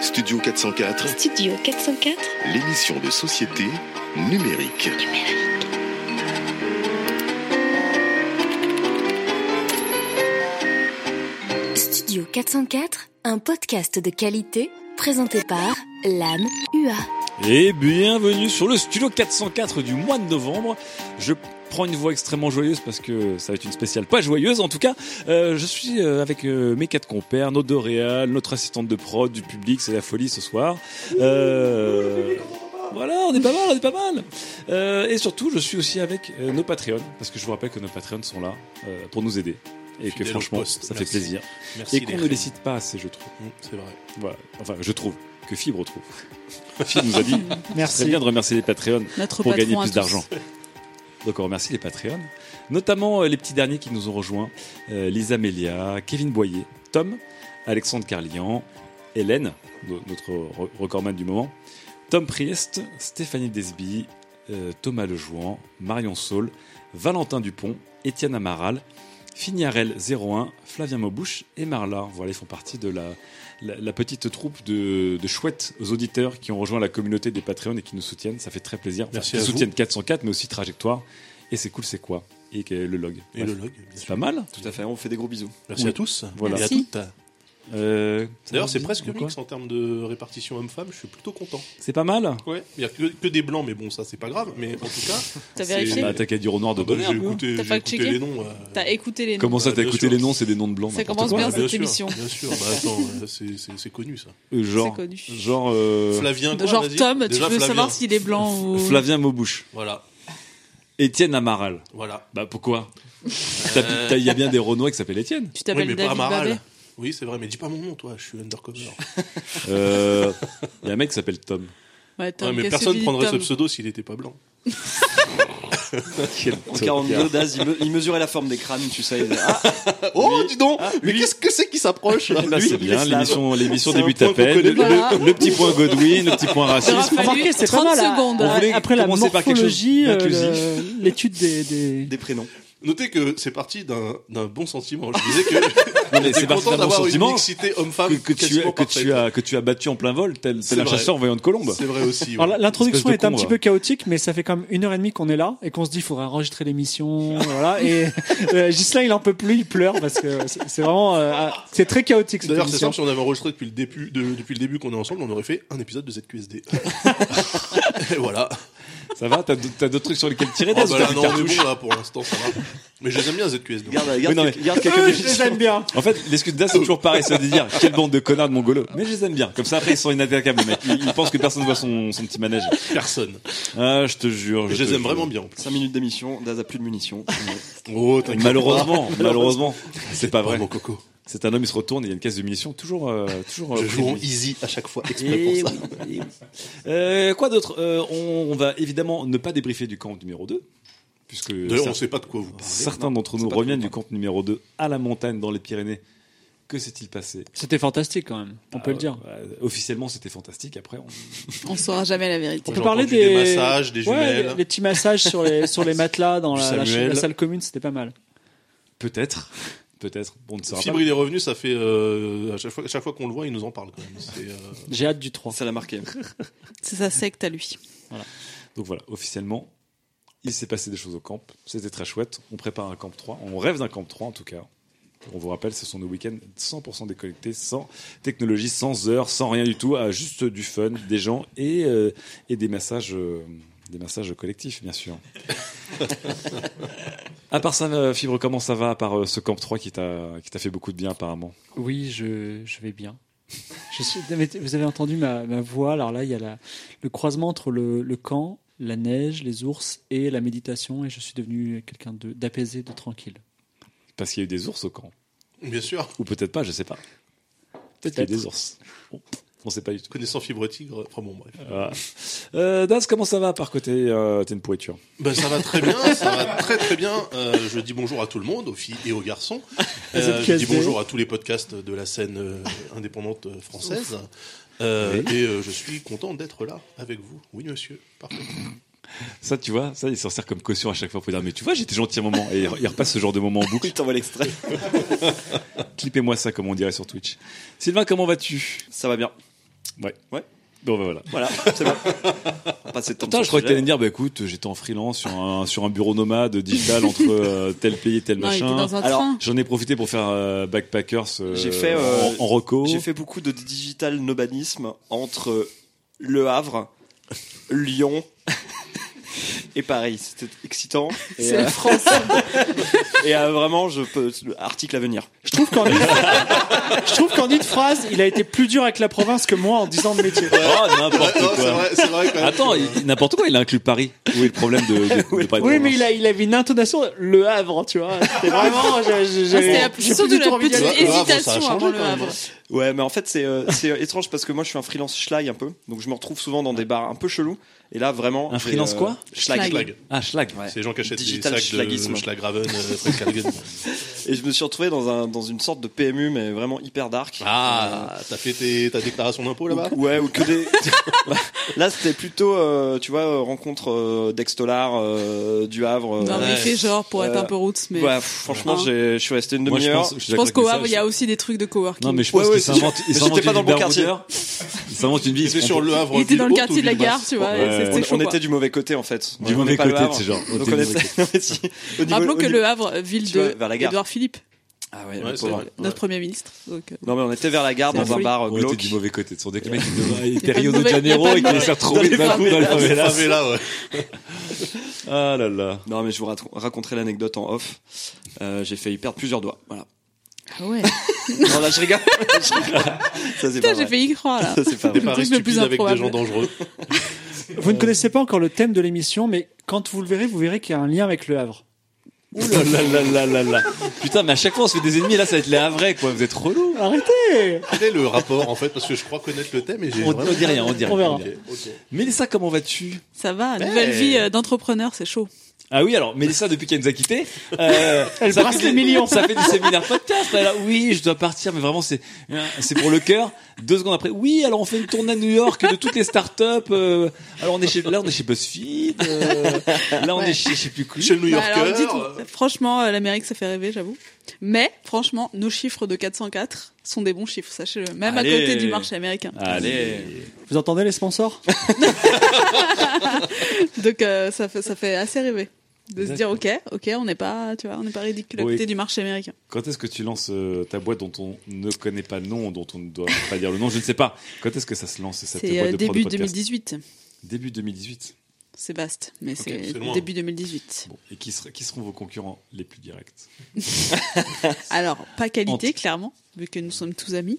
Studio 404, Studio 404 l'émission de société numérique. Studio 404, un podcast de qualité présenté par l'âme UA. Et bienvenue sur le Studio 404 du mois de novembre. Je prends une voix extrêmement joyeuse parce que ça va être une spéciale pas joyeuse. En tout cas, euh, je suis euh, avec euh, mes quatre compères, nos deux réals, notre assistante de prod, du public, c'est la folie ce soir. Euh, voilà, on est pas mal, on est pas mal. Euh, et surtout, je suis aussi avec euh, nos Patreons parce que je vous rappelle que nos Patreons sont là euh, pour nous aider. Et que Fidèles au franchement, poste, ça merci. fait plaisir. Merci Mmh, et qu'on ne les cite pas assez, je trouve. C'est vrai. Voilà. Enfin, je trouve que Fibre trouve. Fibre nous a dit Merci. très bien de remercier les Patreons Notre pour patron gagner à plus tous. d'argent. Donc on remercie les Patreons, notamment euh, les petits derniers qui nous ont rejoints euh, Lisa Melia, Kevin Boyer, Tom, Alexandre Carlian, Hélène, no- notre re- recordman du moment, Tom Priest, Stéphanie Desby, euh, Thomas Lejouan, Marion Saul, Valentin Dupont, Étienne Amaral, Fignarel01, Flavien Maubouche et Marla. Voilà, ils font partie de la, la, la petite troupe de, de chouettes auditeurs qui ont rejoint la communauté des Patreons et qui nous soutiennent. Ça fait très plaisir. Merci qui à vous. soutiennent 404, mais aussi Trajectoire. Et c'est cool, c'est quoi Et que- le log. Et Bref. le log. bien C'est sûr. pas mal. Tout à fait, on vous fait des gros bisous. Merci Oui. à tous. Voilà. Et à Merci. toutes. Euh, D'ailleurs, c'est ça- presque quoi mix en termes de répartition homme-femme. Je suis plutôt content. C'est pas mal. Ouais. Il n'y a que, que des blancs, mais bon, ça, c'est pas grave. Mais en tout cas, T'as C'est- vérifié Bah, T'as qu'à dire au noir de bah, donner j'ai un peu. écouté, T'as j'ai pas écouté checké les noms. euh, T'as écouté les noms. Comment ça, t'as Bien écouté sûr. les noms C'est des noms de blancs. Ça n'importe commence quoi. bien, cette sûr, émission. Bien sûr. Bah, attends, euh, c'est- c'est c'est connu ça. Euh, Genre, C'est connu. genre euh, Flavien. quoi, Genre vas-y. Tom, tu Déjà, veux Flavien. savoir s'il est blanc ou... Flavien Maubouche, Voilà. Étienne Amaral. Voilà. Bah pourquoi T'as- t'as- Il y a bien des Renois qui s'appellent Étienne. Tu Oui, t'appelles mais pas David Babet Amaral. Oui, c'est vrai, mais dis pas mon nom, toi. Je suis undercover. Euh, Il y a un mec qui s'appelle Tom. Ouais, Ouais, Tom, mais qu'est-ce que personne tu dis, prendrait ce Tom pseudo s'il n'était pas blanc. En 42 d'Az, il, me- il mesurait la forme des crânes, tu sais. Ah, oh, dis donc Ah, Mais qu'est-ce que c'est qui s'approche Bah, c'est bien, l'émission l'émission C'est un débute point à peine. qu'on Le, connaît bien. le- le petit point Godwin, le petit point Il aura racisme. fallu Remarquez, c'est 30 pas mal. hein. à- secondes. à- On voulait après la commencer par quelque chose morphologie, euh, d'inclusif. le- l'étude des, des- Des prénoms. Notez que c'est parti d'un d'un bon sentiment. Je disais que Non, mais j'étais c'est parti content d'un bon d'avoir une sentiment mixité que, homme-femme que tu, quasiment as, que, tu parfaite. as, que tu as battu en plein vol, tel, C'est tel un vrai. chasseur en voyant de colombe. C'est vrai aussi. ouais. Alors, l'introduction Espèce est de un con, petit va. peu chaotique, mais ça fait quand même une heure et demie qu'on est là et qu'on se dit il faudrait enregistrer l'émission, voilà. Et euh, Ghislain, il en peut plus, il pleure parce que c'est c'est vraiment, euh, ah, c'est très chaotique cette D'ailleurs, c'est émission. simple, si on avait enregistré depuis le début, de- depuis le début qu'on est ensemble, on aurait fait un épisode de ZQSD. Et voilà. Ça va T'as d- t'as d'autres trucs sur lesquels tirer Ah d'as bah t'as là, des non, on cartouches est bon, là, pour l'instant, ça va. Mais je les aime bien, ZQSD. Garde, garde, non, mais- garde quelques Eux, je minutes. les aime bien. En fait, l'excuse d'As, c'est toujours pareil, c'est de dire quelle bande de connards de mongolos. Mais je les aime bien. Comme ça, après, ils sont inattaquables, les mecs. Ils, ils pensent que personne voit son, son petit manège. Personne. Ah, je te jure. Mais te je les aime jure. vraiment bien, en plus. 5 minutes d'émission, Daz a plus de munitions. Oh, t'inquiète Malheureusement, malheureusement, c'est pas pas. Ouais, vrai. mon coco. C'est un homme, il se retourne, et il y a une caisse de munitions, toujours, euh, toujours. euh, Je pris joue de en lui. easy à chaque fois, Eh exprès pour ça. oui, eh oui. Euh, quoi d'autre Euh, on, on va évidemment ne pas débriefer du camp numéro 2, puisque D'ailleurs, cer- on sait pas de quoi vous parlez. certains d'entre c'est nous pas reviennent trop du camp numéro 2 à la montagne dans les Pyrénées. Que s'est-il passé C'était fantastique quand même, Ah on peut le dire. Euh, Officiellement, c'était fantastique. Après, on... On saura jamais la vérité. On J'ai peut parler entendu des des, massages, des Ouais, jumelles. les, les petits massages sur les sur les matelas dans Du la, la ch- Samuel. la salle commune, c'était pas mal. peut-être, peut-être. Bon, on ne saura Fibre, pas. il est revenu, ça fait. euh, à chaque fois, à chaque fois qu'on le voit, il nous en parle quand même. C'est, euh, J'ai hâte du 3. Ça l'a marqué. C'est sa secte à lui. Donc voilà, officiellement, il s'est passé des choses au camp. C'était très chouette. On prépare un camp 3. On rêve d'un camp 3 en tout cas. On vous rappelle, ce sont nos week-ends 100% déconnectés, sans technologie, sans heures, sans rien du tout, à juste du fun, des gens et, euh, et des massages. euh, des massages collectifs, bien sûr. à part ça, euh, Fibre, comment ça va À part euh, ce camp 3 qui t'a qui t'a fait beaucoup de bien, apparemment. Oui, je, je vais bien. Je suis, non, mais vous avez entendu ma, ma voix. Alors là, il y a la- le croisement entre le, le camp, la neige, les ours et la méditation. Et je suis devenu quelqu'un de- d'apaisé, de, tranquille. Parce qu'il y a eu des ours au camp. Bien sûr. Ou peut-être pas, je sais pas. Peut-être qu'il y a eu des ours. Bon, On sait pas du tout. Connaissant Fibre Tigre, enfin bon, bref. Voilà. Euh, Daz, comment ça va par côté euh, T'es une pourriture. Ben, ça va très bien, ça va très très bien. Euh, je dis bonjour à tout le monde, aux filles et aux garçons. Euh, je dis ZQSD. bonjour à tous les podcasts de la scène euh, indépendante euh, française. Euh, Et euh, je suis content d'être là avec vous. Oui, monsieur. Parfait. Ça, tu vois, ça, il s'en sert comme caution à chaque fois pour dire Mais tu vois, j'étais gentil un moment. Et il il repasse ce genre de moment en boucle. Il t'envoie l'extrait. Clippez-moi ça, comme on dirait sur Twitch. Sylvain, comment vas-tu Ça va bien. Ouais. Ouais. Bon, ben voilà. Voilà, c'est bon. On passe cette Attends, je crois que t'allais me dire, bah écoute, j'étais en freelance sur un, sur un bureau nomade digital entre euh, tel pays et tel Non, il était machin. dans un Alors, train. J'en ai profité pour faire euh, Backpackers euh, J'ai fait, euh, en, en reco. J'ai fait beaucoup de digital nomadisme entre Le Havre, Lyon et Paris. C'était excitant. Et, C'est euh, la France. et euh, vraiment, je peux, article à venir. Je trouve qu'en une... je trouve qu'en une phrase, il a été plus dur avec la province que moi en 10 ans de métier. Oh, n'importe quoi. c'est vrai quand Attends, il- n'importe quoi, il a inclus Paris. Où est le problème de, de, de Paris Oui, mais il, a, il avait une intonation Le Havre, tu vois. C'était vraiment. j'ai- j'ai- Ah, j'ai- C'était la, j'ai surtout plus de du la tout envie petite d'y aller. Le Havre, ça a hésitation changé avant le quand même. Havre. Ouais, mais en fait, c'est euh, c'est étrange parce que moi, je suis un freelance schlag un peu. Donc, je me retrouve souvent dans des bars un peu chelous. Et là, vraiment. Un j'ai, freelance euh, quoi Schlag. Schlag. Schlag. Ah, Schlag. Ouais. C'est les gens qui achètent Digital des sacs schlagisme. de Schlagraven, euh, Fred Kerrigan. Et je me suis retrouvé dans, un, dans une sorte de PMU, mais vraiment hyper dark. Ah, t'as fait tes- ta déclaration d'impôt là-bas Ouais, ou que des. Là, c'était plutôt, euh, tu vois, euh, rencontre euh, d'Extolar, euh, du Havre. euh, Non, mais Ouais. fait genre pour être Euh, un peu roots, mais. ouais, pff, franchement, Hein. j'ai- je suis resté une Moi, je demi-heure. pense, Je pense d'accord qu'au avec Havre, ça, il y a je- aussi des trucs de coworking. Non, mais je Ouais, pense ouais, qu'ils c'est s'inventent. sûr. Mais Ils s'inventent j'étais pas dans le une bon quartier. baroudeur. Ils s'inventent une vie. ils C'était se sur font- le Havre. Il était dans le Villebrand quartier de la ou Villegas gare, tu vois. Ouais. et On, C'était chaud. on quoi. était du mauvais côté, en fait. Du On mauvais est pas le côté, Havre. c'est genre, on Donc, était on du était- mauvais Non, mais si, au niveau- Rappelons au que niveau- le Havre, ville tu vois, de vers la gare. Édouard Philippe, Ah ouais, Ouais, le c'est pauvre. vrai. notre premier ministre. Donc, euh, Non, mais on était vers la gare C'est la dans un folie. bar euh, On était glauque. du mauvais côté. Ce sont des mecs qui devaient- y étaient a pas de Rio de nouvelles- Janeiro y a pas et de qui allaient se nouvelles- retrouver d'un coup dans le favela. Ah, mais là, ouais. Ah là là. Non, mais je vous raconte- raconterai l'anecdote en off. Euh, j'ai failli perdre plusieurs doigts. Voilà. ouais. Non, là, je rigole. Je rigole. Ça, c'est pas Putain, j'ai vrai. failli y croire là. Ça, c'est pas Des vrai. Le paris truc le plus stupides avec des improbable. gens dangereux. Vous ne connaissez pas encore le thème de l'émission, mais quand vous le verrez, vous verrez qu'il y a un lien avec Le Havre. Ouh là là là là là là. Putain, mais à chaque fois on se fait des ennemis. Là, ça va être les Havrais, quoi. Vous êtes relous. Arrêtez Quel est le rapport en fait Parce que je crois connaître le thème et j'ai. On, vraiment- on dit rien, on dit rien. On verra. dit rien. Ok, ok. Mélissa, comment vas-tu Ça va, Mais- nouvelle vie euh, d'entrepreneur, c'est chaud. Ah oui, alors Mélissa, depuis qu'elle nous a quittés, euh, Elle ça brasse fait les des- millions. Ça fait du séminaire podcast. Elle a, oui, je dois partir, mais vraiment, c'est euh, c'est pour le cœur. Deux secondes après, oui, alors on fait une tournée à New York de toutes les startups. euh, alors on est chez, là, on est chez BuzzFeed. euh, là, on Ouais. est chez, je sais plus qui. Chez le New Bah, Yorker. alors, dites- franchement, euh, l'Amérique, ça fait rêver, j'avoue. Mais franchement, nos chiffres de 404 sont des bons chiffres, sachez-le. Même à Allez. côté du marché américain. Allez. Vous entendez les sponsors Donc euh, ça, fait, ça fait assez rêver de se dire ok, ok, on n'est pas, tu vois, on n'est pas ridicule à Oui. côté du marché américain. Quand est-ce que tu lances euh, ta boîte dont on ne connaît pas le nom, dont on ne doit pas dire le nom Je ne sais pas. Quand est-ce que ça se lance cette C'est boîte euh, de prod début de podcast 2018, Début 2018. c'est vaste, mais c'est c'est loin. début 2018. Bon, et qui, ser- qui seront vos concurrents les plus directs Alors pas qualité Entre- clairement, vu que nous sommes tous amis.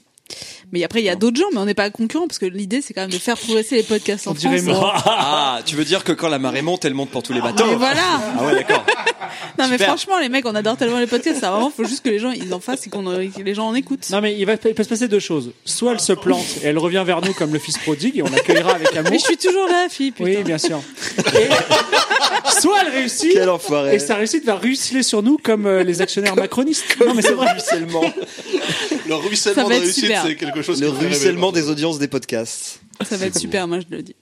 Mais après il y a d'autres gens, mais on n'est pas concurrents parce que l'idée c'est quand même de faire progresser les podcasts en On dirait France. moi. Ah, tu veux dire que quand la marée monte, elle monte pour tous les Mais bateaux voilà. Ah ouais, d'accord. Non mais Super. franchement les mecs, on adore tellement les podcasts, ça vraiment faut juste que les gens ils en fassent et qu'on que les gens en écoutent. Non, mais il, va, il peut se passer deux choses. Soit elle se plante et elle revient vers nous comme le fils prodigue et on l'accueillera avec Mais amour. je suis toujours là, fille. Putain. Oui, bien sûr. Et soit elle réussit Quel enfoiré. et sa réussite va ruisseler sur nous comme euh, les actionnaires macronistes. Non, mais c'est vrai. Ruissellement. Le Ça ruissellement va de être réussite, super. c'est quelque chose Le qui me fait rêver, ruissellement quoi. des audiences des podcasts. Ça va être super, moi je le dis.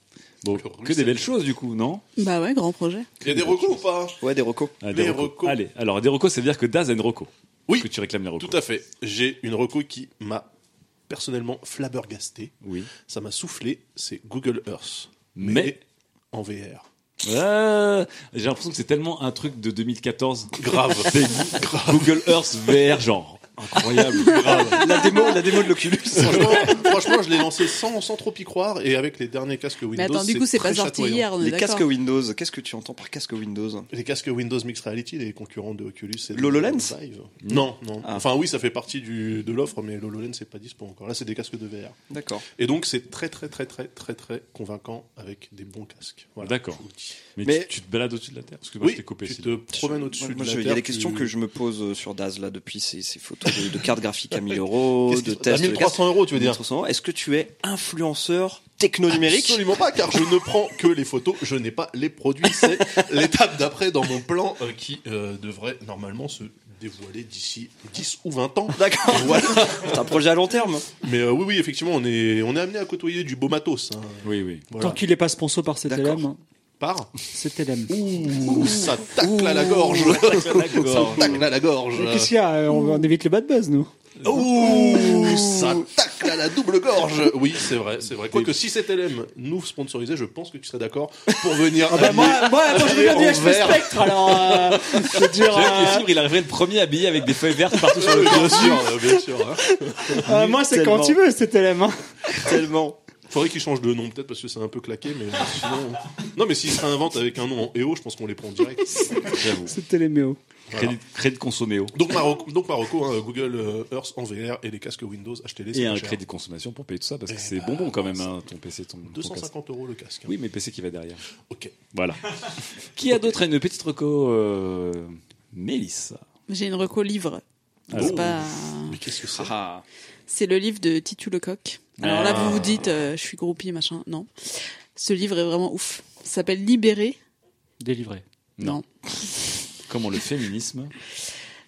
Bon, Le que des belles choses du coup, non Bah ouais, grand projet. Il y a des recours ou pas hein Ouais, des recos. Ah, Les des recos. recos. Allez, alors des recos, ça veut dire que Daz a une reco. Oui. Que tu réclames les recos. Tout à fait. J'ai une reco qui m'a personnellement flabbergasté. Oui. Ça m'a soufflé. C'est Google Earth. Mais- en VR. Euh, J'ai l'impression que c'est tellement un truc de 2014. Grave. C'est Google Earth VR, genre. Incroyable. Ah La démo, la démo de l'Oculus. franchement, franchement, je l'ai lancé sans, sans trop y croire et avec les derniers casques Windows. Mais attends, du coup, c'est pas très sorti chatoyant. hier, on est Les d'accord. casques Windows, qu'est-ce que tu entends par casque Windows Les casques Windows Mixed Reality, les concurrents de Oculus et de L'HoloLens Vive. Non, non. Ah. Enfin oui, ça fait partie du, de l'offre, mais l'HoloLens c'est pas dispo encore. Là, c'est des casques de VR. D'accord. Et donc, c'est très, très, très, très, très, très convaincant avec des bons casques. Voilà. D'accord. Je vous le dis. Mais, Mais- Tu, tu te balades au-dessus de la Terre. Parce que moi, Oui, je t'ai coupé. tu Sylvain. te promènes au-dessus Moi, de la je- Terre. il y a des tu- questions que je me pose euh, sur Daz là depuis ces, ces photos. de, de cartes graphiques à 1000 euros, Qu'est-ce de qui- à tests. de 1300 euros, tu veux cartes- dire 1300 Est-ce que tu es influenceur techno-numérique Absolument pas, car je ne prends que les photos, je n'ai pas les produits. C'est l'étape d'après dans mon plan euh, qui euh, devrait normalement se dévoiler d'ici 10 ou 20 ans. D'accord. Voilà. C'est un projet à long terme. Mais euh, oui, oui, effectivement, on est, on est amené à côtoyer du beau matos. hein. Oui, oui. Voilà. Tant qu'il n'est pas sponsor par D'accord. CTLM, Par CTLM. Ouh, ça tacle à la gorge. ça tacle à la gorge. Mais Qu'est-ce qu'il y a Euh, on, on évite le bad buzz, nous. Ouh, ça tacle à la double gorge. Oui, c'est vrai, c'est vrai. Quoique si cet LM nous sponsorisait, je pense que tu serais d'accord pour venir. Ah bah, moi, moi, moi, je viens en du HP vert. Spectre, alors. euh, je veux dire, euh, il arriverait le premier habillé avec des feuilles vertes partout Euh, bien sûr, euh, bien sûr. hein. euh, moi, c'est quand Tellement. tu veux, CTLM. hein. Tellement. Faudrait qu'ils changent de nom peut-être parce que c'est un peu claqué, mais bon, sinon. Non, mais s'ils se réinventent avec un nom en EO, je pense qu'on les prend direct. J'avoue. CTLMEO. Voilà. Crédit, crédit consomméo. Donc Marocco, donc Marocco hein, Google euh, Earth en VR et les casques Windows, achetez-les. c'est Et pas un cher. crédit de consommation pour payer tout ça, parce que Eh c'est bah, bonbon quand même, hein, ton PC, ton, ton casque. 250 euros le casque. hein. Oui, mais PC qui va derrière. Ok. Voilà. qui a d'autre une petite reco euh, Mélissa. J'ai une reco livre. Alors. C'est pas. Mais qu'est-ce que c'est Ah, C'est le livre de Titu Lecoq. Alors là, vous vous dites, euh, je suis groupie, machin. Non. Ce livre est vraiment ouf. Ça s'appelle Libéré. Délivré. Non. Comment le féminisme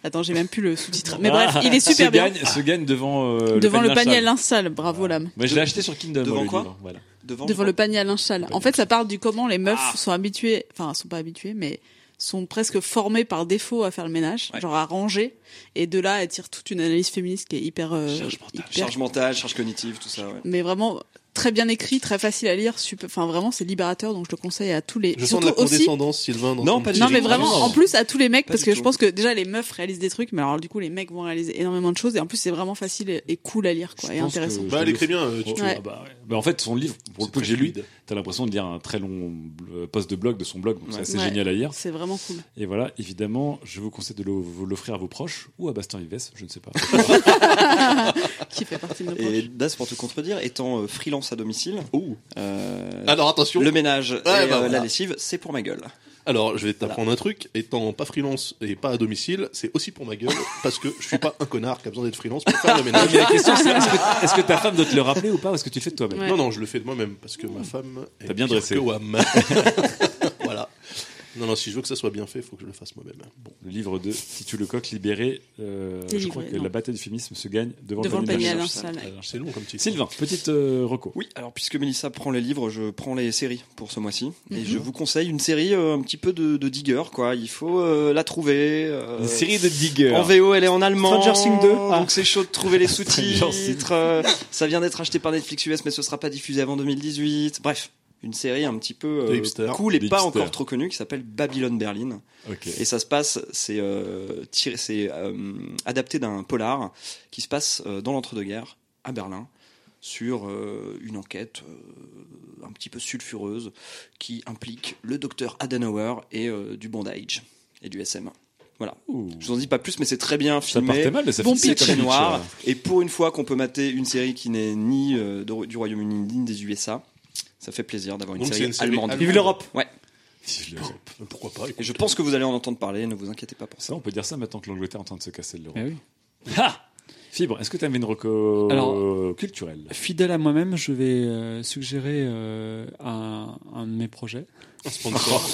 Attends, j'ai même plus le sous-titre. Mais bref, Ah, il est super se bien. Gagne, se gagne devant, euh, Devant le panier à sale. linge sale. Bravo, l'âme. Mais je l'ai acheté sur Kindle. Devant moi, le quoi livre, voilà. devant, Devant le panier à linge sale. En fait, ça parle du comment les meufs Ah. sont habituées, enfin, sont pas habituées, mais sont presque formées par défaut à faire le ménage, Ouais. genre à ranger. Et de là, elles tirent toute une analyse féministe qui est hyper, euh, Charge mentale. hyper- Charge mentale, charge cognitive, tout ça. ouais. mais vraiment très bien écrit, très facile à lire. super- Enfin, vraiment, c'est libérateur, donc je le conseille à tous les. Je sens de Surtout la aussi. condescendance, Sylvain. Dans Non, ton pas petit du Non J'ai mais dit vraiment vraiment. en plus à tous les mecs Pas parce du que je tout. pense que déjà les meufs réalisent des trucs mais alors du coup les mecs vont réaliser énormément de choses et en plus c'est vraiment facile et, et cool à lire quoi Je et pense que- intéressant. Bah, elle écrit bien. euh, tu- Oh, tu- Ouais. ah bah ouais. Bah, en fait, son livre, pour le C'est peu que très j'ai lu, fluide. t'as l'impression de lire un très long euh, post de blog de son blog, donc c'est Ouais. assez Ouais. génial à lire. C'est vraiment cool. Et voilà, évidemment, je vous conseille de le- vous l'offrir à vos proches ou à Bastien Yves, je ne sais pas. Qui fait partie de nos Et proches. là, c'est pour te contredire, étant euh, freelance à domicile, Ouh. euh, Alors Oh. attention. le ménage et bah, euh, voilà. la lessive, c'est pour ma gueule. Alors, je vais t'apprendre un truc. Étant pas freelance et pas à domicile, c'est aussi pour ma gueule parce que je suis pas un connard qui a besoin d'être freelance pour faire le ménage. Mais la question, c'est est-ce que, est-ce que ta femme doit te le rappeler ou pas Est-ce que tu le fais de toi-même Ouais. Non, non, je le fais de moi-même parce que ma femme est T'as bien pire dressé. que Wam. voilà. Non, non, si je veux que ça soit bien fait, il faut que je le fasse moi-même. Bon. Le livre de Titu Lecoq, Libéré, euh, Délivré, je crois que non. la bataille du féminisme se gagne devant, Devant le panier à de la linge cherche. sale. Alors, C'est long comme titre. Sylvain, petite euh, reco. Oui, alors puisque Mélissa prend les livres, je prends les séries pour ce mois-ci. Et Mhm. je vous conseille une série euh, un petit peu de, de digger, quoi. Il faut euh, la trouver. euh, de diggers. En VO, elle est en allemand. Stranger Things 2, ah. Donc c'est chaud de trouver les Stranger sous-titres. euh, ça vient d'être acheté par Netflix US, mais ce sera pas diffusé avant 2018. Bref, une série un petit peu De euh, hipster. cool et De pas hipster. encore trop connue qui s'appelle Babylon Berlin. Ok. Et ça se passe, c'est euh, tiré- c'est euh, adapté d'un polar qui se passe euh, dans l'entre-deux-guerres à Berlin sur euh, une enquête euh, un petit peu sulfureuse qui implique le docteur Adenauer et euh, du bondage et du SM. Voilà. Ouh. Je vous en dis pas plus, mais c'est très bien Ça filmé. partait mal, mais ça bon finissait C'est pitch. comme très pitch, noir. euh. Et pour une fois qu'on peut mater une série qui n'est ni euh, de- du Royaume-Uni ni des USA, ça fait plaisir d'avoir une, Donc, série, c'est une série allemande. allemande. Vive l'Europe. Pourquoi pas Et écoute. je pense que vous allez en entendre parler, ne vous inquiétez pas pour ça. Ça, on peut dire ça maintenant que l'Angleterre est en train de se casser de l'euro. Eh oui. Ha Fibre, est-ce que tu avais une reco Alors- culturelle Fidèle à moi-même, je vais euh, suggérer euh, un, un de mes projets. Sponsor.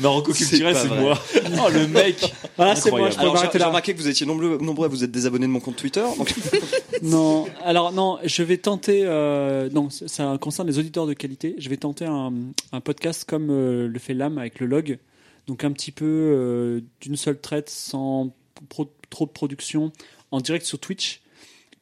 Non, reco culturelle, pas c'est vrai. moi. Oh, le mec Voilà, c'est moi, Incroyable. je Alors, peux j'ai m'arrêter j'ai là. remarqué que vous étiez nombreux, nombreux à vous être désabonnés de mon compte Twitter. donc- Non, alors non, je vais tenter. euh, non, ça- ça concerne les auditeurs de qualité. Je vais tenter un, un podcast comme euh, le fait l'âme avec le log. Donc un petit peu euh, d'une seule traite, sans pro- trop de production, en direct sur Twitch,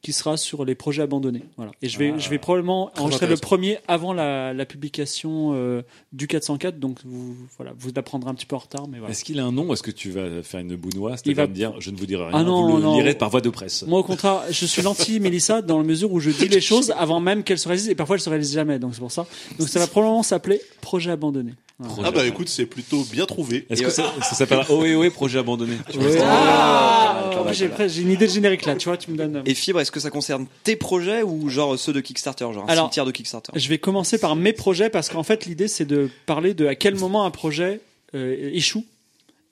qui sera sur les projets abandonnés. Voilà. Et je vais, Ah. je vais probablement enregistrer le intéressant. premier avant la, la publication euh, du 404. Donc vous, voilà, vous l'apprendrez un petit peu en retard, mais voilà. Est-ce qu'il a un nom ou est-ce que tu vas faire une bounoise Il Il va va- me dire, je ne vous dirai rien, Ah non, vous le non. lirez par voie de presse. Moi, au contraire, je suis l'anti-Mélissa dans la mesure où je dis les choses avant même qu'elles se réalisent et parfois elles se réalisent jamais. Donc c'est pour ça. Donc ça va probablement s'appeler projet abandonné. Voilà. Projet Ah bah abandonné. écoute, c'est plutôt bien trouvé. Est-ce Et que euh- ça, ça s'appelle Oé Oé Projet Abandonné tu vois Ah, En plus, j'ai presque- j'ai une idée de générique là. Tu vois, tu me donnes. euh, Et Fibre, est-ce que ça concerne tes projets ou genre ceux de Kickstarter, genre un Alors- cimetière de Kickstarter Je vais commencer par mes projets parce qu'en fait l'idée c'est de parler de à quel moment un projet euh, échoue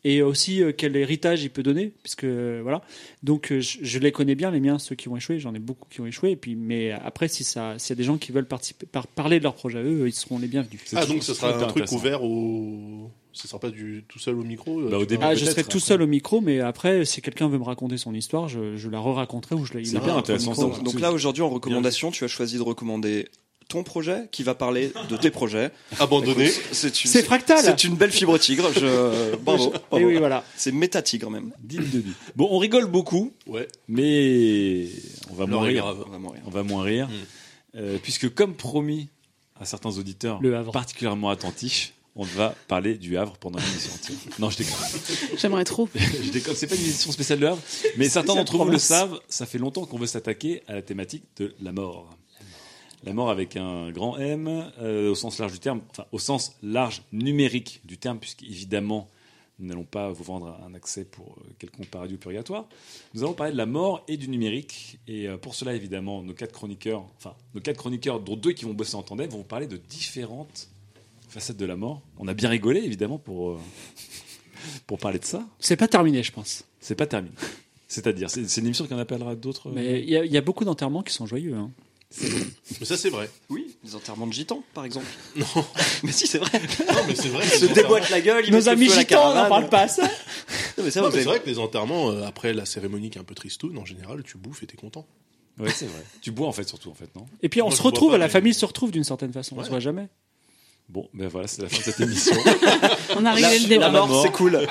et aussi euh, quel héritage il peut donner, puisque euh, voilà. Donc euh, je, je les connais bien les miens, ceux qui ont échoué, j'en ai beaucoup qui ont échoué. Et puis, mais après, si ça, s'il y a des gens qui veulent participer, par- parler de leur projet à eux, ils seront les bienvenus. C'est Ah, toujours- donc ce c'est sera très un truc intéressant. ouvert au. Ce sera pas du tout seul au micro euh, Bah, au tu début, vois. Ah, je peut-être, serai tout après. seul au micro, mais après, si quelqu'un veut me raconter son histoire, je, je la re-raconterai ou je la. il C'est la bien raconte au intéressant, ça. micro, voilà. Voilà. Donc C'est- là, aujourd'hui, en recommandation, tu as choisi de recommander ton projet qui va parler de tes projets. Abandonné. Écoute, C'est une, C'est fractal. C'est une belle fibre tigre. Je... Bravo. Et bravo. oui, voilà. C'est méta-tigre même. Digne de lui. Bon, on rigole beaucoup, Ouais. mais on va L'heure moins est rire. grave. Vraiment rien. On va moins rire. Mm. Euh, puisque, comme promis à certains auditeurs Le Havre. particulièrement attentifs, on va parler du Havre pendant l'émission entière. Non, je déconne. J'aimerais trop. je déconne. C'est pas une émission spéciale de Havre, mais certains Spéciale d'entre vous le province. savent. Ça fait longtemps qu'on veut s'attaquer à la thématique de la mort. La mort avec un grand M, euh, au sens large du terme, enfin au sens large numérique du terme, puisqu'évidemment, nous n'allons pas vous vendre un accès pour euh, quelconque paradis ou purgatoire. Nous allons parler de la mort et du numérique. Et euh, pour cela, évidemment, nos quatre chroniqueurs, enfin nos quatre chroniqueurs, dont deux qui vont bosser en tandem, vont vous parler de différentes facettes de la mort. On a bien rigolé, évidemment, pour, euh, pour parler de ça. C'est pas terminé, je pense. C'est pas terminé. C'est-à-dire, c'est c'est une émission qu'on appellera d'autres. euh, Mais il y, a- il y a beaucoup d'enterrements qui sont joyeux. hein. Mais ça, c'est vrai. Oui, les enterrements de gitans, par exemple. Non. Mais si, c'est vrai. Non, mais c'est vrai. Ils se déboîtent la gueule. Ils mettent Nos le amis feu à la gitans, on n'en caravane. parle pas. Ça. Non, mais ça, Non, vous mais avez- c'est vrai que les enterrements, euh, après la cérémonie qui est un peu tristoune, en général, tu bouffes et t'es content. Ouais, c'est vrai. Tu bois en fait, surtout en fait, non Et puis on Moi, se je vois retrouve, pas, la mais- famille se retrouve d'une certaine façon. On Ouais. se voit jamais. Bon, ben voilà, c'est la fin de cette émission. On a réglé le débat. La mort, mort. c'est cool.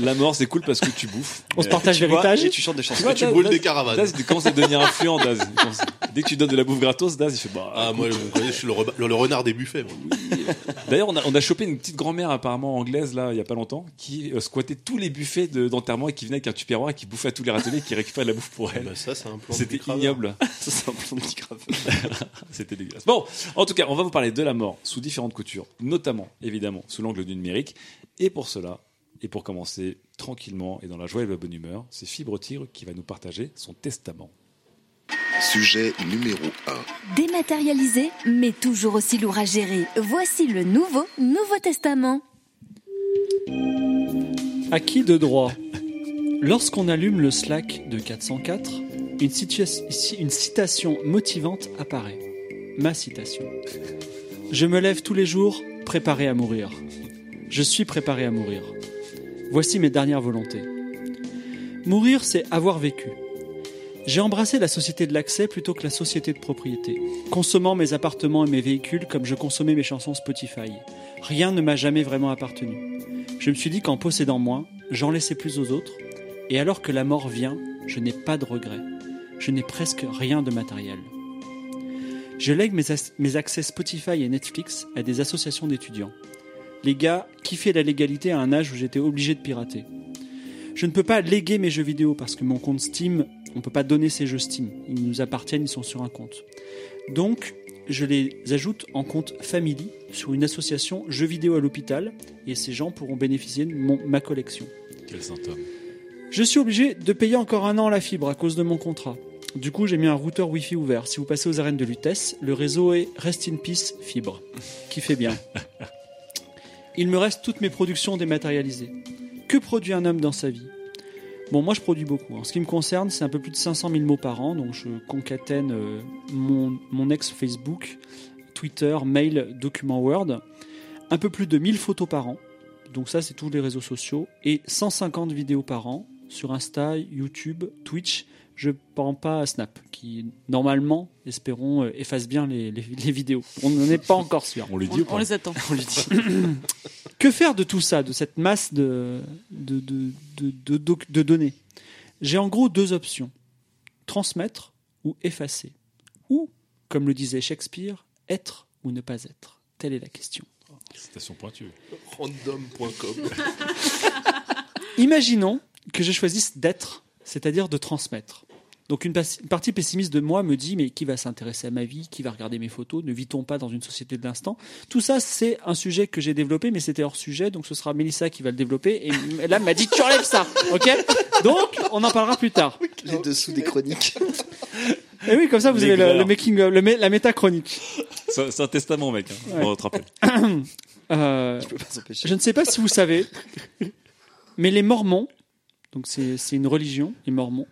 la mort, c'est cool parce que tu bouffes. On se partage Tu vois, l'héritage. Et tu chantes des chansons. Ah, bah, tu brûles des caravanes. Daz, tu commences à devenir influent, Daz. Il commence- Dès que tu donnes de la bouffe gratos, Daz, il fait bah. Ah, moi, écoute. je vous connais, je suis le, reba- le- le renard des buffets. moi. D'ailleurs, on a, on a chopé une petite grand-mère apparemment anglaise là, il y a pas longtemps, qui euh, squattait tous les buffets de- d'enterrement et qui venait avec un tupperware et qui bouffait à tous les râteliers et qui récupérait de la bouffe pour Ah, elle. bah, ça, c'est un plan. C'était de cravate. ignoble. Ça, c'est un bon petit grave. C'était dégueulasse. Bon, en tout cas, on va vous parler de la mort sous différentes coutures, notamment, évidemment, sous l'angle du numérique. Et pour cela, et pour commencer tranquillement et dans la joie et la bonne humeur, c'est Fibre Tigre qui va nous partager son testament. Sujet numéro 1. Dématérialisé, mais toujours aussi lourd à gérer. Voici le nouveau Nouveau Testament. À qui de droit Lorsqu'on allume le Slack de 404, une, situa- une citation motivante apparaît. Ma citation. Je me lève tous les jours préparé à mourir. Je suis préparé à mourir. Voici mes dernières volontés. Mourir, c'est avoir vécu. J'ai embrassé la société de l'accès plutôt que la société de propriété, consommant mes appartements et mes véhicules comme je consommais mes chansons Spotify. Rien ne m'a jamais vraiment appartenu. Je me suis dit qu'en possédant moins, j'en laissais plus aux autres, et alors que la mort vient, je n'ai pas de regrets. Je n'ai presque rien de matériel. Je lègue mes, as- mes accès Spotify et Netflix à des associations d'étudiants. Les gars, kiffaient la légalité à un âge où j'étais obligé de pirater. Je ne peux pas léguer mes jeux vidéo parce que mon compte Steam, on ne peut pas donner ces jeux Steam. Ils nous appartiennent, ils sont sur un compte. Donc, je les ajoute en compte Family sur une association jeux vidéo à l'hôpital et ces gens pourront bénéficier de mon- ma collection. Quel symptôme. Je suis obligé de payer encore un an la fibre à cause de mon contrat. Du coup, j'ai mis un routeur Wi-Fi ouvert. Si vous passez aux arènes de Lutèce, le réseau est Rest in Peace Fibre, qui fait bien. Il me reste toutes mes productions dématérialisées. Que produit un homme dans sa vie Bon, moi je produis beaucoup. En ce qui me concerne, c'est un peu plus de 500 000 mots par an, donc je concatène euh, mon, mon ex Facebook, Twitter, mail, document Word. Un peu plus de 1000 photos par an, donc ça, c'est tous les réseaux sociaux. Et 150 vidéos par an sur Insta, YouTube, Twitch. Je prends pas à Snap, qui normalement, espérons, euh, efface bien les, les- les vidéos. On n'en est pas encore sûr. On lui dit On, ou pas on les attend. On lui dit. Que faire de tout ça, de cette masse de, de, de, de, de doc- de données J'ai en gros deux options. Transmettre ou effacer. Ou, comme le disait Shakespeare, être ou ne pas être. Telle est la question. Citation pointue. Random.com. Imaginons que je choisisse d'être, c'est-à-dire de transmettre. Donc une, pas- une partie pessimiste de moi me dit mais qui va s'intéresser à ma vie, qui va regarder mes photos, ne vit-on pas dans une société de l'instant Tout ça c'est un sujet que j'ai développé mais c'était hors sujet donc ce sera Mélissa qui va le développer et là m'a dit tu enlèves ça, ok Donc on en parlera plus tard. Les dessous des chroniques. Et oui comme ça vous avez le, L'aigreur. le making of, le mé- la métachronique. C'est c'est un testament, mec. hein. Ouais. On te rappelle. Euh, Je peux pas s'empêcher. je ne sais pas si vous savez Mais les Mormons, donc c'est c'est une religion, les Mormons,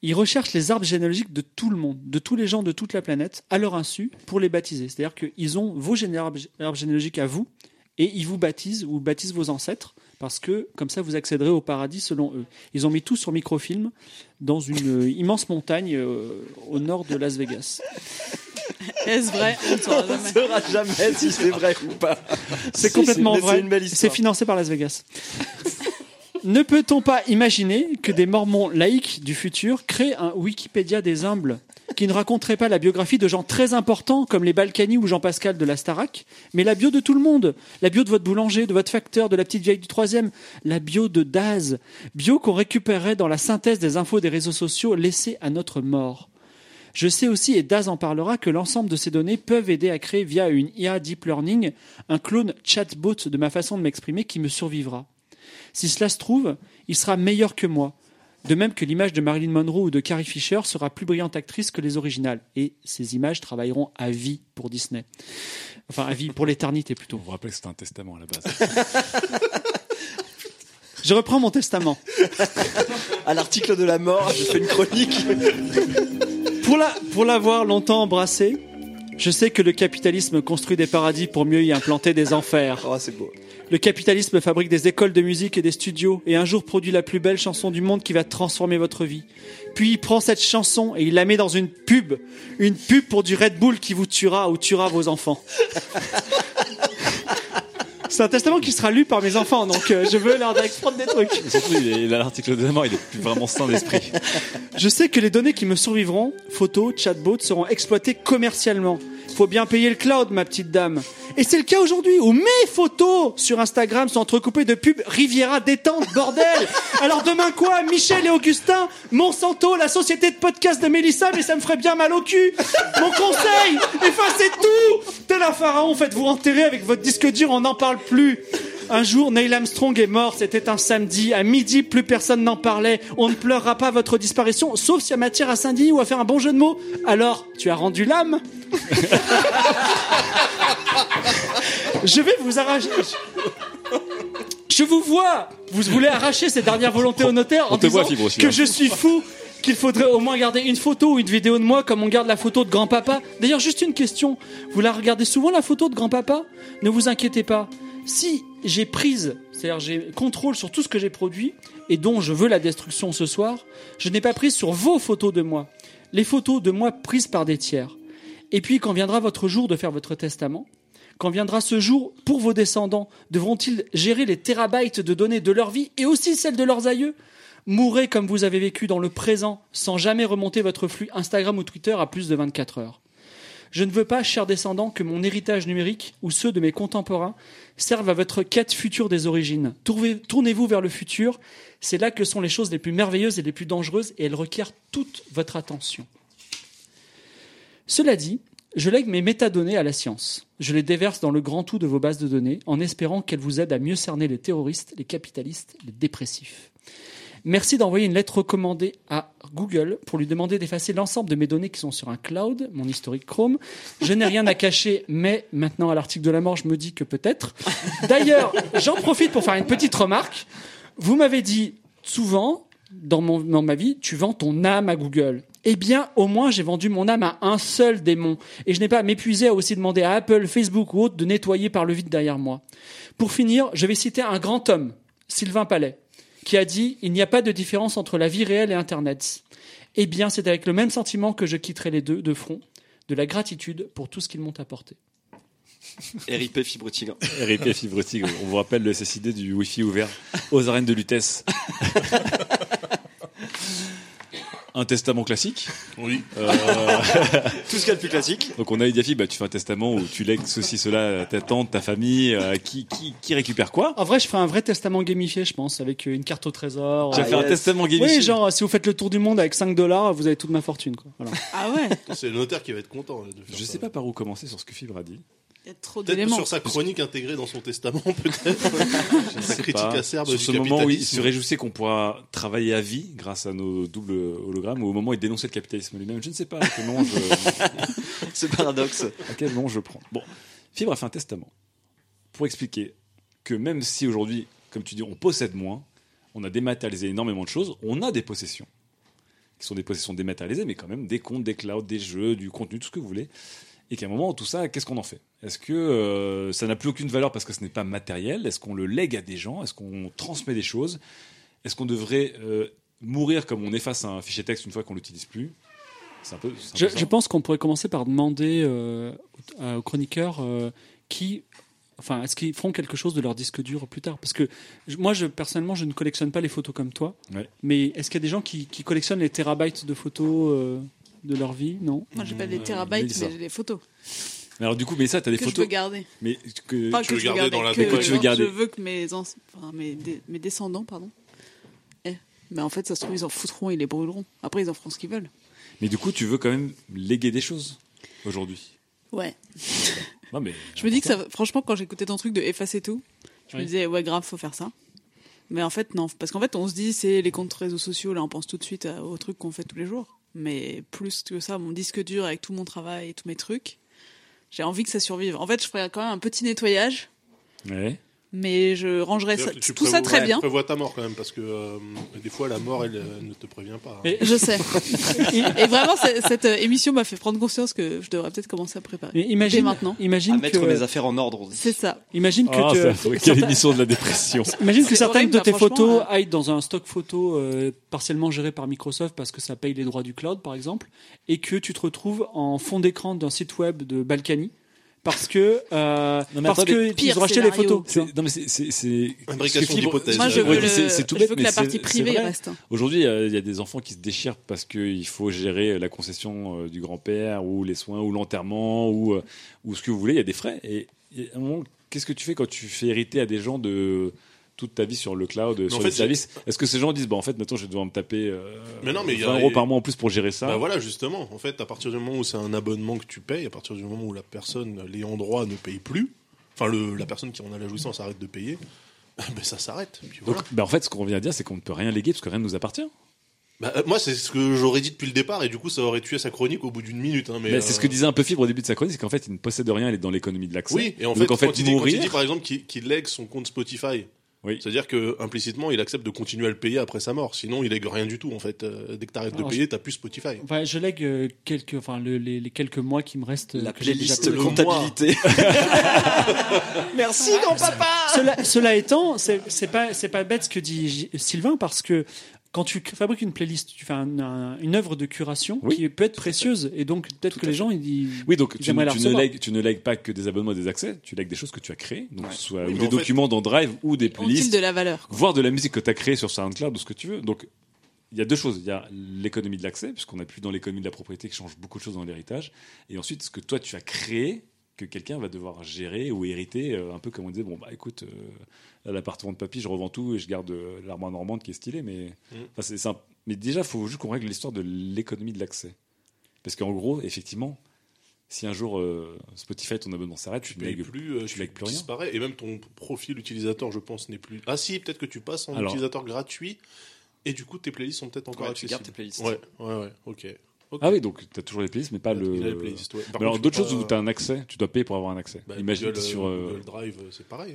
ils recherchent les arbres généalogiques de tout le monde, de tous les gens de toute la planète, à leur insu, pour les baptiser. C'est-à-dire qu'ils ont vos géné- arbres arbres généalogiques à vous et ils vous baptisent ou baptisent vos ancêtres parce que comme ça vous accéderez au paradis selon eux. Ils ont mis tout sur microfilm dans une euh, immense montagne euh, au nord de Las Vegas. Est-ce vrai On ne saura jamais. saura jamais si c'est vrai ou pas. C'est Si, complètement mais vrai. C'est une belle C'est histoire. financé par Las Vegas. ne peut-on pas imaginer que des mormons laïcs du futur créent un Wikipédia des humbles qui ne raconterait pas la biographie de gens très importants comme les Balkany ou Jean-Pascal de la Starac, mais la bio de tout le monde, la bio de votre boulanger, de votre facteur, de la petite vieille du troisième, la bio de Daz, bio qu'on récupérerait dans la synthèse des infos des réseaux sociaux laissées à notre mort. Je sais aussi, et Daz en parlera, que l'ensemble de ces données peuvent aider à créer via une IA Deep Learning un clone chatbot de ma façon de m'exprimer qui me survivra. Si cela se trouve, il sera meilleur que moi. De même que l'image de Marilyn Monroe ou de Carrie Fisher sera plus brillante actrice que les originales. Et ces images travailleront à vie pour Disney. Enfin, à vie pour l'éternité plutôt. On vous rappelle que c'était un testament à la base. Je reprends mon testament. À l'article de la mort, je fais une chronique. Pour la- pour l'avoir longtemps embrassé, je sais que le capitalisme construit des paradis pour mieux y implanter des enfers. Oh, c'est beau. Le capitalisme fabrique des écoles de musique et des studios et un jour produit la plus belle chanson du monde qui va transformer votre vie. Puis il prend cette chanson et il la met dans une pub. Une pub pour du Red Bull qui vous tuera ou tuera vos enfants. C'est un testament qui sera lu par mes enfants, donc euh, je veux leur prendre des trucs. Et Surtout, il est- il a l'article de la mort, il est plus vraiment sain d'esprit. Je sais que les données qui me survivront, photos, chatbots, seront exploitées commercialement. Faut bien payer le cloud, ma petite dame. Et c'est le cas aujourd'hui où mes photos sur Instagram sont entrecoupées de pubs Riviera détente, bordel Alors demain quoi Michel et Augustin Monsanto, la société de podcast de Mélissa, mais ça me ferait bien mal au cul Mon conseil Effacez tout Tel un pharaon, faites-vous enterrer avec votre disque dur, on n'en parle plus un jour, Neil Armstrong est mort, c'était un samedi. À midi, plus personne n'en parlait. On ne pleurera pas votre disparition, sauf si à matière à s'indigner ou à faire un bon jeu de mots. Alors, tu as rendu l'âme Je vais vous arracher. Je vous vois Vous voulez arracher ces dernières volontés au notaire en On te disant voit, Fibre, aussi, que hein. je suis fou qu'il faudrait au moins garder une photo ou une vidéo de moi comme on garde la photo de grand-papa. D'ailleurs, juste une question. Vous la regardez souvent la photo de grand-papa Ne vous inquiétez pas. Si j'ai prise, c'est-à-dire j'ai contrôle sur tout ce que j'ai produit et dont je veux la destruction ce soir, je n'ai pas prise sur vos photos de moi. Les photos de moi prises par des tiers. Et puis quand viendra votre jour de faire votre testament, quand viendra ce jour, pour vos descendants, devront-ils gérer les terabytes de données de leur vie et aussi celles de leurs aïeux Mourez comme vous avez vécu dans le présent, sans jamais remonter votre flux Instagram ou Twitter à plus de 24 heures. Je ne veux pas, chers descendants, que mon héritage numérique ou ceux de mes contemporains servent à votre quête future des origines. Tourvez- Tournez-vous vers le futur, c'est là que sont les choses les plus merveilleuses et les plus dangereuses et elles requièrent toute votre attention. Cela dit, je lègue mes métadonnées à la science. Je les déverse dans le grand tout de vos bases de données en espérant qu'elles vous aident à mieux cerner les terroristes, les capitalistes, les dépressifs. Merci d'envoyer une lettre recommandée à Google pour lui demander d'effacer l'ensemble de mes données qui sont sur un cloud, mon historique Chrome. Je n'ai rien à cacher, mais maintenant à l'article de la mort, je me dis que peut-être. D'ailleurs, j'en profite pour faire une petite remarque. Vous m'avez dit souvent dans, mon, dans ma vie, tu vends ton âme à Google. Eh bien, au moins, j'ai vendu mon âme à un seul démon. Et je n'ai pas à m'épuiser à aussi demander à Apple, Facebook ou autres de nettoyer par le vide derrière moi. Pour finir, je vais citer un grand homme, Sylvain Palais, qui a dit Il n'y a pas de différence entre la vie réelle et Internet. Eh bien, c'est avec le même sentiment que je quitterai les deux de front, de la gratitude pour tout ce qu'ils m'ont apporté. RIP Fibre Tigre. RIP Fibre Tigre. On vous rappelle le SSID du Wi-Fi ouvert aux arènes de Lutèce. Un testament classique. Oui. Euh, Tout ce qu'il y a de plus classique. donc on a eu Diafi, bah, tu fais un testament où tu lègues ceci, cela, à ta tante, ta famille, euh, qui, qui, qui récupère quoi En vrai, je ferai un vrai testament gamifié, je pense, avec euh, une carte au trésor. Tu vas Ah, faire un yes. testament gamifié. Oui, genre, si vous faites le tour du monde avec 5 dollars, vous avez toute ma fortune. Quoi. Voilà. Ah ouais C'est le notaire qui va être content. là, de faire Je ça. sais pas par où commencer sur ce que Fibre a dit. Il y a trop Peut-être d'éléments. sur sa chronique intégrée dans son testament, peut-être. Je sa sais critique pas. acerbe Sur du ce moment où il capitalisme. se réjouissait qu'on pourra travailler à vie grâce à nos doubles hologrammes, ou au moment où il dénonçait le capitalisme lui-même, je euh, ne sais pas à quel nom je, Ce paradoxe. à quel nom je prends. Bon, Fibre a fait un testament pour expliquer que même si aujourd'hui, comme tu dis, on possède moins, on a dématérialisé énormément de choses, on a des possessions, qui sont des possessions dématérialisées, mais quand même des comptes, des clouds, des jeux, du contenu, tout ce que vous voulez. Et qu'à un moment, tout ça, qu'est-ce qu'on en fait Est-ce que euh, ça n'a plus aucune valeur parce que ce n'est pas matériel Est-ce qu'on le lègue à des gens Est-ce qu'on transmet des choses Est-ce qu'on devrait euh, mourir comme on efface un fichier texte une fois qu'on l'utilise plus C'est un peu. c'est un Je, peu ça. je pense qu'on pourrait commencer par demander euh, à- aux chroniqueurs euh, qui, enfin, est-ce qu'ils feront quelque chose de leur disque dur plus tard Parce que je- moi, je, personnellement, je ne collectionne pas les photos comme toi. Ouais. Mais est-ce qu'il y a des gens qui, qui collectionnent les terabytes de photos euh, de leur vie Non. Moi, j'ai pas Euh, Mmh, des il dit terabytes, ça. mais j'ai des photos Mais Alors, du coup, mais ça, t'as des que je photos. veux garder. Mais que, Enfin, tu que veux je veux garder dans la que, déco, tu veux genre, garder. Je veux que mes, anci- enfin, mes, dé- mes descendants, pardon. Eh, mais en fait, ça se trouve, ils en foutront, ils les brûleront. Après, ils en feront ce qu'ils veulent. Mais du coup, tu veux quand même léguer des choses aujourd'hui. Ouais. Non, mais Je me dis que ça, va- franchement, quand j'écoutais ton truc de effacer tout, je me Oui. disais, ouais, grave, faut faire ça. Mais en fait, non. Parce qu'en fait, on se dit, c'est les comptes réseaux sociaux, là, on pense tout de suite à- aux trucs qu'on fait tous les jours. Mais plus que ça, mon disque dur avec tout mon travail et tous mes trucs, j'ai envie que ça survive. En fait, je ferais quand même un petit nettoyage, Ouais. mais je rangerais ça- C'est-à-dire que tu tout ça prévois- très ouais, bien. Tu prévois ta mort quand même, parce que euh, des fois, la mort, elle euh, ne te prévient pas. hein. Et- Je sais. Et vraiment, c- cette euh, émission m'a fait prendre conscience que je devrais peut-être commencer à préparer. Mais imagine, Dès maintenant. imagine à que, mettre mes affaires en ordre. C'est ça. imagine que, Ah, tu- c'est affreux. Quelle émission de la dépression. imagine que C'est certaines horrible, de tes franchement, photos euh. aillent dans un stock photo euh, partiellement géré par Microsoft parce que ça paye les droits du cloud, par exemple, et que tu te retrouves en fond d'écran d'un site web de Balkany parce que euh, Non, mais parce attendez. que Pire ils ont acheté les scénario. photos. tu vois. C'est- Non mais c'est- c'est c'est- Imbrication parce que fibre- d'hypothèse. Moi, je Ouais, veux, mais le- c'est- c'est tout je bête, veux que mais la c'est- partie c'est privée vrai. reste. hein. Aujourd'hui, euh, il y a des enfants qui se déchirent parce qu'il faut gérer la concession euh, du grand-père ou les soins ou l'enterrement ou, euh, ou ce que vous voulez. Il y a des frais. Et, et à un moment, qu'est-ce que tu fais quand tu fais hériter à des gens de toute ta vie sur le cloud, sur en les fait, services Est-ce que ces gens disent, bah, en fait, maintenant, je vais devoir me taper euh, Mais non, mais il y a- 20 euros par mois en plus pour gérer ça Bah voilà, justement. En fait, à partir du moment où c'est un abonnement que tu payes, à partir du moment où la personne, l'ayant droit, ne paye plus, enfin, le- la personne qui en a la jouissance arrête de payer, ben ça s'arrête. Puis Donc, voilà. bah, en fait, ce qu'on vient à dire, c'est qu'on ne peut rien léguer parce que rien ne nous appartient. Bah, euh, moi, c'est ce que j'aurais dit depuis le départ, et du coup, ça aurait tué sa chronique au bout d'une minute. hein, mais Bah, c'est ce euh, que disait un peu Fibre au début de sa chronique, c'est qu'en fait, il ne possède rien, il est dans l'économie de l'accès. Oui, et en fait, Donc, en fait, quand, il dit, quand il mourir- dit, par exemple qu'il qu'il lègue son compte Spotify, Oui. c'est-à-dire que implicitement il accepte de continuer à le payer après sa mort. Sinon, il lègue rien du tout en fait. Euh, Dès que t'arrêtes de Alors, payer, t'as plus Spotify. Enfin, je lègue euh, quelques, enfin le- les, les quelques mois qui me restent. euh, La que j'ai déjà playlist payés. le comptabilité. Merci grand-papa Ah cela, cela étant, c'est c'est pas c'est pas bête ce que dit J- Sylvain parce que quand tu cr- fabriques une playlist, tu fais un- un- une œuvre de curation Oui, qui peut être précieuse et donc peut-être que les gens ils disent Oui, donc Ils tu, aimeraient la tu ne recevoir. lègues, tu ne lègues pas que des abonnements et des accès, tu lègues des choses que tu as créées, donc Ouais. soit, Oui, ou mais des en fait- documents dans Drive ou des Ont-ils playlists, de la valeur voire de la musique que tu as créée sur SoundCloud ou ce que tu veux. Donc il y a deux choses. Il y a l'économie de l'accès, puisqu'on n'est plus dans l'économie de la propriété qui change beaucoup de choses dans l'héritage. Et ensuite, ce que toi tu as créé, que quelqu'un va devoir gérer ou hériter, euh, un peu comme on disait, bon bah écoute, euh, à l'appartement de papy, je revends tout et je garde euh, l'armoire normande qui est stylée, mais Mm. enfin, c'est simple. Mais déjà, faut juste qu'on règle l'histoire de l'économie de l'accès. Parce qu'en gros, effectivement, si un jour euh, Spotify, ton abonnement s'arrête, tu Tu payes lègues plus, euh, tu lègues plus rien. disparaît et même ton profil utilisateur, je pense, n'est plus. Ah si, peut-être que tu passes en Alors- utilisateur gratuit et du coup tes playlists sont peut-être encore Ouais, tu accessibles. gardes tes playlists. Ouais, ouais, ouais, ok. Ok. Ah oui, donc tu as toujours les playlists, mais pas Il a les le. playlists, ouais. Par Mais alors contre, d'autres tu peux choses où pas- tu as un accès, tu dois payer pour avoir un accès. Bah, Imagine Google, t'es sur euh, euh, Google Drive, euh, c'est pareil.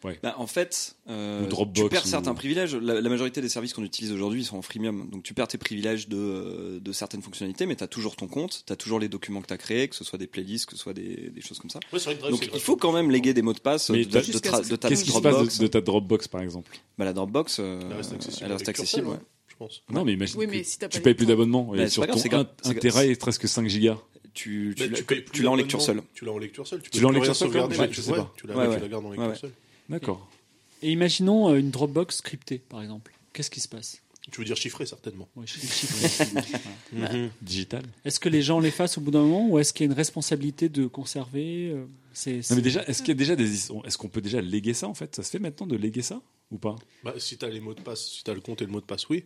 enfin, Bah, en fait, euh, Ou Dropbox, tu perds ou- certains privilèges. La, la majorité des services qu'on utilise aujourd'hui ils sont en freemium. Donc tu perds tes privilèges de, euh, de certaines fonctionnalités, mais tu as toujours ton compte, tu as toujours les documents que tu as créés, que ce soit des playlists, que ce soit des, des choses comme ça. ouais, c'est vrai que Drive, Donc c'est il gratuit. faut quand même léguer des mots de passe Mais de, de- t'as- de tra- de ta Qu'est-ce qui se Dropbox. passe de, de ta Dropbox par exemple Bah, la Dropbox, euh, Elle reste accessible. elle reste avec accessible. Cursor, ouais. hein, Je pense. Non, mais imagine. Oui, que mais si t'as pas tu les payes plus points. d'abonnement. Bah, Et c'est sur pas grave, ton c'est grave, 1 c'est grave. Tera, il te reste que 5 gigas. Tu, tu, Mais la- payes plus tu l'as en lecture l'abonnement, seule. Tu l'as en lecture seule. Tu Tu peux l'as en plus rien lecture seule, sauvegarder, quand même, mais je tu- sais ouais, pas. Tu la Ouais, tu ouais. la gardes en Ouais, lecture ouais. seule. D'accord. Et imaginons euh, une Dropbox cryptée par exemple. Qu'est-ce qui se passe Tu veux dire chiffré, certainement. Ouais, je- je chiffre. Voilà. Digital. Est-ce que les gens l'effacent au bout d'un moment ou est-ce qu'il y a une responsabilité de conserver euh, C'est Non, c'est- mais déjà, est-ce qu'il y a déjà des. his- Est-ce qu'on peut déjà léguer ça en fait Ça se fait maintenant de léguer ça ou pas Bah, si t'as les mots de passe, si t'as le compte et le mot de passe, oui.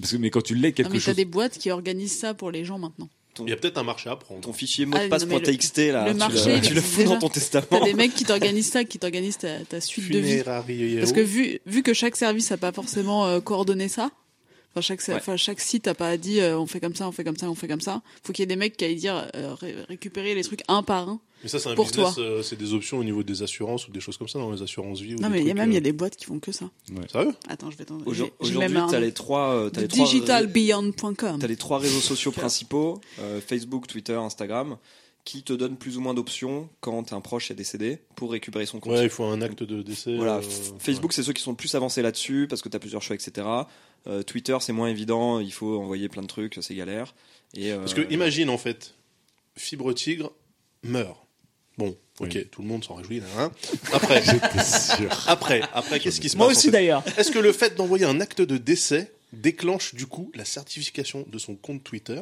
Parce que mais quand tu lègues Non, quelque Ah, mais t'as chose. des boîtes qui organisent ça pour les gens maintenant. Ton, Il y a peut-être un marché à prendre. ton fichier mot Ah, de non, passe mais le- .txt, là, le tu marché, le- il tu existe le fous dans déjà. ton testament. T'as des mecs qui t'organisent ça, qui t'organisent ta, ta suite de vie. Funerarieo. Parce que vu, vu que chaque service n'a pas forcément euh, coordonné ça, enfin chaque, Ouais. enfin, chaque site n'a pas dit euh, on fait comme ça, on fait comme ça, on fait comme ça, faut qu'il y ait des mecs qui aillent dire euh, ré- récupérer les trucs un par un Mais ça, c'est un Pour business, toi. euh, c'est des options au niveau des assurances ou des choses comme ça, dans les assurances vie. Ou Non, des mais il y a trucs, même il y a euh, des boîtes qui font que ça. Sérieux Attends, je vais t'en Aujourd- j'ai- j'ai Aujourd'hui, même un- t'as les trois, euh, t'as les trois- Digitalbeyond.com. T'as les trois réseaux sociaux principaux, euh, Facebook, Twitter, Instagram, qui te donnent plus ou moins d'options quand un proche est décédé pour récupérer son compte. Ouais, il faut un acte de décès. Voilà, euh, F- Facebook, c'est ceux qui sont le plus avancés là-dessus parce que t'as plusieurs choix, etc. Euh, Twitter, c'est moins évident, il faut envoyer plein de trucs, c'est galère. Et, euh, Parce que imagine en fait, Fibre Tigre meurt. Bon, ok, tout le monde s'en réjouit. là, hein. Après, Après, après, qu'est-ce qui se passe Moi en aussi fait d'ailleurs. Est-ce que le fait d'envoyer un acte de décès déclenche du coup la certification de son compte Twitter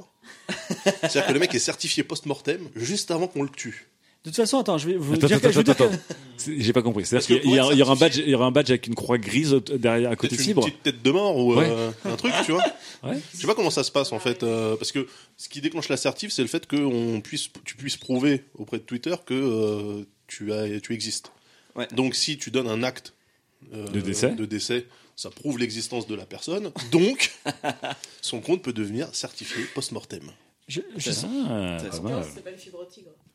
C'est-à-dire que le mec est certifié post-mortem juste avant qu'on le tue. De toute façon, attends, je vais vous Attends, dire que- je vais attends, vous dire attends, que- attends. C'est- J'ai pas compris. Parce C'est-à-dire que qu'il y, a- pour il y aura un être badge, il y aura un badge avec une croix grise au- derrière à côté Peut-être de une fibre. petite tête de mort ou euh, un truc, tu vois Ouais. Je sais pas comment ça se passe en fait, euh, parce que ce qui déclenche la certif, c'est le fait que on puisse, tu puisses prouver auprès de Twitter que euh, tu, as, tu existes. Ouais. Donc si tu donnes un acte euh, De décès. de décès, ça prouve l'existence de la personne, donc son compte peut devenir certifié post-mortem. je- je- Ah, Ça, pas ça mal.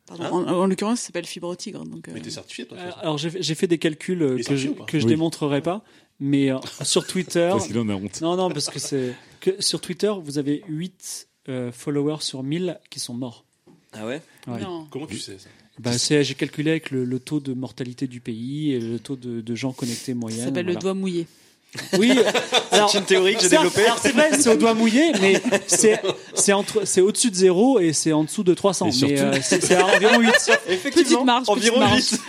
Pardon, en, en l'occurrence, ça s'appelle Fibre Tigre. Donc, euh, Mais t'es certifié toi de toute façon. Alors j'ai fait- j'ai fait des calculs euh, Et que je, sorti ou pas que je Oui. démontrerai pas, mais euh, sur Twitter, Parce qu'il en a honte. non non parce que c'est que sur Twitter vous avez 8 euh, followers sur 1000 qui sont morts. Ah ouais Ouais. non. Comment tu sais ça Bah, c'est- j'ai calculé avec le, le taux de mortalité du pays et le taux de, de gens connectés moyen. Ça s'appelle le doigt mouillé. Oui, euh, alors, C'est une théorie que j'ai c'est- développée. alors, c'est vrai, c'est au doigt mouillé, mais c'est c'est entre- c'est au-dessus de 0 et c'est en dessous de 300. Et surtout- Mais euh, c'est c'est à environ 8. Effectivement, Petite marge, environ petite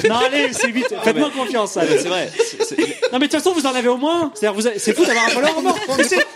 8. non, allez, c'est 8. Faites-moi confiance. allez. C'est vrai. c'est- c'est- Non, mais de toute façon, vous en avez au moins. un. C'est-à-dire, vous avez- C'est fou d'avoir un follower en moins. Mais c'est-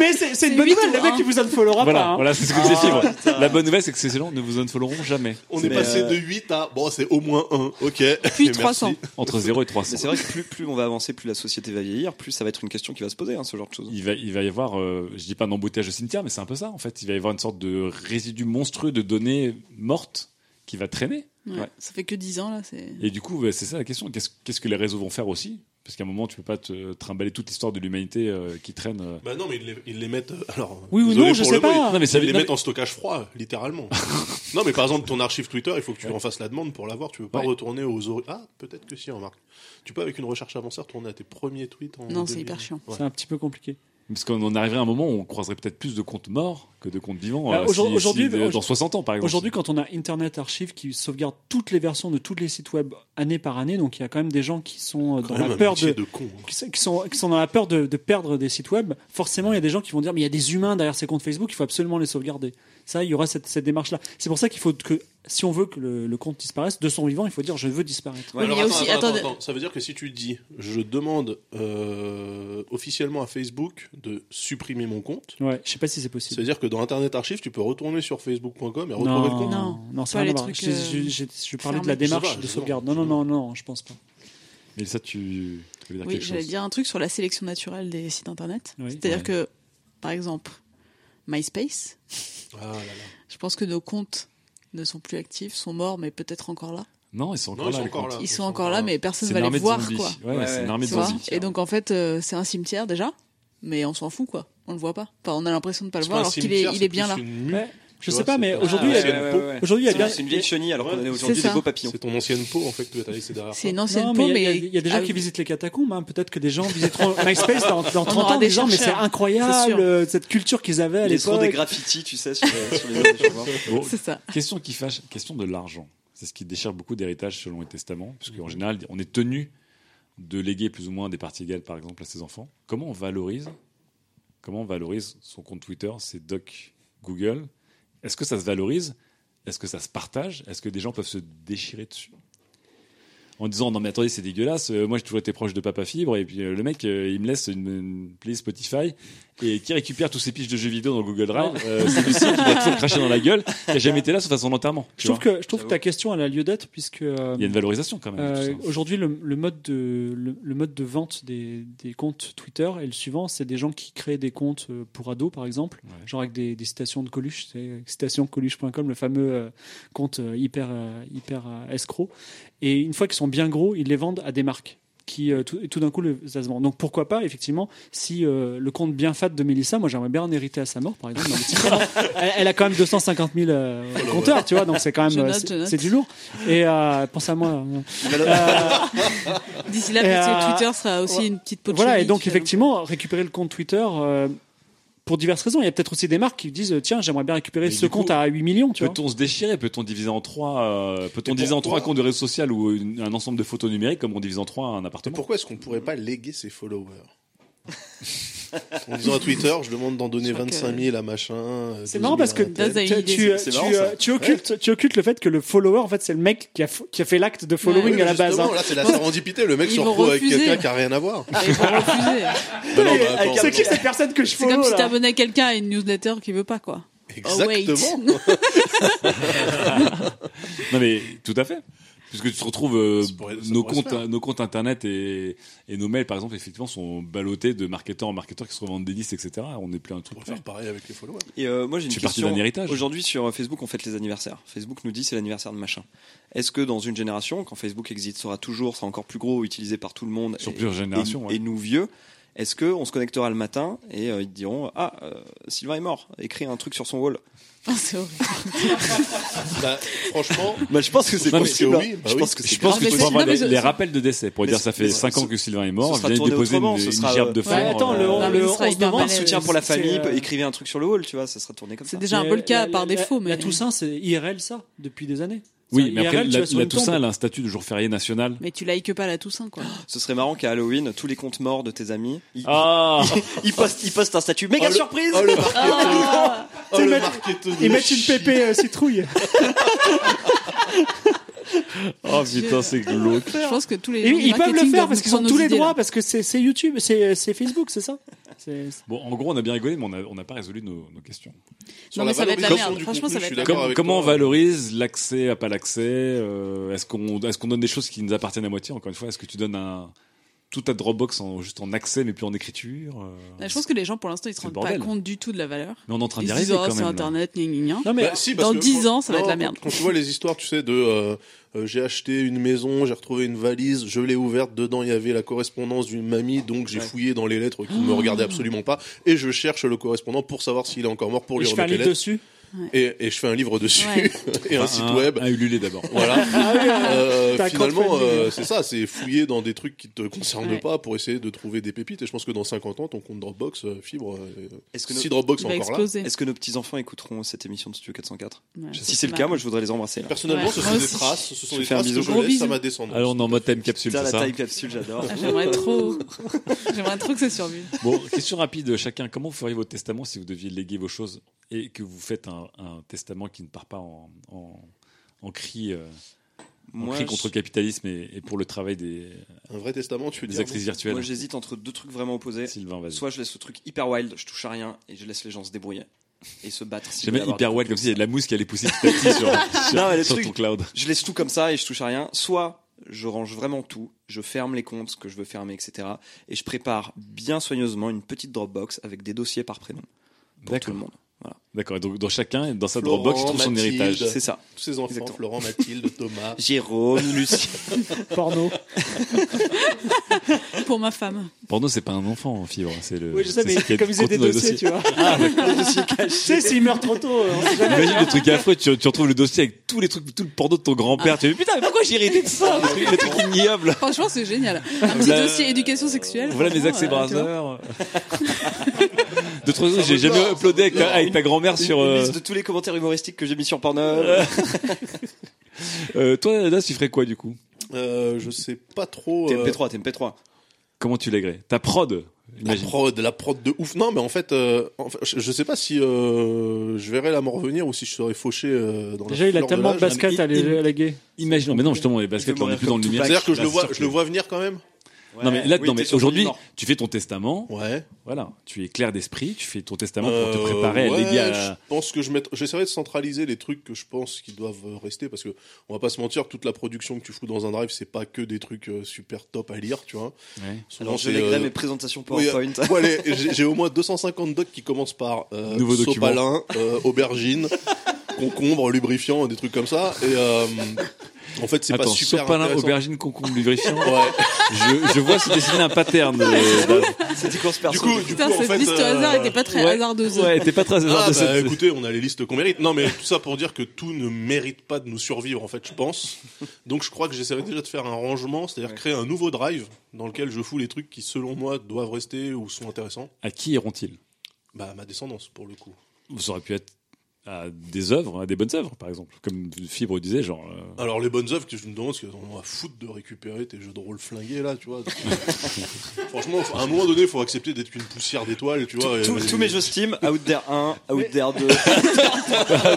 Mais c'est c'est une C'est bonne huit hein. nouvelle. ou Le mec, un. il vous en followera Voilà, pas. hein. voilà, c'est ce que disait Ah, Fibre. La bonne nouvelle, c'est que ces gens ne vous unfolloweront jamais. On est Mais, passé euh, de 8 à bon, c'est au moins 1, ok. Puis Merci. 300. Entre 0 et Mais 300. c'est vrai que plus, plus on va avancer, plus la société va vieillir, plus ça va être une question qui va se poser, hein, ce genre de choses. Il va, il va y avoir, euh, je dis pas un embouteillage de cimetière, mais c'est un peu ça en fait. Il va y avoir une sorte de résidu monstrueux de données mortes qui va traîner. Ouais. Ouais. Ça fait que 10 ans là. C'est Et du coup, bah, c'est ça la question. Qu'est-ce qu'est-ce que les réseaux vont faire aussi Parce qu'à un moment, tu peux pas te trimballer toute l'histoire de l'humanité euh, qui traîne. euh. Bah non, mais ils les, ils les mettent. euh, Alors, Oui ou désolé non, je pour sais le mot, pas. ils- Non, mais ça ils veut- les non, mettent en stockage froid, littéralement. non, mais par exemple, ton archive Twitter, il faut que tu en fasses la demande pour l'avoir. Tu peux pas Ouais. retourner aux. ori- Ah, peut-être que si, remarque. Tu peux, avec une recherche avancée, retourner à tes premiers tweets en. Non, c'est 2000. hyper chiant. Ouais. C'est un petit peu compliqué. Parce qu'on en arriverait à un moment où on croiserait peut-être plus de comptes morts que de comptes vivants. Bah, euh, aujourd'hui- si- si- aujourd'hui, de- dans aujourd'hui- 60 ans, par exemple. Aujourd'hui, quand on a Internet Archive qui sauvegarde toutes les versions de tous les sites web année par année, donc il y a quand même des gens qui sont euh, Quand dans même la un peur métier de, de con. hein. qui sont- qui sont, qui sont dans la peur de, de perdre des sites web, forcément, il y a des gens qui vont dire mais il y a des humains derrière ces comptes Facebook, il faut absolument les sauvegarder. Ça, il y aura cette, cette démarche-là. C'est pour ça qu'il faut que, si on veut que le, le compte disparaisse, de son vivant, il faut dire je veux disparaître. Oui, mais il y a Alors, aussi- attends, attends, attendez. attends. ça veut dire que si tu dis je demande euh, officiellement à Facebook de supprimer mon compte, Ouais, je sais pas si c'est ça possible. veut dire que dans Internet Archive, tu peux retourner sur facebook.com et retrouver le Non, compte. non, non, ça Pas n'a rien les à voir. trucs, Je, je, euh, je- je parlais de fermés. la Je sais démarche pas, de je sauvegarde. sais Non, pas. non, non, non, je pense pas. Mais ça, tu, tu veux dire Oui, quelque j'allais chose. dire un truc sur la sélection naturelle des sites internet. Oui. C'est-à-dire Ouais. que, par exemple, MySpace, Ah là là. je pense que nos comptes ne sont plus actifs, sont morts, mais peut-être encore là. Non, ils sont Non, encore ils là. sont les encore comptes. là. Ils Ah, ils sont sont encore là. là, mais personne C'est ne une va armée les de voir, zombies. quoi. Ouais, Ouais, c'est ouais. une armée Tu de vois zombies. Et donc en fait, euh, c'est un cimetière déjà, mais on s'en fout, quoi. On le voit pas. Enfin, on a l'impression de pas le C'est pas voir alors un qu'il est, cimetière, il c'est est bien plus là. une mue. Ouais. Je Tu sais vois, pas, mais c'est- aujourd'hui, Ah, il y a- ouais, ouais, ouais. aujourd'hui, il y a bien. C'est une vieille chenille alors qu'on a aujourd'hui C'est des ça. beaux papillons. C'est ton ancienne peau en fait que tu as laissé derrière. C'est une ancienne Non, peau, mais il y a- il y, a- il y a des gens Ah qui oui. visitent les catacombes. hein. Peut-être que des gens visiteront MySpace dans, dans 30 aura ans en des disant mais c'est chercheurs, c'est incroyable sûr. euh, cette culture qu'ils avaient à Ils laisseront des l'époque. graffitis, tu sais, sur les, sur les murs des chambres. Bon, C'est ça. Question qui fâche, question de l'argent. C'est ce qui déchire beaucoup d'héritages selon les testaments, puisque Mhm. en général, on est tenu de léguer plus ou moins des parties égales, par exemple, à ses enfants. Comment on valorise Comment on valorise son compte Twitter, ses docs Google Est-ce que ça se valorise Est-ce que ça se partage Est-ce que des gens peuvent se déchirer dessus en disant non mais attendez c'est dégueulasse euh, moi j'ai toujours été proche de Papa Fibre et puis euh, le mec euh, il me laisse une, une playlist Spotify et qui récupère tous ses pitchs de jeux vidéo dans Google Drive euh, c'est Lucien qui doit toujours cracher dans la gueule qui a jamais été là sauf à son enterrement tu Je trouve vois. que je trouve que J'avoue. ta question elle a lieu d'être puisque euh, il y a une valorisation quand même euh, tout ça. aujourd'hui le, le mode de le, le mode de vente des, des comptes Twitter est le suivant c'est des gens qui créent des comptes euh, pour ados par exemple Ouais. genre avec des, des citations de Coluche c'est, euh, citationcoluche.com le fameux euh, compte euh, hyper euh, hyper euh, escroc et une fois qu'ils sont bien gros ils les vendent à des marques qui euh, tout, et tout d'un coup le, ça se vend. Donc pourquoi pas effectivement si euh, le compte bien fat de Mélissa, moi j'aimerais bien en hériter à sa mort par exemple. dans le titre, hein. elle, elle a quand même 250 000 euh, compteurs, tu vois, donc c'est quand même Je note, euh, je c'est note. c'est du lourd. Et euh, pense à moi. Euh, D'ici là, Et, peut-être que euh, Twitter sera aussi ouais. une petite peau de Voilà, cheville, et donc tu vois. effectivement, récupérer le compte Twitter euh, pour diverses raisons. Il y a peut-être aussi des marques qui disent tiens, j'aimerais bien récupérer Mais ce du compte coup, à 8 millions, tu vois. Peut-on se déchirer Peut-on diviser en trois euh, Peut-on Et diviser en trois un pourquoi compte de réseau social ou une- un ensemble de photos numériques comme on divise en trois un appartement Pourquoi est-ce qu'on pourrait pas léguer ses followers En disant à Twitter, je demande d'en donner Je crois que- 25 000 à machin. euh, C'est 12 marrant 000 parce à que un tel. Daz a Tu, une tu- idée. c'est tu, marrant, euh, ça. tu occultes, tu occultes le fait que le follower, en fait, c'est le mec qui a, fo- qui a fait l'acte de following Oui, à la base. justement, hein. Là, c'est la sérendipité. Le mec Ils se vont retrouve avec refuser. quelqu'un qui a rien à voir. Ah, Et Ah, ils vont refuser. Bah non, bah, attends, Et- euh, c'est attends. qui cette personne que je C'est comme follow si Oh là t'abonnais quelqu'un à une newsletter qui veut pas, quoi. oh, Oh, Exactement. Non mais tout à fait. Puisque tu te retrouves, euh, Ça pourrait- ça nos, pourrait se comptes, faire. nos comptes internet et, et nos mails, par exemple, effectivement, sont ballottés de marketeurs en marketeurs qui se revendent des listes, etc. On n'est plus un On truc. pourrait faire pareil avec les followers. Et euh, moi j'ai une Tu es parti question. d'un héritage. Aujourd'hui sur euh, Facebook on fête les anniversaires. Facebook nous dit c'est l'anniversaire de machin. Est-ce que dans une génération, quand Facebook existe, sera toujours, sera encore plus gros, utilisé par tout le monde Sur et- plusieurs générations, et, ouais. et nous vieux, est-ce que on se connectera le matin et euh, ils diront ah euh, Sylvain est mort, écris un truc sur son wall. Ah, c'est horrible. Bah, franchement, Bah, je pense que c'est Non, mais possible. hein. oui, bah je oui. pense que Je c'est grave. pense que Mais tu c'est- vas avoir non, mais des- ce- les rappels de décès pour Mais dire c'est- ça fait mais 5 ce- ans que Sylvain est ce mort, sera viens tourné déposer une, autrement, ce une sera, gerbe de euh, Ouais, fer. attends, le- euh, Non, mais le ce sera 11 hyper novembre, un malaise. soutien pour la c'est, famille, euh, écrivez un truc sur le wall, tu vois, ça sera tourné comme ça. C'est déjà un Mais peu le cas la- par la- défaut, mais. La Toussaint, c'est IRL ça, depuis des années. Oui, C'est mais après, IRL, tu la, vas sur la une tombe. Toussaint, elle a un statut de jour férié national. Mais tu likes pas la Toussaint, quoi. Ce serait marrant qu'à Halloween, tous les comptes morts de tes amis, ils, Ah ils postent, ils postent un statut méga Oh, le- surprise. oh le marketeur, oh, Ils le mettent- marketeur de Ils mettent une chi- pépé euh, citrouille. Oh putain, c'est glauque. Je pense que tous les. Et gens oui, du ils peuvent le marketing faire doivent parce nous qu'ils ont prendre tous nos les idées, là. droits, parce que c'est c'est YouTube, c'est c'est Facebook, c'est ça C'est- Bon, en gros, on a bien rigolé, mais on a- on n'a pas résolu nos, nos questions. Sur Non, la mais ça va être la valorisation merde. du Franchement, ça va contenu, je suis être la d'accord Comme- avec comment on toi. valorise l'accès à pas l'accès euh, Est-ce qu'on est qu'on donne des choses qui nous appartiennent à moitié Encore une fois, est-ce que tu donnes un, tout à Dropbox en, juste en accès mais plus en écriture euh, Ouais, Bah, Je pense que les gens, pour l'instant, ils se C'est le rendent pas bordel. compte du tout de la valeur. Mais on est en train Ils d'y se arriver disent, oh, quand c'est même. là. Internet, gna gna gna. Non mais Bah, si, parce dans que 10 quand- ans, ça va non, être la merde. Quand tu vois les histoires, tu sais, de euh, euh, j'ai acheté une maison, j'ai retrouvé une valise, je l'ai ouverte, dedans il y avait la correspondance d'une mamie, donc j'ai Ouais. fouillé dans les lettres qui ne Ah. me regardaient absolument pas, et je cherche le correspondant pour savoir s'il est encore mort pour Et lui je fais un remettre les livre lettres, dessus. et, et je fais un livre dessus, Ouais. et un Enfin, site web. Un Ulule d'abord. Voilà. Ah Euh, T'as un finalement, compte euh, c'est ça, c'est fouiller dans des trucs qui te concernent Ouais. pas pour essayer de trouver des pépites. Et je pense que dans 50 ans, ton compte Dropbox, euh, fibre, euh, Est-ce que, nos- si Dropbox Il est va encore là. exploser. est-ce que nos petits enfants écouteront cette émission de Studio 404 Ouais, Si c'est le cas, moi je voudrais les embrasser. Là. Personnellement, Ouais. ce Moi sont des aussi. traces, ce sont Je des fais un traces que bisou. je Gros laisse à bisous. ma descendance. Alors on est en mode time capsule, Putain, c'est la ça time capsule, j'adore. Ah, J'aimerais trop. J'aimerais trop que ça survive. Bon, question rapide, chacun, comment vous feriez votre testament si vous deviez léguer vos choses et que vous faites un, un testament qui ne part pas en, en, en cri, euh, en Moi, cri contre le capitalisme et, et pour le travail des, Un vrai testament, tu veux des dire. actrices je- moi, virtuelles j'hésite entre deux trucs vraiment opposés. Sylvain, vas-y. Soit je laisse le truc hyper wild, je touche à rien et je laisse les gens se débrouiller et se battre. s'il J'aime bien doit y avoir hyper des wild, comme trucs s'il y avait de ça. la mousse qui allait pousser petit à petit sur, sur- Non, mais le sur truc- ton cloud. Je laisse tout comme ça et je touche à rien. Soit je range vraiment tout, je ferme les comptes que je veux fermer, etc. Et je prépare bien soigneusement une petite Dropbox avec des dossiers par prénom pour tout D'accord. le monde. D'accord, et donc dans chacun, dans sa Florent, Dropbox, il trouve son Mathilde. héritage. C'est ça. Tous ces enfants, Exactement. Florent, Mathilde, Thomas. Jérôme, Lucie. Porno. Pour ma femme. Pour nous, c'est pas un enfant en fibre, c'est le. Oui, je sais, c'est mais ce qui est comme ils ont contenu des dans le dossiers, tu dossier. Ah, vois. Tu sais, s'ils meurent trop tôt, euh, on sait jamais. Imagine le truc affreux, tu, tu retrouves le dossier avec tous les trucs, tout le porno de ton grand-père. Ah. Tu fais putain, mais pourquoi j'ai hérité de ça Le truc, le truc ignoble. Franchement, c'est génial. Un petit Voilà. dossier éducation sexuelle. Voilà mes franchement, accès euh, tu vois. browser. De trop, Ça j'ai vaut jamais l'or, uploadé avec, ça vaut ta- avec ta grand-mère Une- sur. une euh, liste de tous les commentaires humoristiques que j'ai mis sur Pornhub. euh, toi, Daz, tu ferais quoi du coup Euh, je sais pas trop. euh, TMP3, TMP3. Comment tu l'aigrées Ta prod, La imagine. prod, la prod de ouf. Non, mais en fait, euh, en fait, je je sais pas si euh, je verrai la mort venir ou si je serais fauché euh, dans la Déjà, il a fleur de tellement l'âge. de baskets il- à il- les- à léguer. Imagine. Mais non, justement, les baskets, là, on est mourir plus dans le comme numérique. C'est-à-dire que je Là, le c'est vois, sûr je le vois venir quand même. Non, mais là, Oui, non, t'es mais sur ton aujourd'hui, mort. tu fais ton testament. Ouais. Voilà, tu es clair d'esprit, tu fais ton testament pour te Euh, préparer à ouais, léguer à. Je pense que je mettrai- j'essaierai de centraliser les trucs que je pense qui doivent euh, rester parce que on va pas se mentir, toute la production que tu fous dans un drive, c'est pas que des trucs euh, super top à lire, tu vois. Ouais. Souvent, Alors, je c'est, lèguerai euh, mes présentations oui, euh, PowerPoint. ouais, les- j'ai j'ai au moins 250 docs qui commencent par euh, Nouveau document. sopalin, euh, aubergine, concombre, lubrifiant, des trucs comme ça. Et, euh, En fait, c'est pas Attends, super sopalin, intéressant. aubergine, concombre, lubrifiant. Ouais. je, je vois se dessiner un pattern. euh, d'âge. C'était course Du perso. coup, du Putain, coup, en cette fait, liste au euh, hasard était pas très ouais. hasardeuse. ouais, t'es pas très Ah, hasard de bah, cette- écoutez, on a les listes qu'on mérite. Non, mais tout ça pour dire que tout ne mérite pas de nous survivre, en fait, je pense. Donc, je crois que j'essaierai déjà de faire un rangement, c'est-à-dire créer un nouveau drive dans lequel je fous les trucs qui, selon moi, doivent rester ou sont intéressants. À qui iront-ils Bah, à ma descendance, pour le coup. Ça aurait pu être à des œuvres, à des bonnes œuvres, par exemple. Comme Fibre disait, genre. euh, Alors, les bonnes œuvres que je me demande, parce qu'on va foutre de récupérer tes jeux de rôle flingués, là, tu vois. Franchement, à un moment donné, il faut accepter d'être une poussière d'étoiles, tu vois. et- Tous tous mes jeux Steam, Out There 1, Out There 2.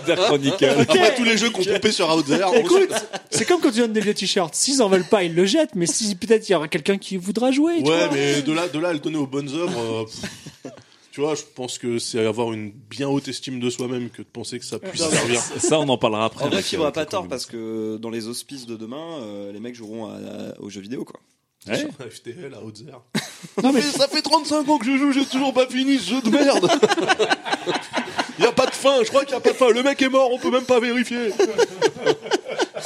Dark Chronicle. Après, tous les jeux qu'on pompait sur Outzer. Écoute, c'est comme quand tu donnes des vieux t-shirts. S'ils en veulent pas, ils le jettent, mais si peut-être il y aura quelqu'un qui voudra jouer. tu Ouais, vois. mais de là, de là à le donner aux bonnes œuvres, euh, pff, tu vois, je pense que c'est avoir une bien haute estime de soi-même que de penser que ça puisse servir. Ça, on en parlera après. En vrai, avec, Fibre euh, a pas Dark tort Chronicle. parce que dans les hospices de demain, euh, les mecs joueront à- à- aux jeux vidéo quoi. Ouais. FTL à Outzer. Non, mais- ça fait 35 ans que je joue, j'ai toujours pas fini ce jeu de merde. Il y a pas de fin, je crois qu'il y a pas de fin. Le mec est mort, on peut même pas vérifier.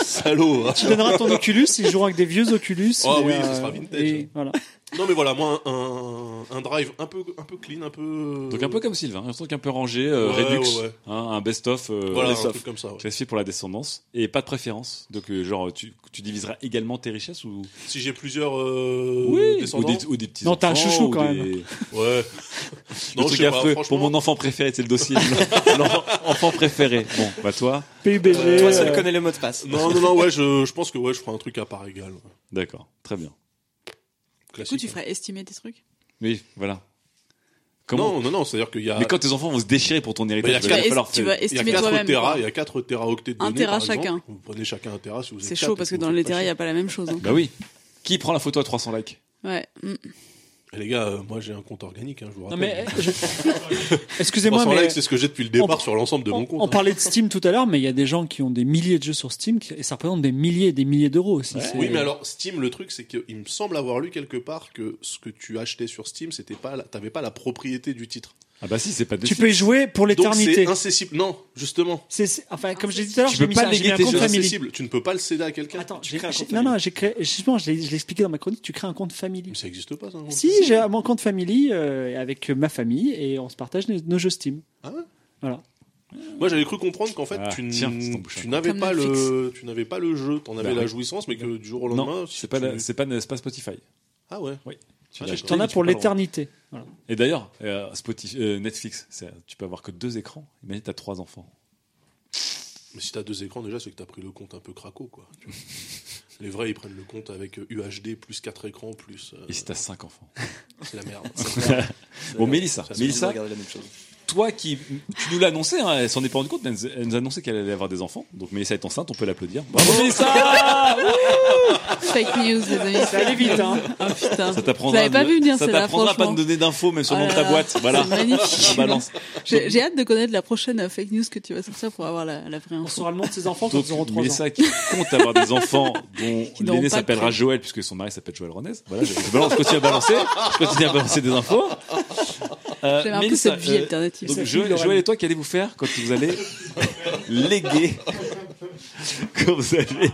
Salaud. hein. Tu donneras ton Oculus, ils joueront avec des vieux Oculus. Ah et, euh, oui, ça sera vintage. et voilà. Non mais voilà, moi un, un drive un peu un peu clean, un peu Donc, un peu comme Sylvain, un truc un peu rangé, euh, Ouais, Redux, ouais, ouais. hein, un best-of. euh, voilà, un best-of. truc comme ça. ouais. Classifié pour la descendance et pas de préférence. Donc, euh, genre, tu, tu diviseras également tes richesses ou, Si j'ai plusieurs euh, ou, descendants. des, ou des petits Non, t'as un enfants, chouchou ou quand des- même. Ouais. Le je truc sais pas, affreux. franchement. Pour mon enfant préféré, c'est le dossier. L'enfant enfant préféré. Bon, bah toi. PUBG. Toi seul euh, connais le mot de passe. Non, non, non, ouais, je, je pense que ouais, je ferai un truc à part égale. ouais. D'accord, très bien. Du coup, Classique. tu ferais estimer tes trucs. Oui, voilà. Comment non, euh, non, non, c'est-à-dire qu'il y a. Mais quand tes enfants vont se déchirer pour ton héritage, Bah, il y a il va quatre- falloir tu faire- vas il y a estimer 4 toi-même. téra, quoi. il y a 4 téraoctets de Un données. téra par exemple. chacun. Vous prenez chacun un téra si vous êtes C'est quatre, chaud parce que vous dans faites les pas terrains, il n'y chier. a pas la même chose. hein. Bah oui. Qui prend la photo à 300 likes Ouais. Mm. Eh, Les gars, euh, moi j'ai un compte organique, hein, je vous Non, rappelle. euh, mais. euh, je- Excusez-moi, 300 mais. likes, c'est ce que j'ai depuis le départ on- sur l'ensemble de on, mon compte. on hein. parlait de Steam tout à l'heure, mais il y a des gens qui ont des milliers de jeux sur Steam qui- et ça représente des milliers et des milliers d'euros aussi. C'est- Oui, mais alors Steam, le truc, c'est qu'il me semble avoir lu quelque part que ce que tu achetais sur Steam, c'était pas, la- t'avais pas la propriété du titre. Ah bah si, c'est pas Tu possible. peux y jouer pour Donc l'éternité. c'est incessible. Non, justement. C'est- c'est- Enfin, comme j'ai dit tout à l'heure, Tu j'ai peux mis pas ça, j'ai mis léguer un tes compte C'est jeux. family. incessible. Tu ne peux pas le céder à quelqu'un. Attends, Tu j'ai- crées un j'ai- compte non, non, j'ai créé, justement, je l'ai je l'ai expliqué dans ma chronique, tu crées un compte family. Mais ça existe pas, ça. non Si, j'ai mon compte family euh, avec ma famille et on se partage nos, nos jeux Steam. Moi, j'avais cru comprendre qu'en fait, Ah, tu, n- tiens, c'est ton bouchon. tu n'avais Comme pas Netflix. le, tu n'avais pas le jeu, t'en avais Bah la oui. jouissance, mais que du jour au lendemain, Non, si c'est pas, tu- la- c'est pas, c'est pas Spotify. Ah ouais. Tu Ah, l'as j'ai- acheté, T'en mais as tu pour peux pas le rendre. l'éternité. Voilà. Et d'ailleurs, euh, Spotify, euh, Netflix, c'est- tu peux avoir que deux écrans. Imagine, t'as trois enfants. Mais si t'as deux écrans déjà, c'est que t'as pris le compte un peu craco, quoi. Tu vois. Les vrais, ils prennent le compte avec euh, UHD plus 4 écrans plus. euh, Et si t'as cinq enfants. c'est la merde. Bon, Mélissa, Ça, c'est Mélissa, regarder la même chose. toi qui. Tu nous l'as annoncé, hein, elle s'en est pas rendue compte, mais elle, elle nous a annoncé qu'elle allait avoir des enfants. Donc Mélissa est enceinte, on peut l'applaudir. Bravo Mélissa Fake news, les amis. Ça allait vite, hein. Ah putain. Ça Vous t'apprendra n'avez pas de- vu venir ça celle-là, t'apprendra à pas franchement. de donner d'infos, même sur le Oh nom de là ta là, boîte. Voilà. c'est magnifique. On balance. J'ai j'ai hâte de connaître la prochaine euh, fake news que tu vas sortir pour avoir la, la vraie On info. saura le nom de ses enfants quand Donc, ils auront 3 ans. Mélissa qui compte avoir des enfants dont Qui n'auront l'aîné pas s'appellera de Joël puisque son mari s'appelle Joël Ronez. Voilà, je, je balance, je continue à balancer, je continue à balancer des infos. Euh, J'aime un peu Mélissa, cette vie euh, alternative. donc Cette vie Joël, d'Oran. Joël et toi, qu'allez vous faire quand vous allez léguer quand vous allez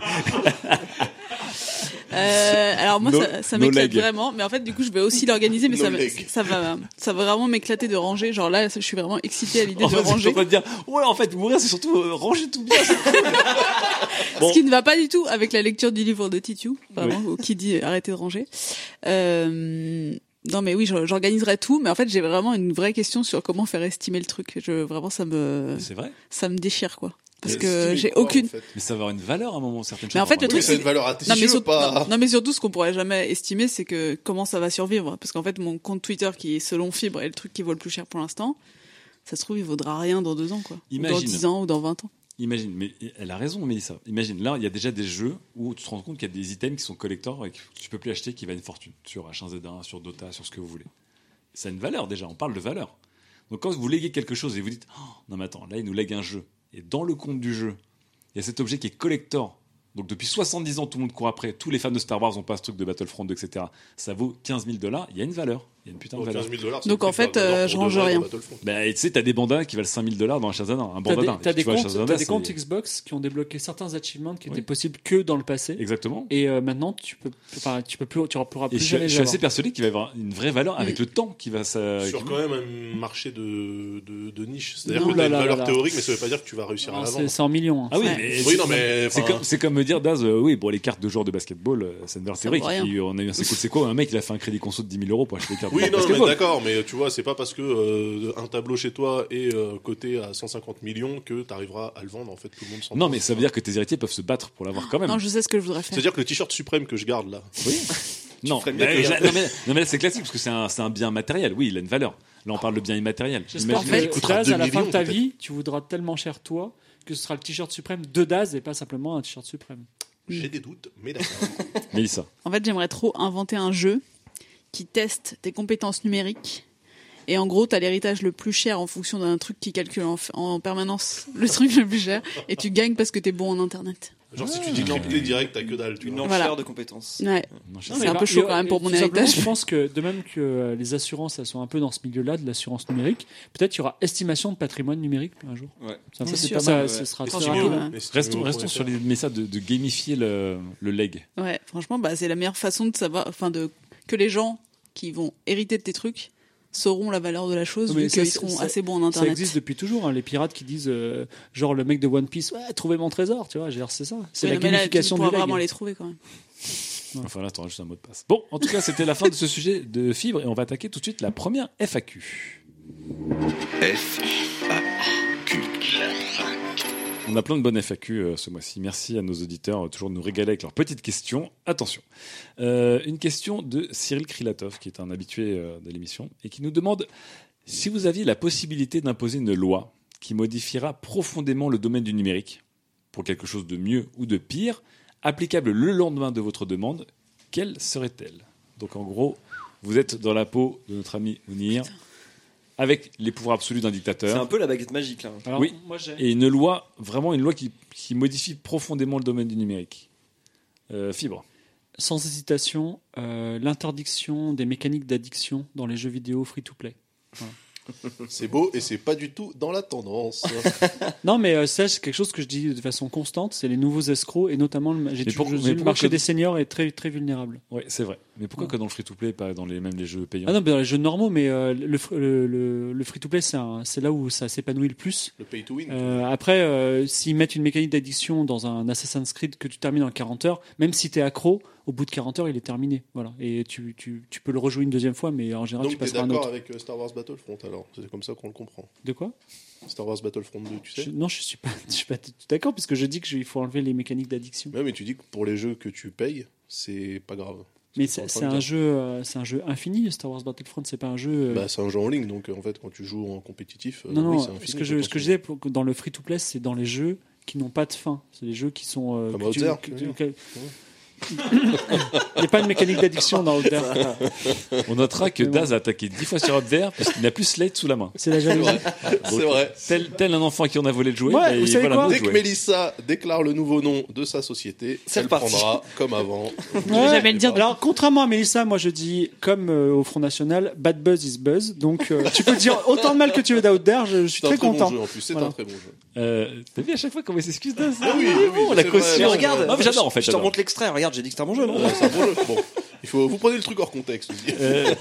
Euh, alors moi, No- ça, ça no m'éclate leg. vraiment, mais en fait, du coup, je vais aussi l'organiser, mais No ça, me- leg. ça va, ça va vraiment m'éclater de ranger. Genre là, je suis vraiment excitée à l'idée en de fait, je suis en ranger. train de dire ouais en fait mourir c'est surtout euh, ranger tout bien c'est cool. bon. Ce qui ne va pas du tout avec la lecture du livre de Titu, vraiment, ou qui dit euh, arrêtez de ranger. Euh, non, mais oui, je- j'organiserai tout, mais en fait, j'ai vraiment une vraie question sur comment faire estimer le truc. Je, vraiment, ça me, c'est vrai ça me déchire, quoi. Parce Mais que Steam, j'ai quoi, en aucune. fait mais ça va avoir une valeur à un moment certaines Mais en choses fait, le auront Oui, truc, ça a une valeur Non mais, artificielle ou surtout, pas non, non, mais surtout, ce qu'on pourrait jamais estimer, c'est que comment ça va survivre. Parce qu'en fait, mon compte Twitter, qui est selon Fibre, est le truc qui vaut le plus cher pour l'instant. Ça se trouve, il vaudra rien dans deux ans, quoi. Ou Dans Imagine. dix ans ou dans vingt ans. Imagine, mais elle a raison, Mélissa. Imagine, là, il y a déjà des jeux où tu te rends compte qu'il y a des items qui sont collecteurs et que tu peux plus acheter qui valent une fortune. Sur H1Z1, sur Dota, sur ce que vous voulez. Ça a une valeur déjà, on parle de valeur. Donc quand vous léguez quelque chose et vous dites, Oh, non mais attends, là, il nous lègue un jeu. Et dans le compte du jeu, il y a cet objet qui est collector. Donc depuis 70 ans, tout le monde court après. Tous les fans de Star Wars ont pas ce truc de Battlefront, 2, etc. Ça vaut 15 000 dollars, il y a une valeur. Il y a une Oh, putain de Pour valeur. 15 000 dollars. Donc, en fait, euh, je range rien. Bah, et tu sais, t'as des bandanas qui valent 5000 dollars dans un Shazana. Un T'as des, bandana. t'as tu des vois, un comptes, Shazana, t'as des c'est- comptes Xbox qui ont débloqué certains achievements qui Oui. étaient possibles que dans le passé. Exactement. Et euh, maintenant, tu peux, enfin, tu peux plus, tu auras- pourras Et plus je, suis- jamais je les suis assez avoir. persuadé qu'il va y avoir une vraie valeur avec le temps qui va ça. Sur qui- quand même un marché de, de, de niche. C'est-à-dire Non, que t'as là, une là, valeur là, là. théorique, mais ça veut pas dire que tu vas réussir à Non, la C'est vendre. c'est en millions. hein. Ah oui, Ouais. mais Oui, Ah, c'est- non, mais. C'est enfin, comme, c'est comme me dire, Daz, euh, oui, bon, les cartes de joueurs de basketball, euh, ça ne leur Ça théorique. vaut rien. Qui, on a eu un c'est quoi, c'est quoi, un mec, il a fait un crédit conso de 10 000 euros pour acheter des cartes Oui, de non, mais basketball. d'accord, mais tu vois, c'est pas parce que euh, un tableau chez toi est euh, coté à 150 millions que t'arriveras à le vendre. En fait, tout le monde s'en Non, fout. mais ça veut dire que tes héritiers peuvent se battre pour l'avoir quand même. Non, je sais ce que je voudrais faire. C'est-à-dire que le t-shirt suprême que je garde là, Non, ferais mieux mais, que là- le- non, mais, non, mais là, c'est classique parce que c'est un, c'est un bien matériel. Oui, il a une valeur. Là, on parle de bien immatériel. J'espère Imagine- En fait, que il coûtera Daz, 2 à la fin de millions, ta peut-être. vie, tu voudras tellement cher toi que ce sera le t-shirt suprême de Daz et pas simplement un t-shirt suprême. j'ai des doutes, mais d'accord. Mélissa. En fait, j'aimerais trop inventer un jeu qui teste tes compétences numériques. Et en gros, t'as l'héritage le plus cher en fonction d'un truc qui calcule en, en permanence le truc le plus cher. Et tu gagnes parce que t'es bon en internet. Genre, si tu dis quantité direct, t'as que dalle. Tu Une vois. enchère Voilà. de compétences. Ouais. Non, je- C'est un peu chaud quand même pour mon héritage. Je pense que de même que euh, les assurances, elles sont un peu dans ce milieu-là de l'assurance numérique, peut-être il y aura estimation de patrimoine numérique un jour. Ouais. Ça, Bien ça, c'est sûr. pas ça, Ouais. ce sera Et très si Franchement, mieux, rapide. ouais. mais si Restons, mieux, restons on sur pourrait les messages de, de gamifier le, le leg. Ouais, franchement, bah, c'est la meilleure façon de savoir, enfin, de, que les gens qui vont hériter de tes trucs sauront la valeur de la chose, Mais vu ça, qu'ils ça- seront ça- assez bons en Ça internet. existe depuis toujours, hein, les pirates qui disent, euh, genre le mec de One Piece, ouais, trouvez mon trésor, tu vois, genre, c'est ça. C'est Ouais, la mais là, gamification tu du pourras lag. vraiment les trouver quand même. Enfin, là, t'auras juste un mot de passe. Bon, en tout cas, c'était la fin de ce sujet de fibre et on va attaquer tout de suite la première FAQ. F, A, Q. On a plein de bonnes FAQ euh, ce mois-ci. Merci à nos auditeurs euh, toujours de nous régaler avec leurs petites questions. Attention. Euh, une question de Cyril Krilatov, qui est un habitué euh, de l'émission, et qui nous demande si vous aviez la possibilité d'imposer une loi qui modifiera profondément le domaine du numérique pour quelque chose de mieux ou de pire, applicable le lendemain de votre demande, quelle serait-elle Donc en gros, vous êtes dans la peau de notre ami Mounir, avec les pouvoirs absolus d'un C'est un dictateur. peu la baguette magique là. Alors, Oui. moi, j'ai- Et une loi, vraiment une loi qui, qui modifie profondément le domaine du numérique. Euh, fibre. sans hésitation, euh, l'interdiction des mécaniques d'addiction dans les jeux vidéo free-to-play. faire. C'est beau et c'est pas du tout dans la tendance. hein, Non, mais euh, ça, c'est quelque chose que je dis de façon constante, c'est les nouveaux escrocs, et notamment le, j'ai Mais toujours pour- dit mais le pourquoi marché que- des seniors est très, très vulnérable. Oui, c'est vrai. Mais pourquoi Ah. Ouais. que dans le free-to-play, pas dans les, même les jeux payants Ah non, mais dans les jeux normaux, mais euh, le, fr- le, le- le free-to-play, c'est un- c'est là où ça s'épanouit le plus. Le pay to win. Euh, après, euh, s'ils mettent une mécanique d'addiction dans un Assassin's Creed que tu termines en 40 heures, même si t'es accro, au bout de 40 heures, il est terminé. Voilà. Et tu, tu, tu peux le rejouer une deuxième fois, mais en général, tu Donc t'es passeras un autre. d'accord avec euh, Star Wars Battlefront alors C'est comme ça qu'on le comprend. De quoi Star Wars Battlefront 2, tu sais Je- Non, je suis pas, je suis pas tout d'accord, puisque je dis qu'il faut enlever les mécaniques d'addiction. Ouais, mais tu dis que pour les jeux que tu payes, c'est pas grave. Mais Parce que c'est t'es en c'est train de un dire- jeu, euh, c'est un jeu infini. Star Wars Battlefront, c'est pas un jeu. euh, Bah, c'est un jeu en ligne, donc euh, en fait, quand tu joues en compétitif, euh, non, oui, non. c'est infini, ce que je, ce que je disais pour- dans le free to play, c'est dans les jeux qui n'ont pas de fin. C'est les jeux qui sont. euh, Comme que tu- Outer, que- tu veux dire. que- Il n'y a pas de mécanique d'addiction dans Outer. On notera que C'est vrai. Daz a attaqué 10 fois sur Updare parce qu'il n'a plus Slate sous la main. C'est la jalousie. C'est vrai. Tel, tel un enfant à qui on a volé le jouet, Ah, Ouais, mais vous il savez vole un quoi autre Dès que jouet. Mélissa déclare le nouveau nom de sa société, C'est elle reparti. prendra comme avant. Ouais. jamais le dire. Alors, contrairement à Mélissa, moi je dis, comme euh, au Front National, bad buzz is buzz. Donc, euh, tu peux dire autant de mal que tu veux d'Outer, je, je suis C'est un très très content. bon jeu en plus, c'est Voilà. un très bon jeu. Euh, T'as vu à chaque fois comment il s'excuse Daz Oh, Ah oui, oui, oui, la c'est vrai, caution. c'est vrai. regarde, Non, mais j'adore, en fait, Je te j'adore. remonte l'extrait, regarde, j'ai dit que c'était un bon jeu. non Ouais, c'est un bon jeu. Bon, il faut, vous prenez le truc hors contexte. aussi. Euh,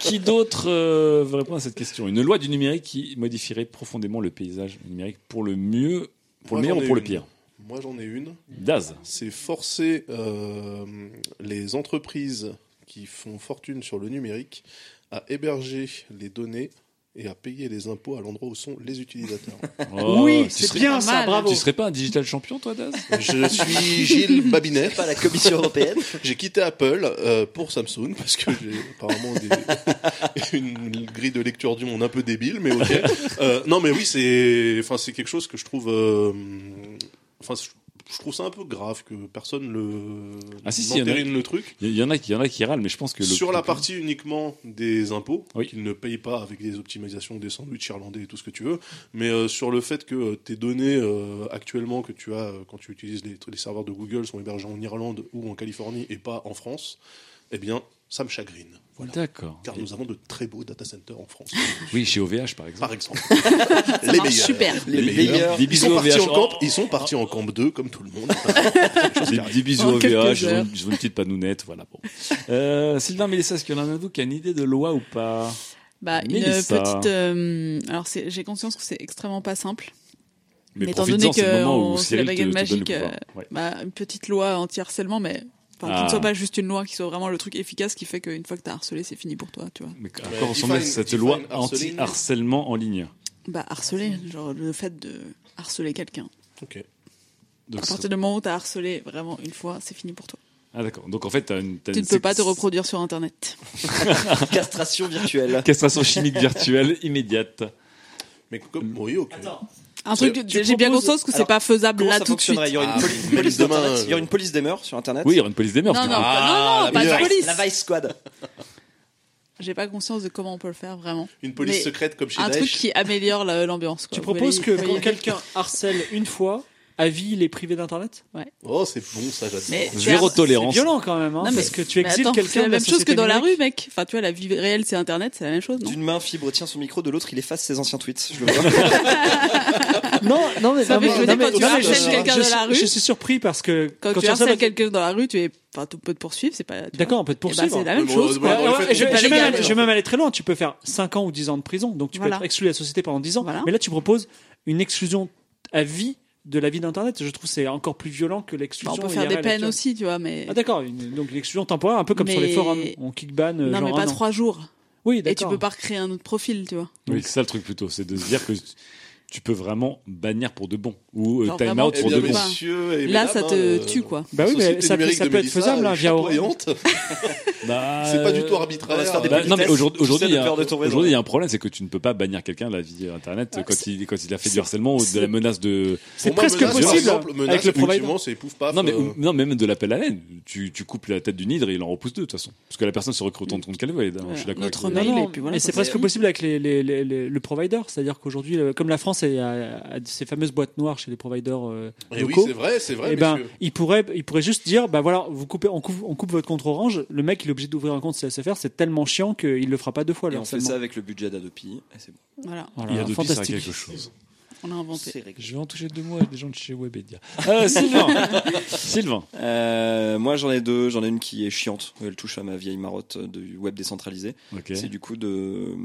Qui d'autre euh, veut répondre à cette question Une loi du numérique qui modifierait profondément le paysage numérique pour le mieux, pour Moi, le meilleur j'en ou ai pour le une. pire Moi, j'en ai une. Daz. C'est forcer euh, les entreprises qui font fortune sur le numérique à héberger les données et à payer les impôts à l'endroit où sont les utilisateurs. Oh, oui, tu c'est serais- bien ça, mal. bravo. Tu serais pas un digital champion, toi, Daz Je suis Gilles Babinet. Pas la Commission européenne. J'ai quitté Apple euh, pour Samsung parce que j'ai apparemment des- une grille de lecture du monde un peu débile, mais ok. Euh, non, mais oui, c'est, enfin, c'est quelque chose que je trouve, euh, enfin, je, je trouve ça un peu grave que personne le Ah, si, si, y en a- n'entérine le truc. Il y, y en a qui, y en a qui râlent, mais je pense que le- Sur la le- partie uniquement des impôts, Oui. qu'ils ne payent pas avec des optimisations, des sandwichs irlandais et tout ce que tu veux, mais euh, sur le fait que euh, tes données euh, actuellement que tu as euh, quand tu utilises les, les serveurs de Google sont hébergés en Irlande ou en Californie et pas en France, eh bien, ça me chagrine. Voilà. D'accord. Car nous avons de très beaux data centers en France, Oui, chez OVH par exemple. par exemple. Ça marche super. Les meilleurs. Des Ils bisous sont, partis OVH. en camp, ils sont partis en camp 2, comme tout le monde. Des, des bisous En OVH, quelques je veux, heures. je veux une petite panounette, voilà. Bon. Euh, Sylvain Mélissa, est-ce qu'il y en a un de vous qui a une idée de loi ou pas Bah, une Mélissa. petite. euh, alors, c'est- j'ai conscience que c'est extrêmement pas simple. Mais étant profites-en, donné c'est le que moment on- où c'est la Cyril te, baguette te donne magique, le pouvoir. Ouais. Bah, une petite loi anti-harcèlement, mais enfin, qui Ah. ne soit pas juste une loi, qui soit vraiment le truc efficace qui fait qu'une fois que t'as harcelé, c'est fini pour toi, tu vois. Mais à quoi ressemble define- cette define loi harceling. anti-harcèlement en ligne Bah, harceler, genre le fait de harceler quelqu'un. Ok. Donc, À ça- partir du moment où t'as harcelé vraiment une fois, c'est fini pour toi. Ah d'accord. Donc en fait, t'as une, Euh, t'as Tu une ne peux pas te sex- reproduire sur Internet. Castration virtuelle. Castration chimique virtuelle immédiate. Mais comme, oui, ok. Un truc, tu j'ai bien proposes- conscience que c'est alors, pas faisable Comment là ça tout de suite. fonctionnerait Il y aura une Ah, police, même police demain, d'Internet. Il y aura euh, une police des mœurs sur Internet. Oui, il y aura une police des mœurs. Non, du non, coup. Ah, non, non, la pas de violence. police. La Vice Squad. J'ai pas conscience de comment on peut le faire vraiment. Une police Mais secrète comme chez Un Daesh. truc qui améliore la- l'ambiance. quoi. Tu Vous proposes voyez, que vous quand voyez. quelqu'un harcèle une fois, à vie, il est privé d'internet Oh, c'est bon, ça, j'adore. Mais- Tu Zéro as- C'est tolérance. violent quand même, hein, Non, mais- parce que tu Mais exiles attends, c'est quelqu'un la de même chose que société dans la rue, numérique. mec. Enfin, tu vois, la vie réelle, c'est Internet, c'est la même chose, non D'une main, Fibre tient son micro, de l'autre, il efface ses anciens tweets. Je le vois. Non, non, mais Ça non, fait mais- que je non, dis mais- quand tu non, mais harcèles je- quelqu'un je- dans la rue- Je suis surpris parce que Quand, tu harcèles harcèles quelqu'un dans la rue, tu es, enfin, tu peux te poursuivre, c'est pas. tu D'accord, vois. on peut te Eh ben, poursuivre. hein. c'est la même Ouais, chose. ouais, quoi. ouais, ouais, Ouais, fait, je, c'est pas je vais légal, même aller, genre. je vais même aller très loin. Tu peux faire 5 ans ou 10 ans de prison, donc tu Voilà. peux être exclu de la société pendant 10 ans. Voilà. Mais là, tu proposes une exclusion à vie de la vie d'Internet. Je trouve que c'est encore plus violent que l'exclusion. Enfin, Bah, on peut faire IRL des peines actuelle. aussi, tu vois, mais. Ah d'accord, une- donc l'exclusion temporaire, un peu comme sur les Mais- forums. On kickban. euh, Non, genre mais un pas an. trois jours. Oui, Et tu d'accord. peux pas recréer un autre profil, tu vois. Oui, c'est ça le truc plutôt, c'est de se dire que tu peux vraiment bannir pour de bon ou euh, Genre time vraiment, out Eh pour bien, de bon. pas. messieurs et Là, mesdames, ça euh, te tue, quoi. Bah oui, mais société ça, numérique ça de peut être Mélissa faisable hein, là, est via Orange. chatoyante. Bah, C'est pas du tout euh, arbitraire. on va se faire des bah, politesses. non mais aujourd'hui, Tu sais, aujourd'hui, de il y a- peur de tomber dans- aujourd'hui, il y a un problème, c'est que tu ne peux pas bannir quelqu'un de la vie internet Ah, quand c'est- il quand il a fait du c'est- harcèlement ou de la c'est- menace de C'est Pour moi, presque menace, par possible exemple, menace, avec le provider. effectivement, c'est pouf paf. non mais euh, ou- non mais même de l'appel à l'aide. Tu, tu coupes la tête d'une hydre et il en repousse deux de toute façon parce que la personne se recrute contre qu'elle veut. et Je suis Voilà. d'accord. Notre avec- mail, Non, et non, puis voilà. mais c'est quoi. presque possible avec les, les- les- les- le provider, c'est-à-dire qu'aujourd'hui, euh, comme la France est à, à ces fameuses boîtes noires chez les providers euh, eh oui, locaux, c'est vrai, c'est vrai, eh ben, messieurs. il pourrait, il pourrait juste dire, bah voilà, vous coupez, on coupe, on coupe votre compte Orange. Le mec, il est obligé d'ouvrir un compte CSFR, c'est tellement chiant qu'il le fera pas deux fois. Et le on fait harcèlement. ça avec le budget d'Adopi. et c'est bon. Voilà, Voilà, Il y a de pire à fantastique. quelque chose. on a inventé. Je vais en toucher deux mots avec des gens de chez Webedia. Euh, Sylvain, Sylvain, Euh, moi, j'en ai deux. J'en ai une qui est chiante. Elle touche à ma vieille marotte euh, du web décentralisé. ok, C'est du coup de euh,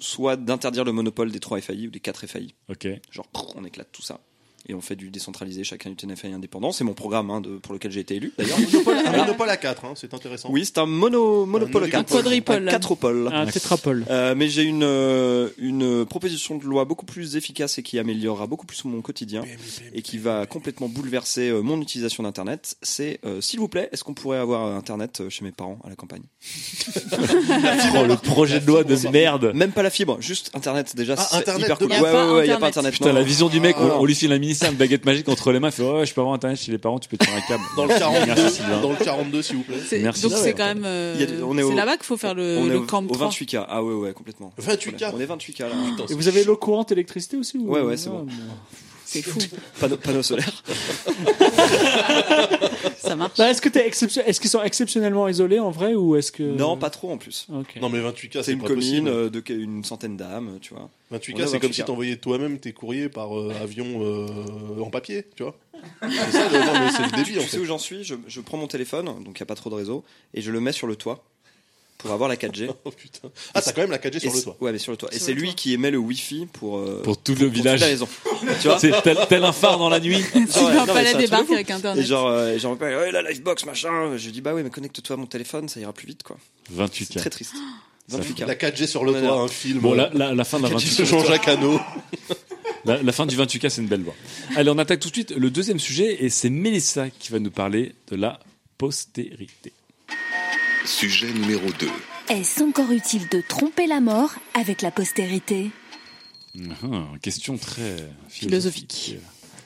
soit d'interdire le monopole des 3 FAI ou des 4 FAI. ok. Genre, on éclate tout ça. Et on fait du décentralisé, chacun une TNFAI indépendant. C'est mon programme hein, de- pour lequel j'ai été élu, d'ailleurs. Monopole- Ah, un bah. monopole à 4, hein, c'est intéressant. Oui, c'est un mono, monopole Un à quatre. quadripole. Un quadrupole. Un tétrapole. Euh, mais j'ai une, euh, une proposition de loi beaucoup plus efficace et qui améliorera beaucoup plus mon quotidien et qui va complètement bouleverser euh, mon utilisation d'Internet. C'est, euh, s'il vous plaît, est-ce qu'on pourrait avoir euh, Internet euh, chez mes parents à la campagne Oh, le projet de loi de merde. Même pas la fibre, juste Internet déjà. Ah, c'est Internet hyper de cool. Ouais, base. Y a pas ouais, ouais, y a pas Internet. Internet. Putain, non. la vision du mec, Ah. on, on lui file un mini une baguette magique entre les mains, il fait Ouais, je peux avoir internet chez les parents, tu peux te faire un câble. Dans le 42, Merci, Sylvain. dans le 42, s'il vous plaît. C'est- Merci. Donc Ah ouais. c'est quand même. euh, Il y a des- on est c'est au- là-bas qu'il faut faire le, on est le au, camp au 3. 28K. Ah ouais, ouais, complètement. 28K. On est 28K là. Et vous avez l'eau courante, électricité aussi ou- Ouais, ouais, c'est Ah, bon. C'est fou, Panneau, panneau solaire. ça marche. Bah, est-ce que t'es exception- est-ce qu'ils sont exceptionnellement isolés en vrai ou est-ce que Non, pas trop en plus. Ok. Non, mais 28K, C'est c'est une pas commune possible. euh, de une centaine d'âmes, tu vois. On est 28K, c'est comme 28K. si t'envoyais toi-même tes courriers par euh, avion euh, en papier, tu vois. C'est ça, le, non, mais c'est le débit, en Tu sais fait. où j'en suis je, je prends mon téléphone, donc il n'y a pas trop de réseau, et je le mets sur le toit pour avoir la 4G. Oh, putain. Ah, t'as quand même la 4G Et sur le c'est- toit. Ouais, mais sur le toit. Et Sur c'est le lui toit. qui émet le Wi-Fi pour, euh, Pour tout le toute la village. maison. tu vois C'est tel, tel un phare dans la nuit. Tu vas non, pas la mais c'est un truc débarquer de avec Et Internet. genre, euh, genre ouais, la Livebox, machin. Je dis, bah oui, mais connecte-toi à mon téléphone, ça ira plus vite, quoi. C'est 28 très triste. 28K. La 4G sur le On a toit, l'air. un film. Bon, la, euh, la, la fin de la 28 de Jean-Jacques Hano. La, la fin du 28K, c'est une belle loi. Allez, on attaque tout de suite le deuxième sujet et c'est Mélissa qui va nous parler de la postérité. Sujet numéro 2. Est-ce encore utile de tromper la mort avec la postérité Hum, question très philosophique. Philosophique.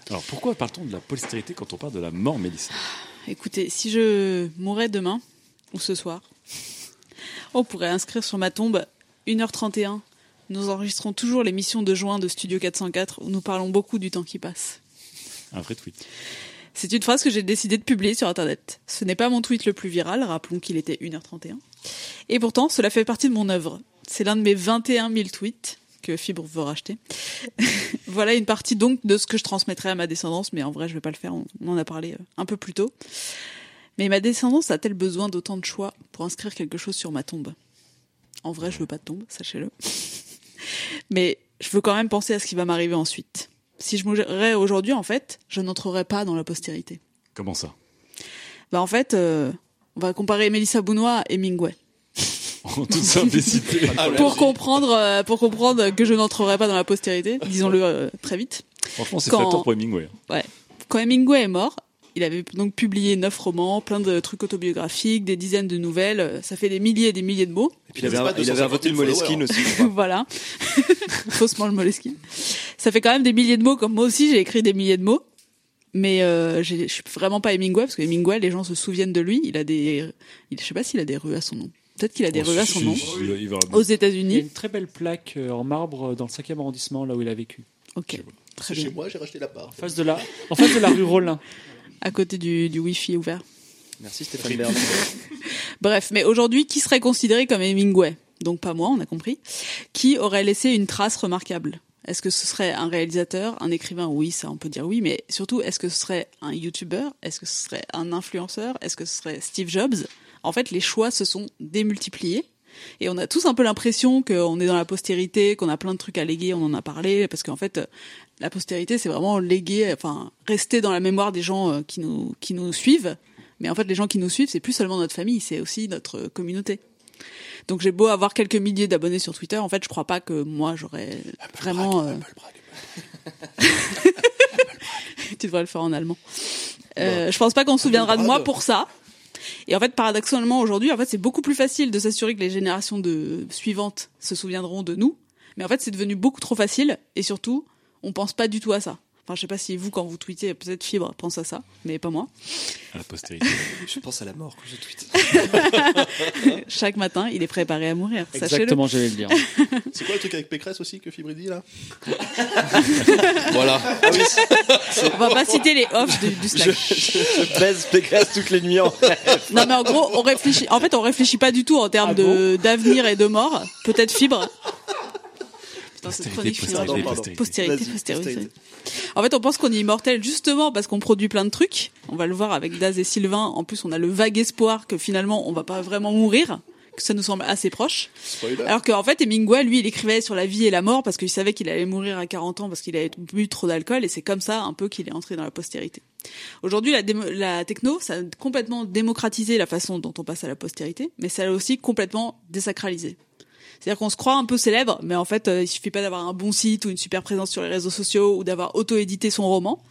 Alors, pourquoi parle-t-on de la postérité quand on parle de la mort, Mélissa Écoutez, si je mourais demain ou ce soir, on pourrait inscrire sur ma tombe 1h31. Nous enregistrons toujours l'émission de juin de Studio 404 où nous parlons beaucoup du temps qui passe. Un vrai tweet. C'est une phrase que j'ai décidé de publier sur Internet. Ce n'est pas mon tweet le plus viral, rappelons qu'il était 1h31. Et pourtant, cela fait partie de mon œuvre. C'est l'un de mes 21 000 tweets que Fibre veut racheter. voilà une partie donc de ce que je transmettrai à ma descendance, mais en vrai, je vais pas le faire, on, on en a parlé euh, un peu plus tôt. Mais ma descendance a-t-elle besoin d'autant de choix pour inscrire quelque chose sur ma tombe En vrai, je veux pas de tombe, sachez-le. mais je veux quand même penser à ce qui va m'arriver ensuite. Si je mourais aujourd'hui, en fait, je n'entrerai pas dans la postérité. Comment ça Bah en fait, euh, on va comparer Mélissa Bounois et Mingway. En toute simplicité. pour comprendre, euh, pour comprendre que je n'entrerai pas dans la postérité, disons-le euh, très vite. Franchement, c'est Quand- flatteur pour Hemingway. hein. Quand Hemingway est mort, il avait donc publié neuf romans, plein de trucs autobiographiques, des dizaines de nouvelles, euh, ça fait des milliers et des milliers de mots. Et puis il Vous avez avait, pas il avait inventé le 250 000 Moleskine aussi. je crois. voilà. Faussement le Moleskine. Ça fait quand même des milliers de mots, comme moi aussi j'ai écrit des milliers de mots. Mais euh, j'ai- je suis vraiment pas Hemingway, parce que Hemingway, les gens se souviennent de lui. Il a des. Il, je sais pas s'il a des rues à son nom. Peut-être qu'il a Oh, des rues à son nom. Aux Il y a États-Unis. une très belle plaque euh, en marbre euh, dans le 5e arrondissement, là où il a vécu. Ok. Très Chez bien. moi, j'ai racheté la part. En face de la, en face de la rue Rollin. À côté du, du Wi-Fi ouvert. Merci Stéphane Bern. Bref, mais aujourd'hui, qui serait considéré comme Hemingway Donc pas moi, on a compris. Qui aurait laissé une trace remarquable Est-ce que ce serait un réalisateur, un écrivain Oui, ça on peut dire oui, mais surtout, est-ce que ce serait un youtubeur Est-ce que ce serait un influenceur Est-ce que ce serait Steve Jobs En fait, les choix se sont démultipliés. Et on a tous un peu l'impression qu'on est dans la postérité, qu'on a plein de trucs à léguer, on en a parlé, parce qu'en fait, euh, la postérité, c'est vraiment léguer, enfin, rester dans la mémoire des gens euh, qui nous, qui nous suivent. Mais en fait, les gens qui nous suivent, c'est plus seulement notre famille, c'est aussi notre euh, communauté. Donc j'ai beau avoir quelques milliers d'abonnés sur Twitter, en fait, je crois pas que moi j'aurais vraiment. euh, tu devrais le faire en allemand. Euh, je pense pas qu'on se souviendra de moi pour ça. Et en fait, paradoxalement, aujourd'hui, en fait, c'est beaucoup plus facile de s'assurer que les générations de... suivantes se souviendront de nous. Mais en fait, c'est devenu beaucoup trop facile. Et surtout, on pense pas du tout à ça. Enfin, je sais pas si vous, quand vous tweetez, peut-être Fibre pense à ça, mais pas moi. À la postérité. Je pense à la mort quand je tweet. Chaque matin, il est préparé à mourir. Sachez-le. Exactement, j'allais le dire. C'est quoi le truc avec Pécresse aussi que Fibri dit là voilà. Ah oui, c'est- On va pas citer les offs du, du Slack. je baise Pécresse toutes les nuits en Non, mais en gros, on réfléchit. En fait, on réfléchit pas du tout en termes Ah de d'avenir et de mort. Peut-être fibre. Putain, cette chronique finira postérité, postérité, jamais. postérité. Postérité, Vas-y, postérité. postérité. En fait, on pense qu'on est immortel justement parce qu'on produit plein de trucs. On va le voir avec Daz et Sylvain. En plus, on a le vague espoir que finalement, on va pas vraiment mourir. Que ça nous semble assez proche. Spoiler. Alors qu'en fait, Hemingway, lui, il écrivait sur la vie et la mort parce qu'il savait qu'il allait mourir à 40 ans parce qu'il avait bu trop d'alcool et c'est comme ça un peu qu'il est entré dans la postérité. Aujourd'hui, la, démo- la techno, ça a complètement démocratisé la façon dont on passe à la postérité, mais ça l'a aussi complètement désacralisé. C'est-à-dire qu'on se croit un peu célèbre, mais en fait, euh, il suffit pas d'avoir un bon site ou une super présence sur les réseaux sociaux ou d'avoir auto-édité son roman.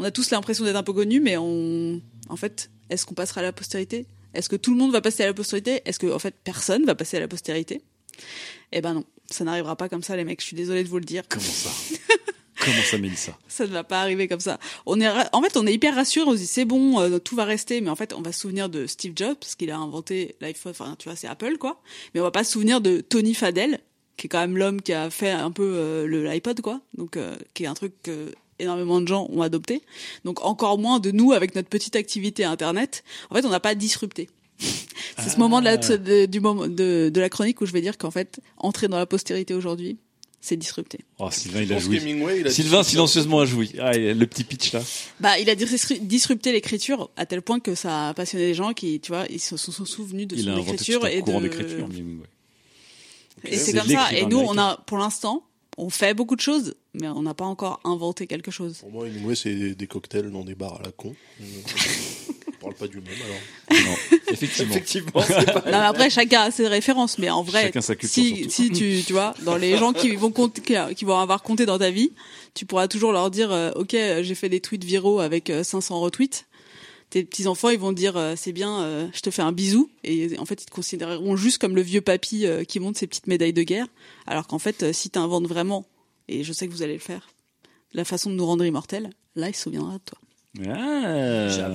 On a tous l'impression d'être un peu connu, mais on, en fait, est-ce qu'on passera à la postérité Est-ce que tout le monde va passer à la postérité Est-ce que, en fait, personne va passer à la postérité Eh ben non, ça n'arrivera pas comme ça, les mecs. Je suis désolée de vous le dire. Comment ça Comment ça, Mélissa Ça ne va pas arriver comme ça. On est, ra- en fait, on est hyper rassuré. On se dit c'est bon, euh, tout va rester. Mais en fait, on va se souvenir de Steve Jobs parce qu'il a inventé l'iPhone. Enfin, tu vois, c'est Apple quoi. Mais on va pas se souvenir de Tony Fadell, qui est quand même l'homme qui a fait un peu euh, le l'iPod quoi. Donc, euh, qui est un truc que énormément de gens ont adopté. Donc, encore moins de nous avec notre petite activité Internet. En fait, on n'a pas disrupté. C'est ce moment de la, de- du moment de, de la chronique où je vais dire qu'en fait, entrer dans la postérité aujourd'hui, c'est disrupté. Oh, Sylvain, il Je a pense joui. qu'Hemingway, il a dit- Sylvain, silencieusement, a joui. Ah, et le petit pitch, là. Bah, il a disru- disrupté l'écriture à tel point que ça a passionné les gens qui, tu vois, ils se sont sont souvenus de Il a son inventé tout écriture un et courant de- d'écriture, Hemingway. Et c'est C'est comme ça. Et l'écrivain nous, on américain. a, pour l'instant, on fait beaucoup de choses, mais on n'a pas encore inventé quelque chose. Pour moi, Hemingway, c'est des, des cocktails dans des bars à la con. Euh, On parle pas du même alors. Non, effectivement. Effectivement, c'est pas Non, mais après, chacun a ses références, mais en vrai, Chacun sa culture, si, surtout. si tu, tu vois, dans les gens qui vont compter, qui- qui vont avoir compté dans ta vie, tu pourras toujours leur dire, euh, ok, euh, j'ai fait des tweets viraux avec euh, 500 retweets. Tes petits enfants, ils vont dire, euh, c'est bien, euh, je te fais un bisou, et en fait, ils te considéreront juste comme le vieux papy euh, qui monte ses petites médailles de guerre, alors qu'en fait, euh, si t'inventes vraiment, et je sais que vous allez le faire, la façon de nous rendre immortels, là, ils se souviendra de toi. Ah.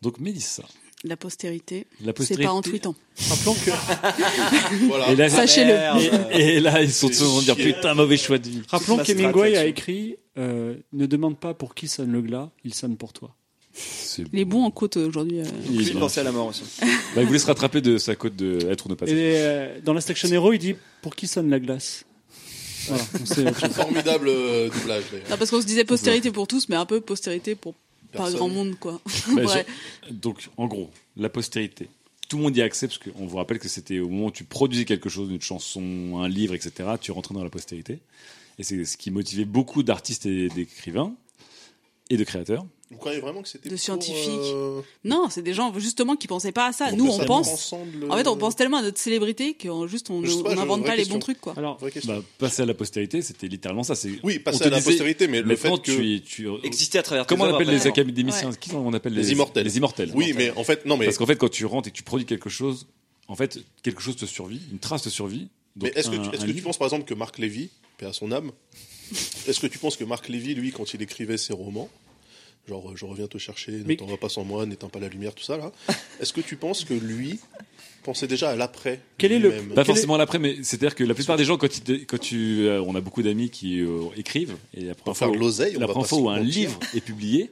Donc, Mélissa. La postérité, La c'est postérité. pas en tweetant. Rappelons que Voilà. Et là, Sachez-le. et, et là, ils sont tous en train de dire chier. putain, mauvais choix de vie. Rappelons ma qu'Hemingway strat a là-dessus. écrit euh, Ne demande pas pour qui sonne le glas, il sonne pour toi. C'est- Il est bon en côte aujourd'hui. euh. Il est Plus de bien. penser à la mort aussi. Bah, il voulait se rattraper de sa cote de être ou ne pas Et être. euh, dans la section héros, il dit Pour qui sonne la glace Voilà, on sait autre chose. Formidable euh, doublage d'ailleurs. Non, parce qu'on se disait postérité pour tous, mais un peu postérité pour pas Personne. grand monde, quoi. Bah, Ouais. sur- Donc, en gros, la postérité. Tout le monde y a accès, parce qu'on vous rappelle que c'était au moment où tu produisais quelque chose, une chanson, un livre, etc., tu rentrais dans la postérité. Et c'est ce qui motivait beaucoup d'artistes et d'écrivains et de créateurs. Vous croyez vraiment que c'était De pour, scientifiques. euh, Non, c'est des gens justement qui pensaient pas à ça. pour Nous, que on ça pense. transcende le- En fait, on pense tellement à notre célébrité qu'on juste on Je sais pas, on je- n'invente vraie pas les question. bons trucs, quoi. Alors, Vraie question. Bah, passer à la postérité, c'était littéralement ça. C'est... Oui, on passer te à la disait, postérité, mais le maintenant, fait que. tu, tu- Exister à travers tes Comment on œuvres appelle les après. académiciens Qui on appelle Les immortels. Les immortels. Oui, mais en fait, non, mais. Parce qu'en fait, quand tu rentres et que tu produis quelque chose, en fait, quelque chose te survit, une trace te survit. Mais Donc, est-ce que, un- tu, est-ce un que tu livre- penses par exemple que Marc Lévy, paix à son âme, est-ce que tu penses que Marc Lévy, lui, quand il écrivait ses romans, genre euh, je reviens te chercher, ne Mais- t'en vas pas sans moi, n'éteins pas la lumière, tout ça là, est-ce que tu penses que lui pensait déjà à l'après Quel est le- lui-même Pas Quel est- forcément l'après, mais c'est-à-dire que la plupart des gens, quand, ils te- quand tu, euh, on a beaucoup d'amis qui euh, écrivent, et la Pour première faire fois, de l'oseille, on la va première pas fois se où un mentir. livre est publié,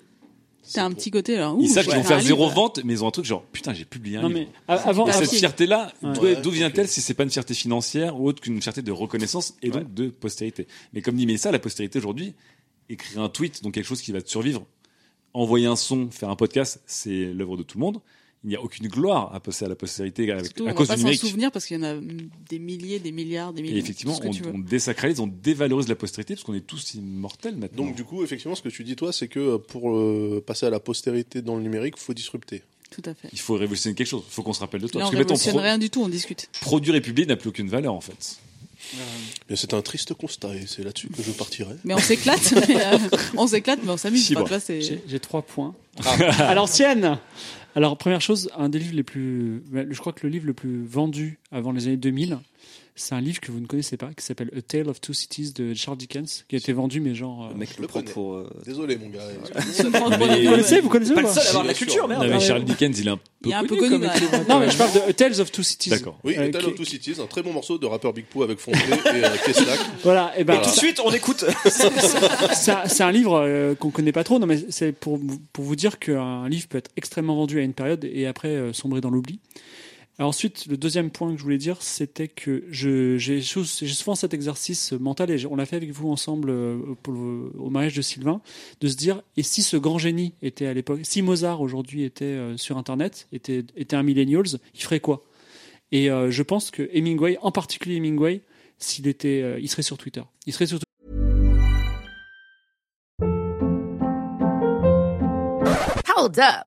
C'est un petit côté là. Ouh, ils savent qu'ils je vont vais faire faire un zéro livre. vente, mais ils ont un truc genre putain, j'ai publié un non, livre. mais a- avant, Et Ah, cette si. vient-là, d'où- Ouais, d'où ok. vient-elle si c'est pas une fierté financière ou autre qu'une fierté de reconnaissance et donc de postérité Mais comme dit Mélissa, la postérité aujourd'hui, écrire un tweet, donc quelque chose qui va te survivre, envoyer un son, faire un podcast, c'est l'œuvre de tout le monde. Il n'y a aucune gloire à passer à la postérité avec- Surtout, à on cause va du pas s'en numérique. souvenir parce qu'il y en a mm, des milliers, des milliards, des millions. Et effectivement, tout ce que on, tu veux. on désacralise, on dévalorise la postérité parce qu'on est tous immortels maintenant. Donc du coup, effectivement, ce que tu dis toi, c'est que euh, pour euh, passer à la postérité dans le numérique, faut disrupter. Tout à fait. il faut révolutionner quelque chose, il faut qu'on se rappelle de toi. Là, on parce que maintenant, révolutionne pro- rien du tout, on discute. produire et publier n'a plus aucune valeur en fait. Mais c'est un triste constat et c'est là-dessus que je partirai. Mais on s'éclate, mais, euh, on s'éclate, mais on s'amuse. Fibre. Enfin, tu vois, c'est- J'ai j'ai trois points. À l'ancienne Alors, première chose, un des livres les plus. Je crois que le livre le plus vendu avant les années 2000, c'est un livre que vous ne connaissez pas, qui s'appelle A Tale of Two Cities de Charles Dickens, qui a été vendu, mais genre. euh, Le mec Je le le prend connais. pour. euh, Désolé mon gars. Vous connaissez Vous connaissez Pas ou le pas Ah, Euh, seul à avoir de la Bien sûr. culture, merde. Non, mais ouais. Euh, Charles Dickens, il est un peu Il est un peu connu connu. comme ouais. Non, mais je parle de A Tales of Two Cities. D'accord. Oui, Euh, Hotel qui- of Two Cities, un très bon morceau de rappeur Big Pooh avec Fondé et euh, Keslak. Voilà, et ben. Et Tout de ça- suite, on écoute. C'est un- c'est un livre euh, qu'on connaît pas trop, non, mais c'est pour, vous- pour vous dire qu'un livre peut être extrêmement vendu à une période et après euh, sombrer dans l'oubli. Alors Ensuite, le deuxième point que je voulais dire, c'était que je- j'ai sou- j'ai souvent cet exercice mental, et j'ai- on l'a fait avec vous ensemble euh, pour le- au mariage de Sylvain, de se dire, et si ce grand génie était à l'époque, si Mozart aujourd'hui était euh, sur Internet, était, était un millennials, il ferait quoi Et euh, je pense que Hemingway, en particulier Hemingway, s'il était, euh, il serait sur Twitter. Il serait sur Hold up.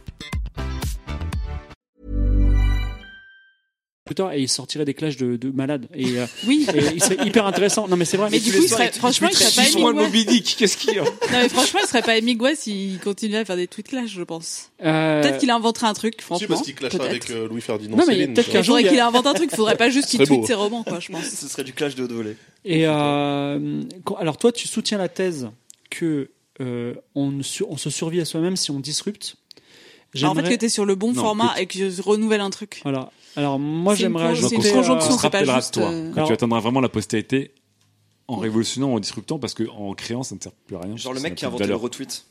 Twitter et il sortirait des clashs de, de malades. Et, euh, Oui. et il serait hyper intéressant. Non, mais c'est vrai. Ah, Mais du coup, il serait, franchement, il serait pas moi le Hemingway. Moby Dick. Qu'est-ce qu'il y a Non, mais franchement, il serait pas Hemingway s'il continuait à faire des tweets clash, je pense. Euh, Peut-être qu'il a inventé un truc, franchement. Si, parce qu'il clashera peut-être. avec euh, Louis Ferdinand. Non, mais Céline, peut-être tu qu'un Il vois. jour, faudrait il y a- qu'il invente un truc, il faudrait pas juste qu'il Très beau. tweete ses romans, quoi, je pense. Ce serait du clash de deux volets. Et euh, quand- alors, toi, tu soutiens la thèse que euh, on, ne su- on se survit à soi-même si on disrupte. Alors, en J'aimerais. Ah fait, que t'es sur le bon Non, format écoute. et que je renouvelle un truc. voilà. Alors, moi, C'est une j'aimerais. con- Donc, c'est ajouter, une conjonction. on euh, se c'est pas rappellera de juste, toi euh, quand Alors- tu atteindras vraiment la postérité en révolutionnant, en disruptant, parce qu'en créant, ça ne sert plus à rien. Genre le ça mec n'a qui plus a de inventé le valeur. retweet.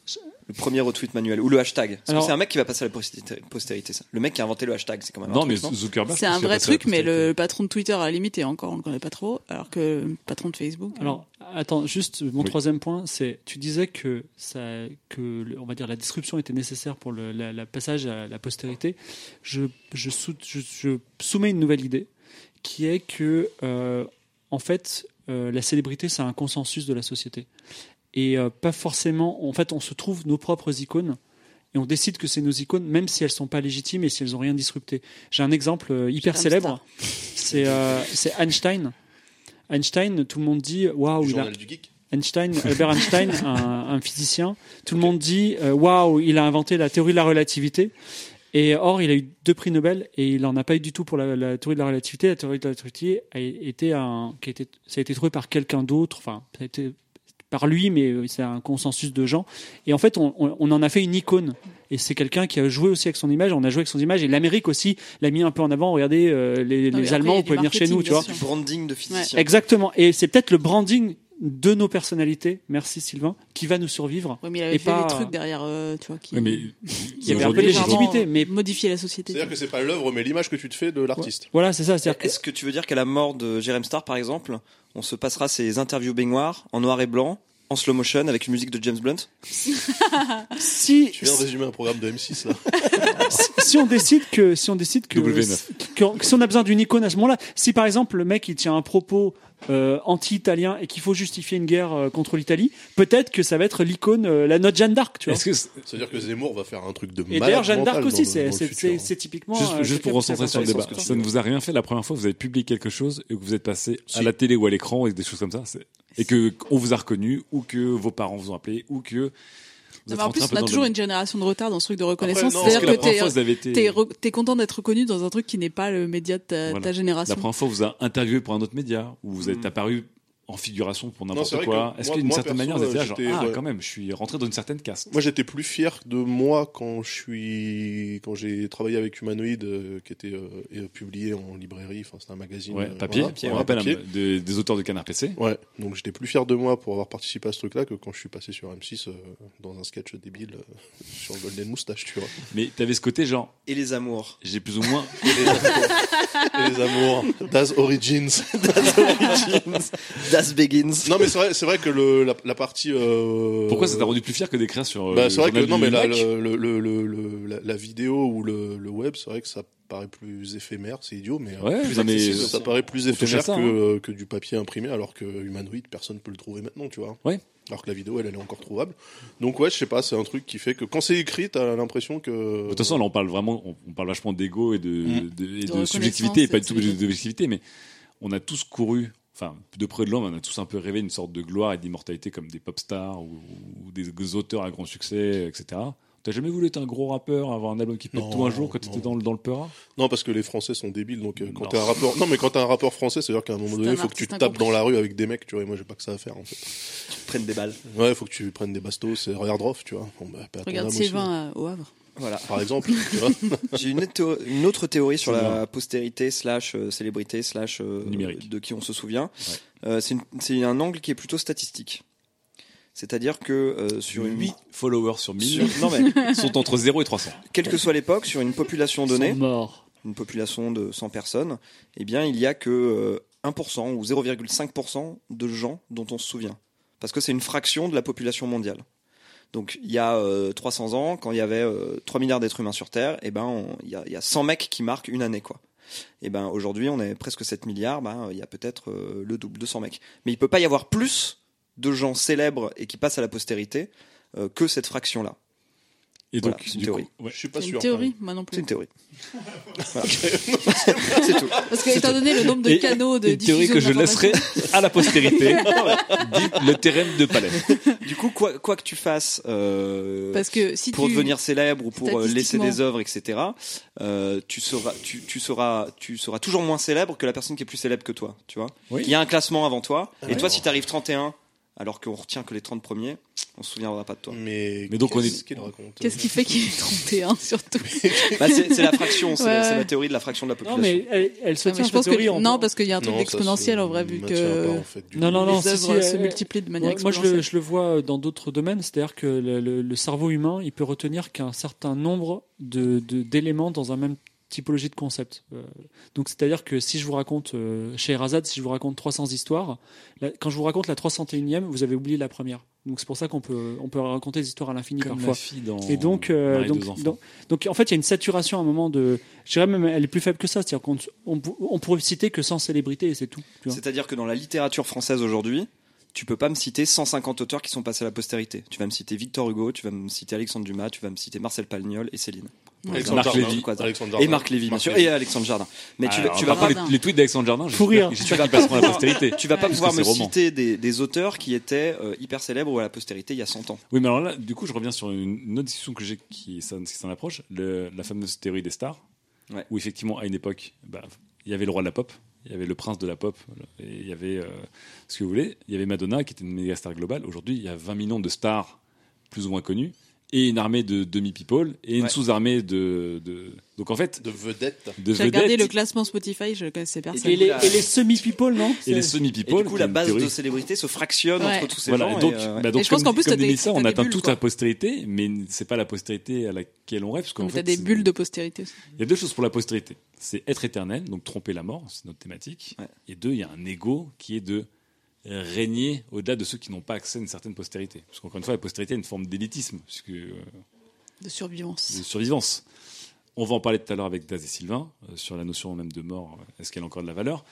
Le premier retweet manuel. Ou le hashtag. Parce Alors- que c'est un mec qui va passer à la postérité, postérité, ça. Le mec qui a inventé le hashtag, c'est quand même un Non, mais truc, non Zuckerberg. C'est bah, je pense un qu'il a vrai passé la truc, mais postérité. le patron de Twitter, à la limite, et encore, on le connaît pas trop, alors que le patron de Facebook. euh, Alors, attends, juste mon Oui. troisième point, c'est tu disais que ça, que le- on va dire la disruption était nécessaire pour le la, la passage à la postérité. Je je, sou- je- je soumets une nouvelle idée qui est que euh, en fait euh, la célébrité c'est un consensus de la société et euh, pas forcément. En fait, on se trouve nos propres icônes. Et on décide que c'est nos icônes, même si elles sont pas légitimes et si elles ont rien disrupté. J'ai un exemple euh, hyper J'étais un célèbre, c'est euh, c'est Einstein. Einstein, tout le monde dit euh, waouh, Le il a journal du geek. Einstein, Albert Einstein, un, un physicien. Tout le monde dit euh, waouh, il a inventé la théorie de la relativité. Et or, il a eu deux prix Nobel et il n'en a pas eu du tout pour la, la théorie de la relativité. La théorie de la relativité a été un, qui a été, ça a été trouvé par quelqu'un d'autre, enfin, ça a été par lui, mais euh, c'est un consensus de gens. Et en fait, on, on- on en a fait une icône. Et c'est quelqu'un qui a joué aussi avec son image. On a joué avec son image. Et l'Amérique aussi l'a mis un peu en avant. Regardez, euh, les, Non, mais après, il les y Allemands, a vous du pouvez venir chez nous, marketing, tu bien vois. sûr. Du branding de physicien. Exactement. Et c'est peut-être le branding de nos personnalités, merci Sylvain, qui va nous survivre. euh, Ouais, mais il Et avait fait pas- des trucs derrière, euh, tu vois, qui. Oui, mais Il y avait un peu de aujourd'hui, légitimité, mais modifier la société. C'est-à-dire que c'est pas l'œuvre, mais l'image que tu te fais de l'artiste. voilà, c'est ça. C'est-à-dire que- Est-ce que tu veux dire qu'à la mort de Jerem Star, par exemple, on se passera ses interviews baignoires en noir et blanc, en slow motion, avec une musique de James Blunt si, Tu viens de résumer un programme de M6, là. si on décide que si on décide que, W9. que- que si on a besoin d'une icône à ce moment-là, si par exemple le mec il tient un propos euh, anti-italien et qu'il faut justifier une guerre euh, contre l'Italie, peut-être que ça va être l'icône euh, la note Jeanne d'Arc, tu vois. Est-ce que c'est- C'est-à-dire que Zemmour va faire un truc de malade. Et d'ailleurs Jeanne d'Arc mental dans aussi, le- c'est dans le c'est- futur. hein. c'est- c'est typiquement Juste, euh, juste quelqu'un pour qui recentrer sur le s'intéresse débat, à ce ça ne vous a rien fait la première fois que vous avez publié quelque chose et que vous êtes passé à Si. la télé ou à l'écran avec des choses comme ça c'est- et que qu'on vous a reconnu ou que vos parents vous ont appelé ou que vous Non, êtes mais en rentré plus, un peu on a dans le toujours domaine. une génération de retard dans ce truc de reconnaissance. Après, non, Parce C'est-à-dire que que la première fois t'es- vous avez été t'es re- t'es content d'être reconnu dans un truc qui n'est pas le média de ta, Voilà. ta la génération. première fois vous a interviewé pour un autre média ou vous êtes Mm. apparu en figuration pour Non, c'est n'importe vrai quoi que est-ce moi- qu'il y a une moi, certaine perso, manière vous êtes là, genre j'étais- ah ouais. quand même je suis rentré dans une certaine caste Moi, j'étais plus fier de moi quand je suis, quand j'ai travaillé avec Humanoid, euh, qui était euh, et, euh, publié en librairie. Enfin, c'est un magazine. Ouais, euh, papier, voilà, on ouais, rappelle papier. un- des, des auteurs de Canard PC. Ouais. Donc, j'étais plus fier de moi pour avoir participé à ce truc-là que quand je suis passé sur M6 euh, dans un sketch débile euh, sur Golden Moustache, tu vois. Mais t'avais ce côté genre, Et les amours. j'ai plus ou moins. Et les, et les amours. Das Origins. Das Begins. Non, mais c'est vrai, c'est vrai que le, la, la partie. euh, Pourquoi ça t'a rendu plus fier que d'écrire sur. euh, Bah, le c'est vrai que journal non, du mais la, Mac le- le- le- le- la, la vidéo ou le, le web, c'est vrai que ça paraît plus éphémère, c'est idiot, mais. euh, Ouais, plus non, mais- accessible, ça paraît plus éphémère touche à ça, que, hein. euh, que du papier imprimé, alors que humanoïde, personne peut le trouver maintenant, tu vois. Ouais. Alors que la vidéo, elle, elle est encore trouvable. Donc ouais, je sais pas, c'est un truc qui fait que quand c'est écrit, t'as l'impression que. De toute façon, là, on parle vraiment, on, on parle vachement d'ego et de, Mm. de- et De de reconnaissance, subjectivité, et pas du tout c'est- d'objectivité, mais on a tous couru, enfin, de près de l'homme, on a tous un peu rêvé une sorte de gloire et d'immortalité comme des pop stars ou, ou des, des auteurs à grand succès, etc. T'as jamais voulu être un gros rappeur, avoir un album qui pète Non, tout un jour quand non. t'étais dans, le- dans le peur Non, parce que les Français sont débiles, donc euh, quand Non. t'es un rappeur. Non, mais quand t'es un rappeur français, c'est-à-dire qu'à un moment C'est donné, un faut que tu artiste te tapes incompris. dans la rue avec des mecs, tu vois, et moi, j'ai pas que ça à faire, en fait. Prennent des balles. Ouais, faut que tu prennes des bastos, et regarde Rof, tu vois. Bon, bah, paix à ton Regarde âme aussi. Sylvain euh, au Havre. Voilà. Par exemple, tu vois. J'ai une, autre théo- une autre théorie sur C'est la bien. postérité slash euh, célébrité slash euh, Numérique. de qui on se souvient. Euh, c'est une- c'est un angle qui est plutôt statistique. C'est-à-dire que euh, sur une... 8 followers Mmh. sur 1000 sur- Non mais, sont entre 0 et 300. quelle que soit l'époque, sur une population Ils sont donnée, morts. une population de 100 personnes, eh bien, il y a que euh, 1% ou 0,5% de gens dont on se souvient. Parce que c'est une fraction de la population mondiale. Donc, il y a euh, 300 ans, quand il y avait euh, 3 milliards d'êtres humains sur Terre, eh ben, on- il y, a- il y a 100 mecs qui marquent une année, quoi. Et ben, aujourd'hui, on est presque 7 milliards, ben, il y a peut-être euh, le double, 200 mecs. Mais il peut pas y avoir plus de gens célèbres et qui passent à la postérité euh, que cette fraction-là. Et Voilà, donc, c'est une du théorie. coup, ouais. Je suis pas C'est sûr. une théorie, moi non C'est plus. une théorie. Voilà. c'est tout. Parce que étant donné le nombre de Et- canaux de une théorie diffusion que je d'informations- laisserai à la postérité, dit le théorème de Palais. Du coup, quoi, quoi que tu fasses euh, Parce que si pour tu devenir célèbre ou pour euh, laisser Statistiquement. des œuvres, etc., euh, tu, seras, tu, tu, seras, tu seras toujours moins célèbre que la personne qui est plus célèbre que toi. Tu vois Oui. Il y a un classement avant toi, et ouais. toi, si tu arrives 31, alors qu'on retient que les 30 premiers, on se souviendra pas de toi. Mais, Mais donc, on est- qu'est-ce qu'il raconte euh Qu'est-ce qui fait qu'il est 31 surtout Bah, c'est c'est la fraction, c'est la, Ouais, c'est la ouais. théorie de la fraction de la Non population. mais elle, elle se Non, Ah, mais je tient cette pense théorie hein, que en- non parce qu'il y a un Non, truc ça, d'exponentiel c'est- en vrai vu m'attire pas, que en fait, du Non, tout. non, non, les si, si, œuvres se euh, multiplient de manière Ouais, moi, je le, exponentielle. je le vois euh, dans d'autres domaines, c'est-à-dire que le, le- le cerveau humain, il peut retenir qu'un certain nombre d'éléments de, d'éléments dans un même typologie de concept. Euh, donc, c'est-à-dire que si je vous raconte, euh, chez Razad, si je vous raconte 300 histoires, la- quand je vous raconte la 301e, vous avez oublié la première. Donc, c'est pour ça qu'on peut, on peut raconter des histoires à l'infini Comme parfois. la fille dans Et donc, euh, Marie et deux donc, enfants. donc, donc, en fait, il y a une saturation à un moment de. Je dirais même, elle est plus faible que ça. C'est-à-dire qu'on on, pou- on pourrait citer que 100 célébrités et c'est tout. tu vois. C'est-à-dire que dans la littérature française aujourd'hui, tu peux pas me citer 150 auteurs qui sont passés à la postérité. Tu vas me citer Victor Hugo, tu vas me citer Alexandre Dumas, tu vas me citer Marcel Pagnol et Céline. Par exemple. Alexandre Jardin. Lévy, quoi, Alexandre Et Jardin. Marc Lévy, bien Marc sûr, Lévy. et Alexandre Jardin. Mais tu, vas- Ah, Alors, tu vas par pas contre, les, les tweets d'Alexandre Jardin, Pourrir. j'espère j'espère qu'ils passeront à la postérité. tu vas pas Parce pouvoir que me c'est roman. citer des, des auteurs qui étaient euh, hyper célèbres à la postérité il y a 100 ans. Oui, mais alors là, du coup, je reviens sur une, une autre discussion que j'ai qui s'en qui s'en approche, le- la fameuse théorie des stars, Ouais. où effectivement, à une époque, bah, il y avait le roi de la pop, il y avait le prince de la pop, le- et il y avait euh, ce que vous voulez, il y avait Madonna qui était une méga star globale. Aujourd'hui, il y a 20 millions de stars plus ou moins connues, et une armée de demi-people, et une Ouais. sous-armée de, de- Donc en fait, De vedette. de J'ai regardé le vedettes classement Spotify, je connaissais personne. Et les, et les semi-people, non et les C'est- Et semi-people. du coup, qui est la une base théorie- de célébrité se fractionne Ouais. entre tous ces Voilà, gens. et donc, et, euh, ouais. bah donc, Et je pense comme- qu'en plus, comme t'as des- Mélissa, t'as on des atteint bulles, toute quoi. la postérité, mais c'est pas la postérité à laquelle on rêve. Parce qu'en Donc, fait, t'as des c'est- bulles de postérité aussi. Il y a deux choses pour la postérité. C'est être éternel, donc tromper la mort, c'est notre thématique. Ouais. Et deux, il y a un ego qui est de euh, régner au-delà de ceux qui n'ont pas accès à une certaine postérité. Parce qu'encore une fois, la postérité est une forme d'élitisme, puisque euh, De survivance. de survivance. On va en parler tout à l'heure avec Daz et Sylvain, euh, sur la notion même de mort, euh, est-ce qu'elle a encore de la valeur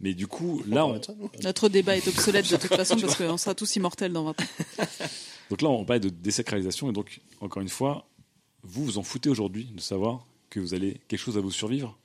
Mais du coup, là, on, Mm. Notre débat est obsolète de toute façon parce qu'on sera tous immortels dans 20 ans. Donc là, on parle de désacralisation. Et donc, encore une fois, vous vous en foutez aujourd'hui de savoir que vous allez quelque chose à vous survivre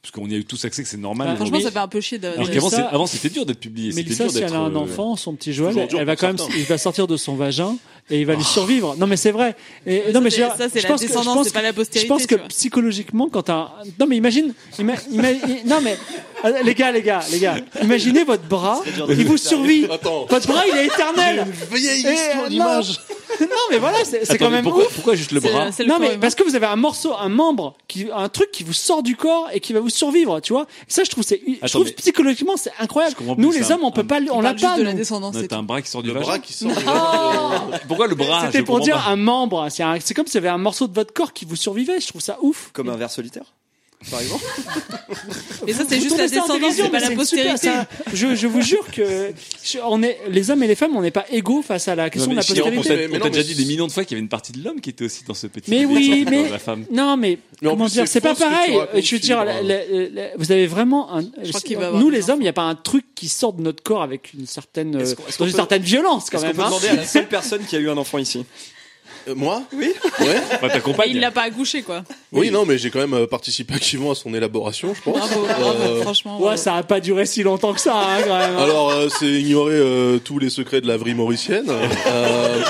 Parce qu'on y a eu tous accès que c'est normal. Ah, aujourd'hui. Bah, Franchement, mais- ça fait un peu chier de- Alors mais qu'avant, ça- c'est- avant, c'était dur d'être publié. Mais c'était Lisa, dur si elle a d'être, un euh, enfant, son petit Joël, toujours dur elle va pour quand même, certains. il va sortir de son vagin et il va lui survivre. Non, mais c'est vrai. Et, Mais ça, non, mais c'est- je veux dire, ça, c'est je la pense que- je descendance, pense c'est pas que- la postérité, Je pense que tu vois. psychologiquement, quand t'as, un- non, mais imagine, ima- ima- i- non, mais euh, les gars, les gars, les gars, imaginez votre bras, dur de il vous survit. Attends. Votre bras, il est éternel. Vieille Et, histoire euh, d'image. Non, mais voilà, c'est c'est Attends, quand mais même pourquoi, ouf. pourquoi juste le C'est- bras c'est le Non corps mais humain. parce que vous avez un morceau, un membre, qui, un truc qui vous sort du corps et qui va vous survivre, tu vois. Et ça, je trouve, c'est, je Attends, trouve mais- psychologiquement, c'est incroyable. Je comprends Nous, plus, les ça. Ah, hommes, on peut pas, on Il l'a parle juste pas. de la nous. descendance. Non, c'est T'as un bras qui sort du Le vagin. bras qui sort. Pourquoi le bras C'était Je pour comprends dire pas. un membre. C'est un- c'est comme si y avait un morceau de votre corps qui vous survivait. Je trouve ça ouf. Comme un ver solitaire, par exemple. tout. Mais ça, c'est Vous juste la tournez ça en descendance, dérision, c'est pas mais la une super- postérité. c'est un- je, je vous jure que je- on est, les hommes et les femmes, on n'est pas égaux face à la Non, question mais de la chiant, on postérité. t'a- Mais on non, t'a mais déjà dit c'est- des millions de fois qu'il y avait une partie de l'homme qui était aussi dans ce petit. Mais bébé oui, sorti de mais- la femme. Non, mais, Mais en comment plus, dire, c'est c'est pas faux ce que tu pareil. racontes, Je veux tu dire, vois. hein. la- la- la- vous avez vraiment un. crois qu'il va avoir Nous, des les hommes, il n'y a pas un truc qui sort de notre corps avec une certaine, euh, Est-ce qu'on- est-ce dans qu'on une peut- certaine violence quand Est-ce qu'on même. peut hein. demander à la seule personne qui a eu un enfant ici Euh, Moi Oui. Ouais. Enfin, ta Bah, compagne. Il l'a pas accouché, quoi. Oui, non, mais j'ai quand même euh, participé activement à son élaboration, je pense. Bravo, bravo, Euh, franchement. Ouais, bravo. ça a pas duré si longtemps que ça, hein, quand même. hein. Alors, euh, c'est ignorer euh, tous les secrets de la vraie mauricienne. Euh,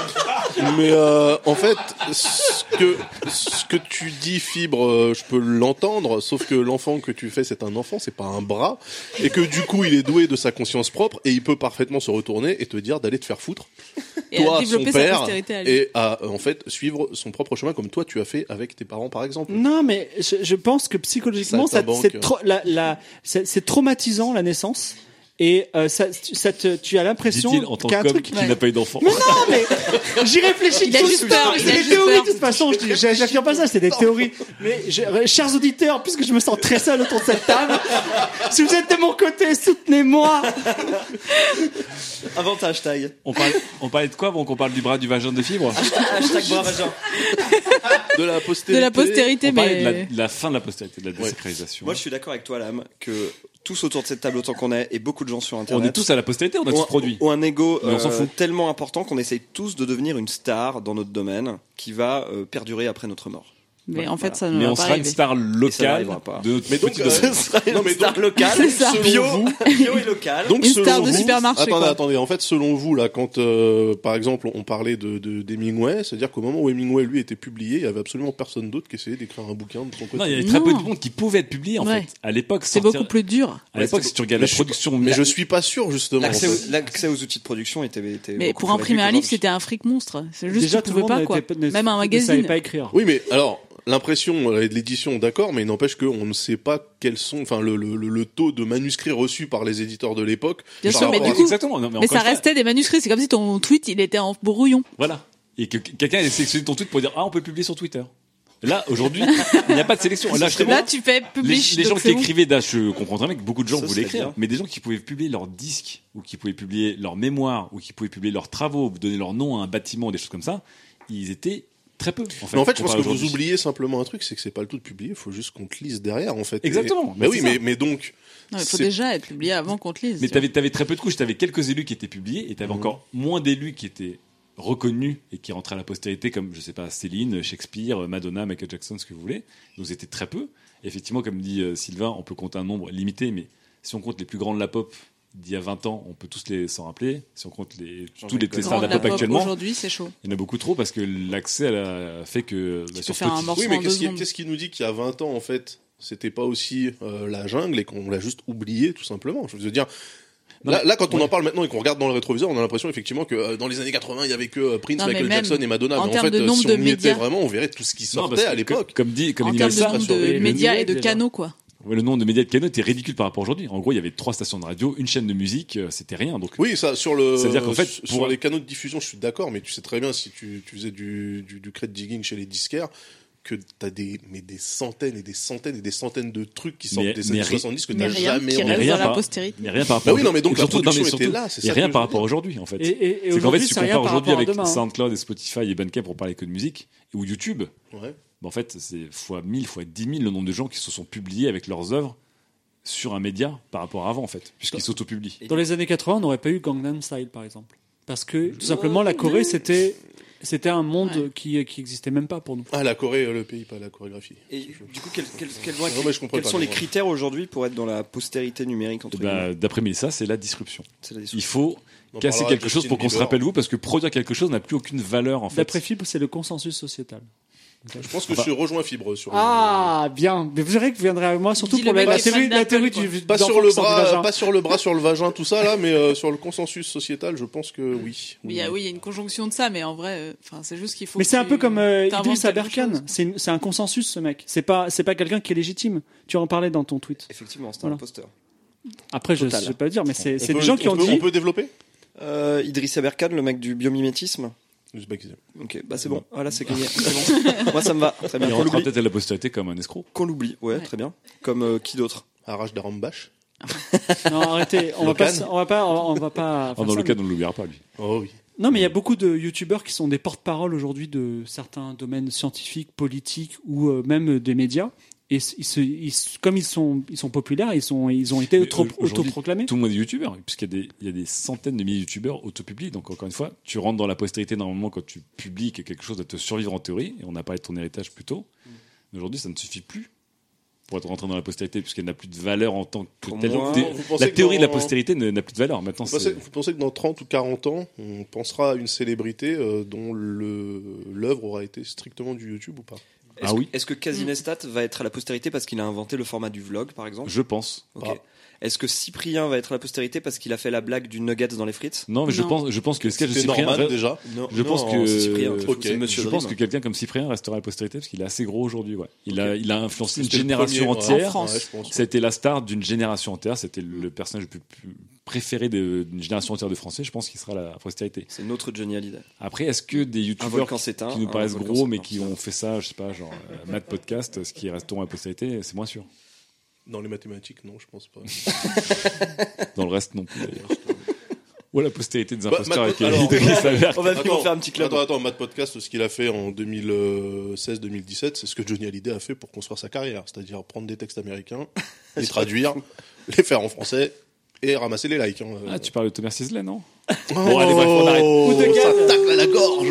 mais euh, en fait, ce que, ce que tu dis, Fibre, euh, je peux l'entendre, sauf que l'enfant que tu fais, c'est un enfant, c'est pas un bras, et que du coup, il est doué de sa conscience propre, et il peut parfaitement se retourner et te dire d'aller te faire foutre, Et toi, à son développer sa père, postérité à lui. et à, euh, en fait, suivre son propre chemin, comme toi, tu as fait avec tes parents, par exemple. Non, mais je, je pense que psychologiquement, Ça ça, t'abanque. c'est tra- la- la- c'est- c'est traumatisant la naissance. Et euh, ça, ça te- tu as l'impression Dit-il en tant qu'il y a un qu'homme truc. qui Mais n'a pas eu d'enfant. non, mais j'y réfléchis. Il a tout juste le peur, temps. il a C'est des juste théories peur. de toute façon. Je dis- je- J'affirme pas ça, c'est des théories. Mais je- chers auditeurs, puisque je me sens très seul autour de cette table, si vous êtes de mon côté, soutenez-moi. Invente un hashtag. On parlait, on parlait de quoi avant qu'on parle du bras du vagin de fibre Ah, Hashtag bras vagin. De la De postérité. la postérité, On parlait de la, mais. de la fin de la postérité, de la désacralisation. Moi, je suis d'accord avec toi, Lame, que tous autour de cette table, autant qu'on est, et beaucoup de gens sur on Internet. est tous à la postérité, on a ont tous un- produit. ont un ego Mais on s'en euh, fout. tellement important qu'on essaye tous de devenir une star dans notre domaine qui va euh, perdurer après notre mort. Mais en fait, ça ne Mais va on pas sera une arriver. star ça locale n'arrivera pas. de notre Mais donc, petit euh, domaine. sera Non, mais donc- locale, ça. Selon bio, vous- bio et locale. Donc, Une selon star de vous- supermarché, Attendez, quoi. attendez. En fait, selon vous, là, quand, euh, par exemple, on parlait de, de d'Hemingway, c'est-à-dire qu'au moment où Hemingway, lui, était publié, il y avait absolument personne d'autre qui essayait d'écrire un bouquin de son côté. Non, il y avait très Non. peu de monde qui pouvait être publié en Ouais. fait. À l'époque, C'est sortir- beaucoup plus dur. À l'époque, Ouais, si tu regardes la je suis- production, mais la- je suis pas sûr, justement. en L'accès fait. aux, l'accès aux outils de production était. était Mais beaucoup pour plus imprimer un réduit livre, c'était un fric monstre. C'est juste Déjà, que tu tout le pouvais monde pas, n'était quoi. pas- ne- Même un ne savait magazine. pas écrire. Oui, mais alors, l'impression euh, de l'édition, d'accord, mais il n'empêche qu'on ne sait pas quels sont, enfin, le, le, le- le taux de manuscrits reçus par les éditeurs de l'époque. Bien par sûr, mais rapport du à- coup- exactement. Non, mais Mais encore ça une fois, restait des manuscrits. C'est comme si ton tweet, il était en brouillon. Voilà. Et que que quelqu'un ait sélectionné ton tweet pour dire ah on peut le publier sur Twitter. Là aujourd'hui, il n'y a pas de sélection. Là, justement, Là, tu fais les, publish. les gens donc qui c'est bon. écrivaient, là, je comprends très bien que beaucoup de gens Ça, voulaient c'est écrire, bien. mais des gens qui pouvaient publier leurs disques ou qui pouvaient publier leurs mémoires ou qui pouvaient publier leurs travaux, ou donner leur nom à un bâtiment, des choses comme ça, ils étaient Très peu. En fait, Mais en fait, je pense que comparé vous aujourd'hui. oubliez simplement un truc, c'est que c'est pas le tout de publier, il faut juste qu'on te lise derrière, en fait. Exactement, Mais bah, oui, c'est mais, ça. mais donc. Non, il faut c'est- déjà être publié avant qu'on te lise. Mais tu vois. t'avais avais très peu de couches. T'avais quelques élus qui étaient publiés et t'avais Mhm. encore moins d'élus qui étaient reconnus et qui rentraient à la postérité, comme je sais pas Céline, Shakespeare, Madonna, Michael Jackson, ce que vous voulez. Donc c'était très peu. Effectivement, comme dit euh, Sylvain, on peut compter un nombre limité, mais si on compte les plus grands de la pop d'il y a 20 ans, on peut tous les s'en rappeler. Si on compte les, Jean-Jacques tous les les Goldman. stars de la pop actuellement, Aujourd'hui, c'est chaud. il y en a beaucoup trop parce que l'accès à la- fait que Tu bah, peux faire un morceau Oui, en mais deux qu'est-ce qui, secondes. qu'est-ce qui nous dit qu'il y a 20 ans, en fait, c'était pas aussi euh, la jungle et qu'on l'a juste oublié, tout simplement Je veux dire. Non, Là, mais- là, quand on ouais. en parle maintenant et qu'on regarde dans le rétroviseur, on a l'impression effectivement que euh, dans les années 80, il y avait que euh, Prince, Non, mais Michael même Jackson et Madonna. en Mais en termes fait, de euh, nombre si de on y était médias- vraiment, on verrait tout ce qui Non, sortait parce à que l'époque. Comme dit, comme En dit termes de Mélissa, nombre sur les- de le médias niveau et de déjà. canaux, quoi. ouais, le nombre de médias de canaux était ridicule par rapport à aujourd'hui. En gros, il y avait trois stations de radio, une chaîne de musique, euh, c'était rien. Donc Oui, ça, sur le. C'est-à-dire qu'en fait, sur pour- les canaux de diffusion, je suis d'accord, mais tu sais très bien si tu, tu faisais du, du, du credit digging chez les disquaires que t'as des, mais des centaines et des centaines et des centaines de trucs qui sortent Mais- des mais années ri- 70 que Mais t'as rien jamais qui Mais reste rien dans la par- postérité. Mais rien par Bah rapport. oui, non, mais donc et la surtout, non, production mais était surtout, là, c'est il y a ça que rien je par veux rapport dire. aujourd'hui, en fait. Et, et- et c'est qu'en fait, aujourd'hui, si tu c'est rien compares par aujourd'hui rapport à avec demain, hein. SoundCloud et Spotify et Bandcamp pour parler que de musique, ou YouTube, Ouais. bah, en fait, c'est fois 1000, fois 10 000 le nombre de gens qui se sont publiés avec leurs œuvres sur un média par rapport à avant, en fait, Bah, puisqu'ils s'autopublient. Dans les années 80, on n'aurait pas eu Gangnam Style, par exemple. Parce que, tout simplement, la Corée, c'était c'était un monde Oh, Ouais. qui qui existait même pas pour nous. Ah, la Corée, euh, le pays, pas la chorégraphie. Et du coup, quels, quels- quels- Ouais, mais je comprends quels pas, sont les moi. Eh ben, critères aujourd'hui pour être dans la postérité numérique entre Et bah, guillemets D'après Mélissa, c'est la disruption. C'est la Il discussion. faut On casser parlera de quelque chose Justin pour qu'on se Bieber. rappelle vous, parce que produire quelque chose n'a plus aucune valeur, en fait. D'après Fibre, c'est le consensus sociétal. Je pense que Enfin- je rejoins Fibre sur Ah, bien. Mais vous verrez que vous viendrez avec moi, surtout Dis pour le la, mec la qui théorie, fan la théorie d'Apple, du le... Pas d'enfant sur, le qui sort du bras, vagin. pas sur le bras, sur le vagin, tout ça là, mais euh, sur le consensus sociétal, je pense que oui. Mais il y a- oui, il y a une conjonction de ça, mais en vrai, euh, enfin, c'est juste qu'il faut. Mais que c'est un tu- peu comme euh, t'inventes Idriss quelque Aberkan. chose. C'est une- c'est un consensus, ce mec. C'est pas, c'est pas quelqu'un qui est légitime. Tu en parlais dans ton tweet. Effectivement, c'est Voilà. un poster. Après, je, Total. je vais pas le dire, mais c'est On c'est peut- des gens qui on ont peut- dit. On peut développer Euh, Idriss Aberkan, le mec du biomimétisme. Je sais pas qui c'est. Ok, bah c'est bon. Voilà, c'est gagné. C'est bon. Moi, ça me va. Très bien. Il Qu'on rentrera l'oublie. peut-être à la postérité comme un escroc. Qu'on l'oublie. Ouais, Ouais. très bien. Comme euh, qui d'autre Arrache d'Arambash. Non, arrêtez. On va pas, Locan. on va pas, on va pas. Ah, faire dans ça, le cas, on ne l'oubliera pas, lui. Oh oui. Non, mais il y a beaucoup de youtubeurs qui sont des porte-parole aujourd'hui de certains domaines scientifiques, politiques ou euh, même des médias. Et s- ils se- ils se- comme ils sont, ils sont populaires, ils, sont, ils ont été Mais auto- aujourd'hui, autoproclamés. Tout le monde est youtubeur, hein, puisqu'il y, a des- il y a des centaines de milliers de youtubeurs autopubliés. Donc, encore une fois, tu rentres dans la postérité normalement quand tu publies que quelque chose doit te survivre en théorie. Et on a parlé de ton héritage plus tôt. Mais aujourd'hui, ça ne suffit plus pour être rentré dans la postérité, puisqu'elle n'a plus de valeur en tant que Pour telle. moi, Dé- vous pensez La que théorie de la dans- postérité ne- n'a plus de valeur. Maintenant, Vous pensez, c'est. vous pensez que dans 30 ou 40 ans, on pensera à une célébrité euh, dont le- l'œuvre aura été strictement du YouTube ou pas Est-ce Ah que- oui. Est-ce que Casinestat va être à la postérité parce qu'il a inventé le format du vlog, par exemple Je pense. Ok. Ah. Est-ce que Cyprien va être à la postérité parce qu'il a fait la blague du nuggets dans les frites Non, mais je Non. pense, je pense que le sketch de C'est Cyprien. normal déjà. Non. Je pense que c'est Cyprien. Ok. C'est Monsieur je pense que Dream. quelqu'un comme Cyprien restera à la postérité parce qu'il est assez gros aujourd'hui. ouais. Il, a, il a influencé une C'était le génération premier, ouais. entière. En France. Ouais, je pense. Ça a été la star d'une génération entière. C'était Hmm. le personnage le plus, plus préféré de- d'une génération entière de Français. Je pense qu'il sera la postérité. C'est notre Johnny Hallyday. Après, est-ce que des Un youtubeurs volcan qui, s'éteint. qui nous un paraissent volcan gros mais s'éteint. qui ont fait ça, je sais pas, genre euh, Mad Podcast, ce qui resteront à la postérité, c'est moins sûr. Dans les mathématiques, non, je pense pas. Dans le reste, non plus. d'ailleurs. Ou à la postérité des Bah, imposteurs Mad- avec alors- Idriss Aberkan. On va finir par faire un petit club. Attends, attends, Matt Podcast, ce qu'il a fait en 2016-2017, c'est ce que Johnny Hallyday a fait pour construire sa carrière. C'est-à-dire prendre des textes américains, les traduire, les faire en français et ramasser les likes. hein. Ah, tu parles de Thomas Sisley, non Oh, Bon, allez, bref, on arrête. ça tacle à la gorge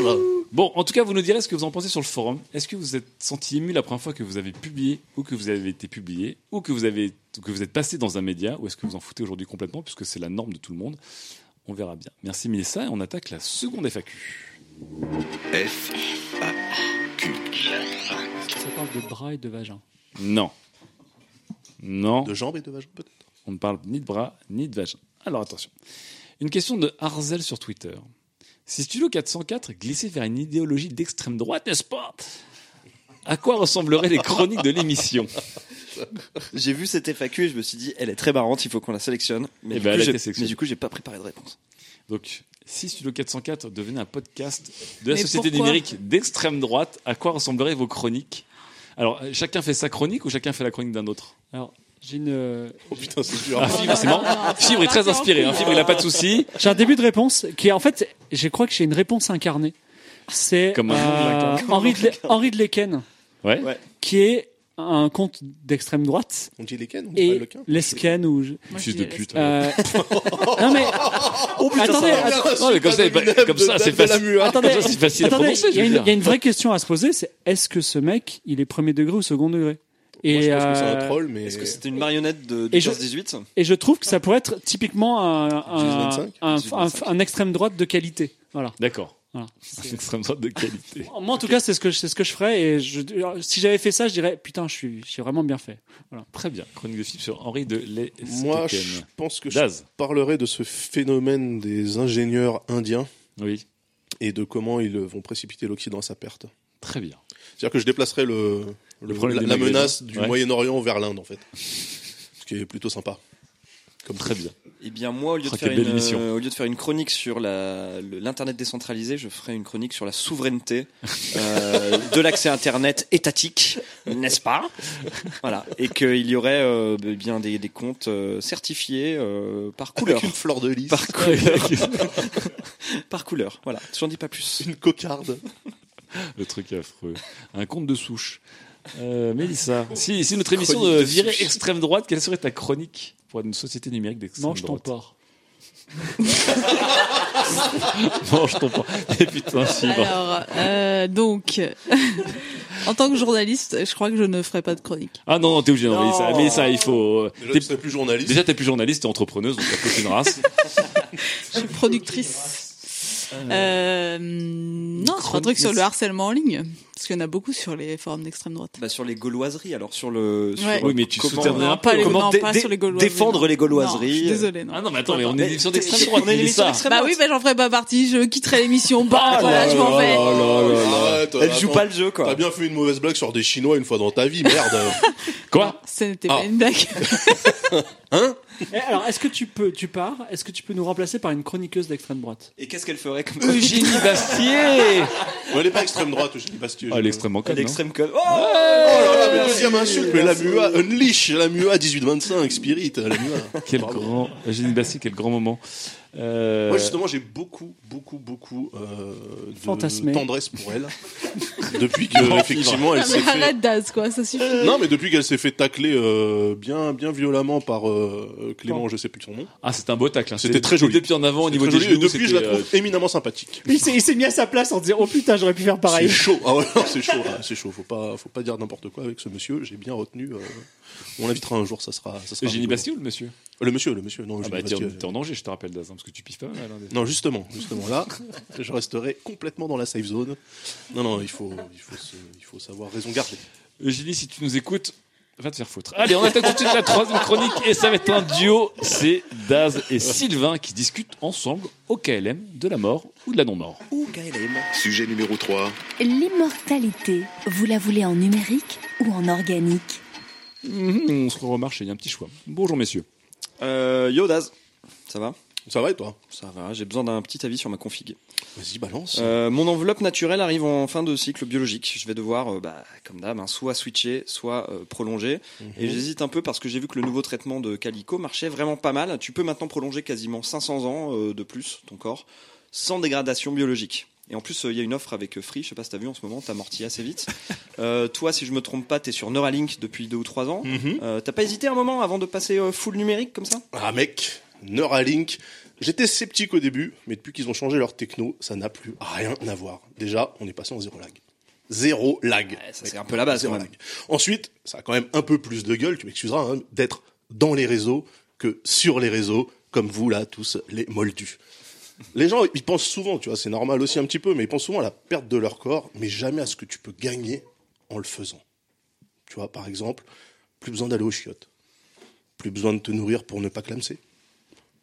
Bon, en tout cas, vous nous direz ce que vous en pensez sur le forum. Est-ce que vous êtes senti ému la première fois que vous avez publié, ou que vous avez été publié, ou que vous, avez, ou que vous êtes passé dans un média, ou est-ce que vous en foutez aujourd'hui complètement, puisque c'est la norme de tout le monde On verra bien. Merci Mélissa, et on attaque la seconde FAQ. F, A, Q. Ça parle de bras et de vagin. Non. Non, De jambes et de vagin, peut-être on ne parle ni de bras, ni de vagin. Alors attention. Une question de Arzel sur Twitter. Si Studio 404 glissait vers une idéologie d'extrême droite, n'est-ce pas À quoi ressembleraient les chroniques de l'émission J'ai vu cette FAQ et je me suis dit, elle est très marrante, il faut qu'on la sélectionne. Mais, Eh du, ben, elle coup, a j'ai- été sélectionnée. mais du coup, j'ai pas préparé de réponse. Donc, si Studio 404 devenait un podcast de la Mais société pourquoi numérique d'extrême droite, à quoi ressembleraient vos chroniques Alors, euh, chacun fait sa chronique ou chacun fait la chronique d'un autre Alors, j'ai une. euh, Oh putain, c'est dur. Ah, Fibre, c'est marrant. Fibre est très inspiré. hein. Fibre, il n'a pas de souci. J'ai un début de réponse qui est en fait, je crois que j'ai une réponse incarnée. c'est Comme un euh, Blackout. Henri, de, Henri de Lesquin, Ouais. Ouais. qui est un conte d'extrême droite. On dit les cannes, on dit pas Et le quin. Lesquin, ou. je- Moi, je Fils dis les- de pute. euh, non mais. attendez, Ah, attendez, merde, Non, mais comme super ça, Eminem pas- comme de ça, c'est Dan de la facile. Mua. attendez, Comme ça, c'est facile à attendez, prononcer, il y, a je veux une- dire. il y a une vraie question à se poser, c'est est-ce que ce mec, il est premier degré ou second Moi, degré je pense que c'est euh, un troll, mais. Est-ce que c'était une marionnette de Et je- 15-18 Et je trouve que ça pourrait être typiquement un, un, 10-25, un- 10-25. un- un extrême droite de qualité. Voilà. D'accord. Voilà. C'est extrême droite de qualité. Oh, Moi, en tout cas, c'est ce que je- c'est ce que je ferais. Et je, alors, si j'avais fait ça, je dirais putain, je suis, j'ai vraiment bien fait. Très bien. Chronique de film sur Henri de Lesquin. Moi, je pense que je Daz. parlerai de ce phénomène des ingénieurs indiens Oui. et de comment ils vont précipiter l'Occident à sa perte. Très bien. C'est-à-dire que je déplacerai le, le- problème la, des la magasins. menace du Ouais. Moyen-Orient vers l'Inde, en fait. Ce qui est plutôt sympa. Comme Très bien. Eh bien, moi, au lieu, Oh, de quelle faire belle une, émission. euh, au lieu de faire une chronique sur la- le- l'Internet décentralisé, je ferai une chronique sur la souveraineté euh, de l'accès Internet étatique, n'est-ce pas Voilà. Et qu'il y aurait euh, bien des, des comptes euh, certifiés euh, par couleur. Avec une fleur de lys, Par couleur. par couleur. Voilà. J'en dis pas plus. une cocarde. Le truc affreux. Un conte de souche. Euh, Mélissa, si, si notre émission de de virait souche. extrême droite, quelle serait ta chronique pour une société numérique d'extrême Mange droite ton porc. Mange ton porc. Et putain, si, bon. Alors, euh, donc, en tant que journaliste, je crois que je ne ferai pas de chronique. Ah non, non, t'es obligé, non, Mélissa. Mélissa, il faut. euh, Déjà, t'es- tu serais plus journaliste. Déjà, t'es plus journaliste, t'es entrepreneuse, donc t'as plus une race. Je suis productrice. Euh, non, c'est un truc sur le harcèlement en ligne, parce qu'il y en a beaucoup sur les forums d'extrême droite. Bah, sur les gauloiseries, alors sur le. sur Ouais. Oui, mais tu comment- soutiendrais un Non, peu. pas, les, Comment non, dé- pas dé- sur les gauloiseries. défendre les gauloiseries. Non, je suis désolée. Non. Ah non, mais attends, mais on est une émission d'extrême On droite, est une émission Mélissa. d'extrême Bah oui, droite. bah j'en ferai pas partie, je quitterai l'émission. Bah Ah voilà, là je m'en là vais. là là là. Arrête, Elle joue Ah, attends, pas le jeu, quoi. T'as bien fait une mauvaise blague sur des Chinois une fois dans ta vie, merde. Quoi Ce n'était Ah. pas une blague. Eh, alors, est-ce que tu peux, tu pars Est-ce que tu peux nous remplacer par une chroniqueuse d'extrême droite Et qu'est-ce qu'elle ferait comme. Eugénie Bastier Mais elle est pas extrême droite, je dis Bastier. Ah, je- l'extrême Elle encode, est non extrême code. Oh là là, mais deuxième insulte, mais la MUA, Unleash, la MUA 1825, Spirit, la MUA. hein. Quel Bravo. grand. Eugénie Bastier, quel grand moment. Euh, Moi, justement, j'ai beaucoup, beaucoup, beaucoup euh, de Fantasmé. tendresse pour elle. depuis que, effectivement, elle Ah, s'est mais fait. arrête Daz, quoi, ça suffit. Non, mais depuis qu'elle s'est fait tacler euh, bien, bien violemment par euh, Clément, je sais plus son nom. Ah, c'est un beau tacle. hein. C'était C'est- très joli. Depuis en avant, au niveau Très des jolie, et genoux, depuis, je la c'était, euh, trouve éminemment sympathique. Il s'est, mis à sa place en disant oh putain, j'aurais pu faire C'est chaud. Ah ouais, non, c'est chaud. Ah, c'est chaud. Faut pas, faut pas dire n'importe quoi avec ce monsieur. J'ai bien retenu. euh, On l'invitera un jour. Ça sera. Ça euh, sera Eugénie rigolo. Euh, Bastier ou le monsieur Le monsieur, le monsieur. Non, Ah Eugénie bah, t'es en, Bastier. t'es en danger, je te rappelle, Daz, hein, parce que tu piffes pas mal. hein, des- Non, justement, justement là, je resterai complètement dans la safe zone. Non, non, il faut, il faut, se- il faut savoir raison garder. Eugénie, si tu nous écoutes, va te faire foutre. Allez, on attaque tout de suite la troisième chronique et ça va être un duo. C'est Daz et Sylvain qui discutent ensemble au KLM de la mort ou de la non-mort. Ouh, KLM. Sujet numéro 3. L'immortalité, vous la voulez en numérique ou en organique Mhm, on se remarche, il y a un petit choix. Bonjour, messieurs. Euh, yo, Daz. Ça va Ça va et toi Ça va, j'ai besoin d'un petit avis sur ma config. Vas-y, balance. Euh, mon enveloppe naturelle arrive en fin de cycle biologique. Je vais devoir, euh, bah, comme d'hab, hein, soit switcher, soit euh, prolonger. Et j'hésite un peu parce que j'ai vu que le nouveau traitement de Calico marchait vraiment pas mal. Tu peux maintenant prolonger quasiment 500 ans euh, de plus ton corps sans dégradation biologique. Et en plus, euh, il y a une offre avec euh, Free, je sais pas si t'as vu en ce moment, t'amortis assez vite. Euh, toi, si je me trompe pas, t'es sur Neuralink depuis deux ou trois ans. Mhm. Euh, t'as pas hésité un moment avant de passer euh, full numérique comme ça Ah mec, Neuralink. J'étais sceptique au début, mais depuis qu'ils ont changé leur techno, ça n'a plus rien à voir. Déjà, on est passé en zéro lag. Zéro lag. ça, c'est un peu la base, Zéro quand même. lag. Ensuite, ça a quand même un peu plus de gueule, tu m'excuseras, hein, d'être dans les réseaux que sur les réseaux, comme vous là, tous les moldus. Les gens, ils pensent souvent, tu vois, c'est normal aussi un petit peu, mais ils pensent souvent à la perte de leur corps, mais jamais à ce que tu peux gagner en le faisant. Tu vois, par exemple, plus besoin d'aller aux chiottes. Plus besoin de te nourrir pour ne pas clamser.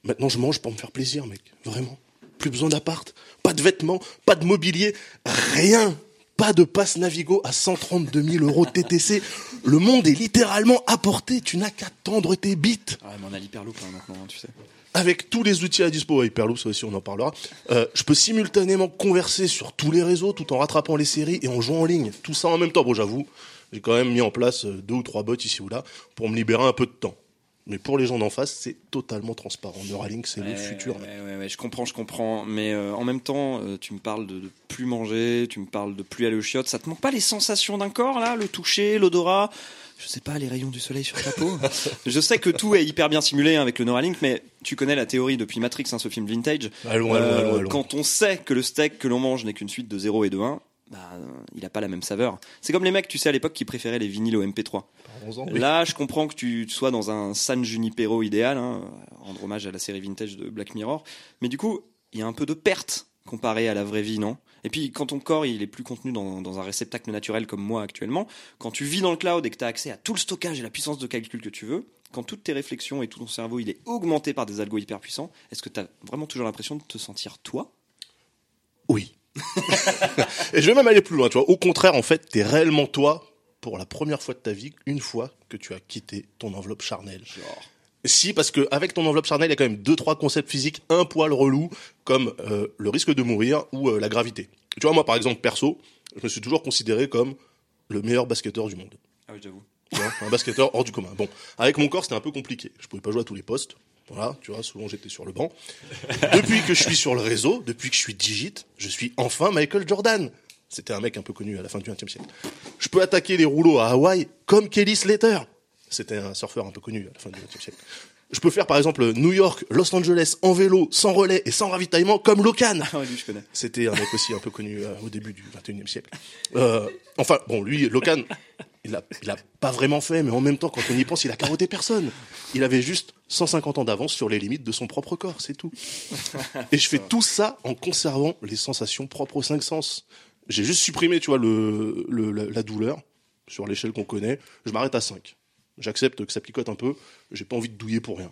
Maintenant, je mange pour me faire plaisir, mec. Vraiment. Plus besoin d'appart, pas de vêtements, pas de mobilier, rien. Pas de passe Navigo à 132 000 euros TTC. Le monde est littéralement à portée. Tu n'as qu'à tendre tes bites. Ah, mais on a l'hyperloop là maintenant, hein, tu sais. Avec tous les outils à dispo, Hyperloop, ça aussi, on en parlera. euh, je peux simultanément converser sur tous les réseaux tout en rattrapant les séries et en jouant en ligne. Tout ça en même temps. Bon, j'avoue, j'ai quand même mis en place euh, deux ou trois bots ici ou là pour me libérer un peu de temps. Mais pour les gens d'en face, c'est totalement transparent. Neuralink, c'est le Ouais, futur. ouais, mec. ouais, ouais, je comprends, je comprends. Mais euh, en même temps, euh, tu me parles de, de plus manger, tu me parles de plus aller aux chiottes. Ça te manque pas les sensations d'un corps, là Le toucher, l'odorat Je sais pas, les rayons du soleil sur ta peau Je sais que tout est hyper bien simulé hein, avec le Neuralink, mais tu connais la théorie depuis Matrix, hein, ce film vintage. Allons, allons, Euh, allons, allons. Quand on sait que le steak que l'on mange n'est qu'une suite de 0 et de 1, bah, euh, il n'a pas la même saveur. C'est comme les mecs, tu sais, à l'époque, qui préféraient les vinyles au MP3. Parlons-en, oui. Là, je comprends que tu sois dans un San Junipero idéal, hein, rendre hommage à la série vintage de Black Mirror. Mais du coup, il y a un peu de perte comparé à la vraie vie, non Et puis, quand ton corps, il est plus contenu dans, dans un réceptacle naturel comme moi actuellement, quand tu vis dans le cloud et que tu as accès à tout le stockage et la puissance de calcul que tu veux, quand toutes tes réflexions et tout ton cerveau, il est augmenté par des algos hyper puissants, est-ce que tu as vraiment toujours l'impression de te sentir toi Oui. Et je vais même aller plus loin, tu vois. Au contraire, en fait, t'es réellement toi pour la première fois de ta vie, une fois que tu as quitté ton enveloppe charnelle. Genre, Si, parce que avec ton enveloppe charnelle, il y a quand même deux trois concepts physiques un poil relou, comme euh, le risque de mourir ou euh, la gravité. Tu vois, moi par exemple perso, je me suis toujours considéré comme le meilleur basketteur du monde. ah oui, j'avoue. Tu vois, un basketteur hors du commun. Bon, avec mon corps, c'était un peu compliqué. Je pouvais pas jouer à tous les postes. Voilà, tu vois, souvent j'étais sur le banc. Depuis que je suis sur le réseau, depuis que je suis digit, je suis enfin Michael Jordan. C'était un mec un peu connu à la fin du XXe siècle. Je peux attaquer les rouleaux à Hawaï comme Kelly Slater. C'était un surfeur un peu connu à la fin du XXe siècle. Je peux faire par exemple New York, Los Angeles en vélo, sans relais et sans ravitaillement comme Locan. Ah ouais, lui, je connais. C'était un mec aussi un peu connu euh, au début du 21e siècle. Euh, enfin, bon, lui, Locan, il l'a il a pas vraiment fait, mais en même temps, quand on y pense, il a carotté personne. Il avait juste 150 ans d'avance sur les limites de son propre corps, c'est tout. Et je fais tout ça en conservant les sensations propres aux cinq sens. J'ai juste supprimé, tu vois, le, le- la, la douleur sur l'échelle qu'on connaît. Je m'arrête à 5. J'accepte que ça picote un peu. J'ai pas envie de douiller pour rien.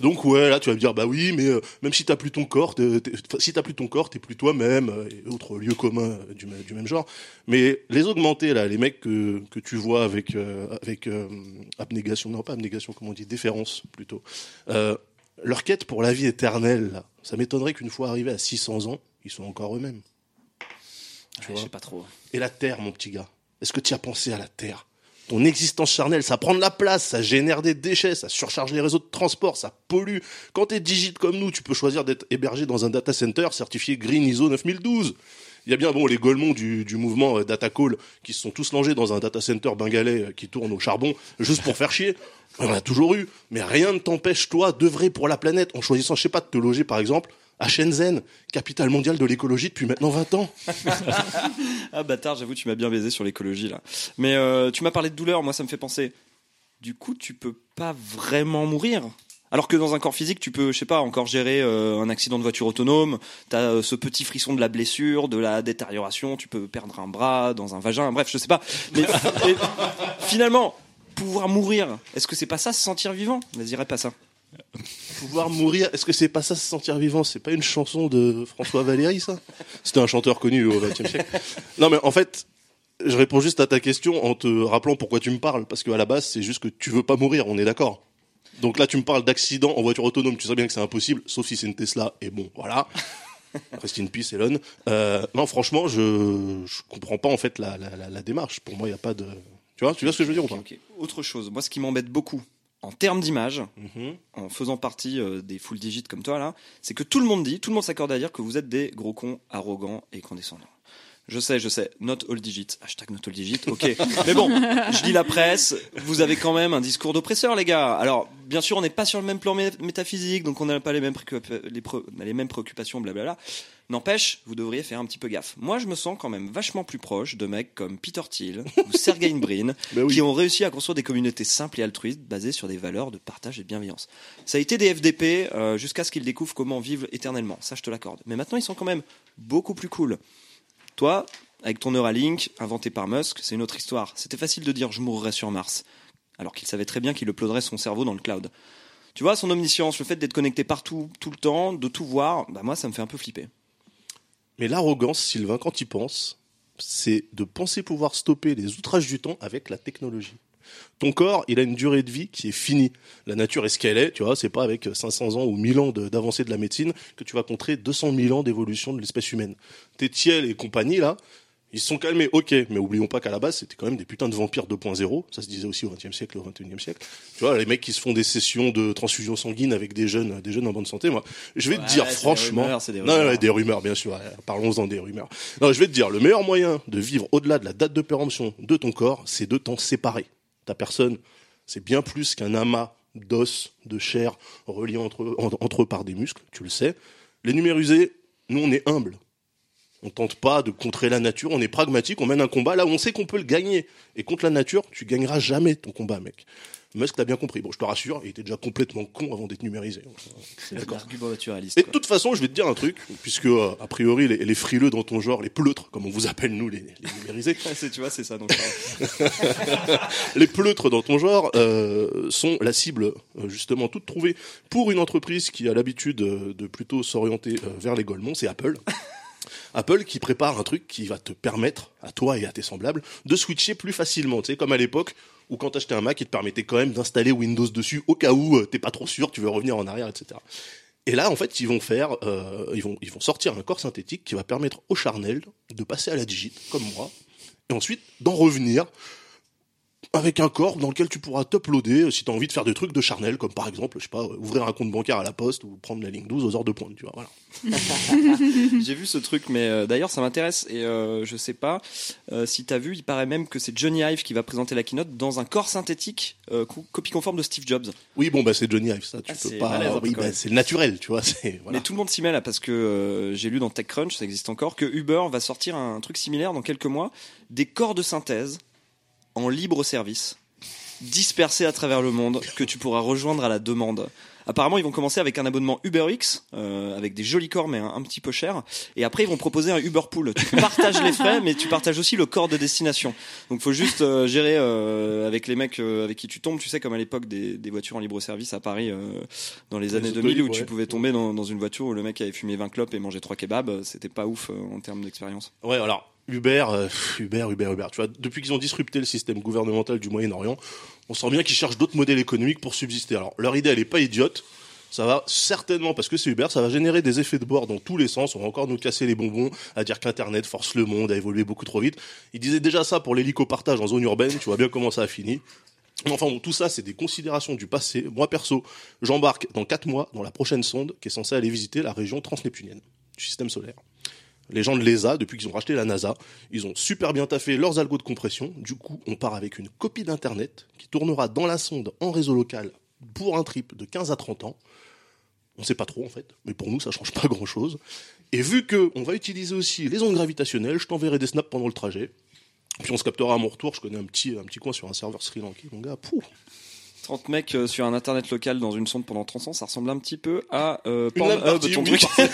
Donc ouais, là tu vas me dire bah oui, mais euh, même si t'as plus ton corps, t'es- t'es- enfin, si t'as plus ton corps, t'es plus toi-même euh, et autres lieux communs euh, du, m- du même genre. Mais les augmentés là, les mecs que, que tu vois avec euh, avec euh, abnégation, non pas abnégation, comment on dit, déférence plutôt. euh, leur quête pour la vie éternelle, là, ça m'étonnerait qu'une fois arrivés à 600 ans, ils sont encore eux-mêmes. Tu Ah, Ouais, vois. je sais pas trop. Et la Terre, mon petit gars Est-ce que tu as pensé à la Terre Ton existence charnelle, ça prend de la place, ça génère des déchets, ça surcharge les réseaux de transport, ça pollue. Quand t'es digit comme nous, tu peux choisir d'être hébergé dans un data center certifié Green ISO 9012. Il y a bien bon les golemons du, du mouvement euh, Datacall qui se sont tous langés dans un data center bengalais euh, qui tourne au charbon juste pour faire chier. On en a toujours eu, mais rien ne t'empêche toi d'œuvrer pour la planète en choisissant, je sais pas, de te loger par exemple à Shenzhen, capitale mondiale de l'écologie depuis maintenant 20 ans. Ah bâtard, j'avoue, tu m'as bien baisé sur l'écologie là. Mais euh, tu m'as parlé de douleur, moi ça me fait penser. Du coup, tu peux pas vraiment mourir. Alors que dans un corps physique, tu peux, je sais pas, encore gérer euh, un accident de voiture autonome. T'as euh, ce petit frisson de la blessure, de la détérioration. Tu peux perdre un bras dans un vagin. Bref, je sais pas. Mais et finalement, pouvoir mourir, est-ce que c'est pas ça se sentir vivant Vas-y, répète pas ça. Pouvoir mourir, est-ce que c'est pas ça se sentir vivant C'est pas une chanson de François Valéry, ça C'était un chanteur connu au XXe siècle. Non, mais en fait, je réponds juste à ta question en te rappelant pourquoi tu me parles, parce qu'à la base, c'est juste que tu veux pas mourir, on est d'accord. Donc là, tu me parles d'accident en voiture autonome, tu sais bien que c'est impossible, sauf si c'est une Tesla, et bon, voilà. Rest in peace, Elon. Euh, non, franchement, je, je comprends pas en fait la, la, la- la démarche. Pour moi, il n'y a pas de. Tu vois, tu vois ce que je veux dire ou pas Ok, ok. Autre chose, moi ce qui m'embête beaucoup en termes d'image, Mhm. en faisant partie euh, des full digits comme toi là, c'est que tout le monde dit, tout le monde s'accorde à dire que vous êtes des gros cons, arrogants et condescendants. Je sais, je sais, not all digit, hashtag not all digit, ok. Mais bon, je lis la presse, vous avez quand même un discours d'oppresseur, les gars. Alors, bien sûr, on n'est pas sur le même plan mé- métaphysique, donc on n'a pas les mêmes, préocupa- les pré- on a les mêmes préoccupations, blablabla. N'empêche, vous devriez faire un petit peu gaffe. Moi, je me sens quand même vachement plus proche de mecs comme Peter Thiel ou Sergey Brin, Ben oui. qui ont réussi à construire des communautés simples et altruistes basées sur des valeurs de partage et de bienveillance. Ça a été des FDP euh, jusqu'à ce qu'ils découvrent comment vivre éternellement, ça je te l'accorde. Mais maintenant ils sont quand même beaucoup plus cool. Toi, avec ton Neuralink, inventé par Musk, c'est une autre histoire. C'était facile de dire je mourrai sur Mars, alors qu'il savait très bien qu'il uploaderait son cerveau dans le cloud. Tu vois, son omniscience, le fait d'être connecté partout, tout le temps, de tout voir, bah moi ça me fait un peu flipper. Mais l'arrogance, Sylvain, quand il pense, c'est de penser pouvoir stopper les outrages du temps avec la technologie. Ton corps, il a une durée de vie qui est finie. La nature est ce qu'elle est, tu vois, c'est pas avec 500 ans ou 1000 ans de- d'avancée de la médecine que tu vas contrer 200 000 ans d'évolution de l'espèce humaine. Tes tiels et compagnie, là, Ils se sont calmés, ok, mais oublions pas qu'à la base, c'était quand même des putains de vampires 2.0. Ça se disait aussi au XXe siècle, au XXIe siècle. Tu vois, les mecs qui se font des sessions de transfusion sanguine avec des jeunes, des jeunes en bonne santé. Moi, je vais Ouais, te dire c'est des franchement, rumeurs, c'est des non, rumeurs. ouais, des rumeurs, bien sûr. ouais, Parlons-en des rumeurs. Non, je vais te dire, le meilleur moyen de vivre au-delà de la date de péremption de ton corps, c'est de t'en séparer. Ta personne, c'est bien plus qu'un amas d'os, de chair, reliés entre, eux- en- entre eux par des muscles, tu le sais. Les numérusés, nous, on est humbles. On tente pas de contrer la nature, on est pragmatique, on mène un combat là où on sait qu'on peut le gagner. Et contre la nature, tu gagneras jamais ton combat, mec. Musk, t'as bien compris. Bon, je te rassure, il était déjà complètement con avant d'être numérisé. C'est un argument naturaliste. Et de quoi. toute façon, je vais te dire un truc, puisque euh, a priori les, les frileux dans ton genre, les pleutres, comme on vous appelle nous, les, les numérisés, Ah, c'est- tu vois, c'est ça. Donc, les pleutres dans ton genre euh, sont la cible euh, justement toute trouvée pour une entreprise qui a l'habitude euh, de plutôt s'orienter euh, vers les golemons, c'est Apple. Apple qui prépare un truc qui va te permettre, à toi et à tes semblables, de switcher plus facilement. Tu sais, comme à l'époque où quand t'achetais un Mac, il te permettait quand même d'installer Windows dessus au cas où euh, t'es pas trop sûr, tu veux revenir en arrière, etc. Et là, en fait, ils vont faire, euh, ils vont, ils vont sortir un corps synthétique qui va permettre au charnel de passer à la digite, comme moi, et ensuite d'en revenir avec un corps dans lequel tu pourras t'uploader euh, si tu as envie de faire des trucs de charnel, comme par exemple, je sais pas, euh, ouvrir un compte bancaire à la poste ou prendre la ligne 12 aux heures de pointe, tu vois, voilà. J'ai vu ce truc, mais euh, d'ailleurs, ça m'intéresse. Et euh, je sais pas euh, si t'as vu, il paraît même que c'est Johnny Hive qui va présenter la keynote dans un corps synthétique, euh, co- copie conforme de Steve Jobs. Oui, bon, bah, c'est Johnny Hive, ça, tu Ah, peux c'est pas, malaise, un peu, oui, quand bah, même. c'est le naturel, tu vois, c'est, voilà. Mais tout le monde s'y met là parce que euh, j'ai lu dans TechCrunch, ça existe encore, que Uber va sortir un truc similaire dans quelques mois, des corps de synthèse en libre service, dispersés à travers le monde, que tu pourras rejoindre à la demande. Apparemment, ils vont commencer avec un abonnement UberX, euh, avec des jolis corps mais un, un petit peu cher. Et après, ils vont proposer un Uber Pool. Tu partages les frais, mais tu partages aussi le corps de destination. Donc, faut juste euh, gérer euh, avec les mecs euh, avec qui tu tombes. Tu sais, comme à l'époque des, des voitures en libre service à Paris euh, dans les Les années autolibres, 2000, où tu ouais. pouvais tomber dans, dans une voiture où le mec avait fumé 20 clopes et mangé 3 kebabs. euh, C'était pas ouf euh, en termes d'expérience. Ouais, alors, Uber, euh, pff, Uber, Uber, Uber. Tu vois, depuis qu'ils ont disrupté le système gouvernemental du Moyen-Orient, on sent bien qu'ils cherchent d'autres modèles économiques pour subsister. Alors, leur idée, elle est pas idiote. Ça va certainement, parce que c'est Uber, ça va générer des effets de bord dans tous les sens. On va encore nous casser les bonbons à dire qu'Internet force le monde à évoluer beaucoup trop vite. Ils disaient déjà ça pour l'hélico-partage en zone urbaine. Tu vois bien comment ça a fini. Mais Enfin bon, tout ça, c'est des considérations du passé. Moi, perso, j'embarque dans quatre mois dans la prochaine sonde qui est censée aller visiter la région transneptunienne du système solaire. Les gens de l'ESA, depuis qu'ils ont racheté la NASA, ils ont super bien taffé leurs algos de compression. Du coup, on part avec une copie d'Internet qui tournera dans la sonde en réseau local pour un trip de 15 à 30 ans. On sait pas trop en fait, mais pour nous, ça change pas grand-chose. Et vu que on va utiliser aussi les ondes gravitationnelles, je t'enverrai des snaps pendant le trajet. Puis on se captera à mon retour, je connais un petit, un petit coin sur un serveur sri-lankais, mon gars. Pouh. 30 mecs euh, sur un internet local dans une sonde pendant 30 ans, ça ressemble un petit peu à euh, Une lame Pornhub, partie, ton oui, truc. parfait.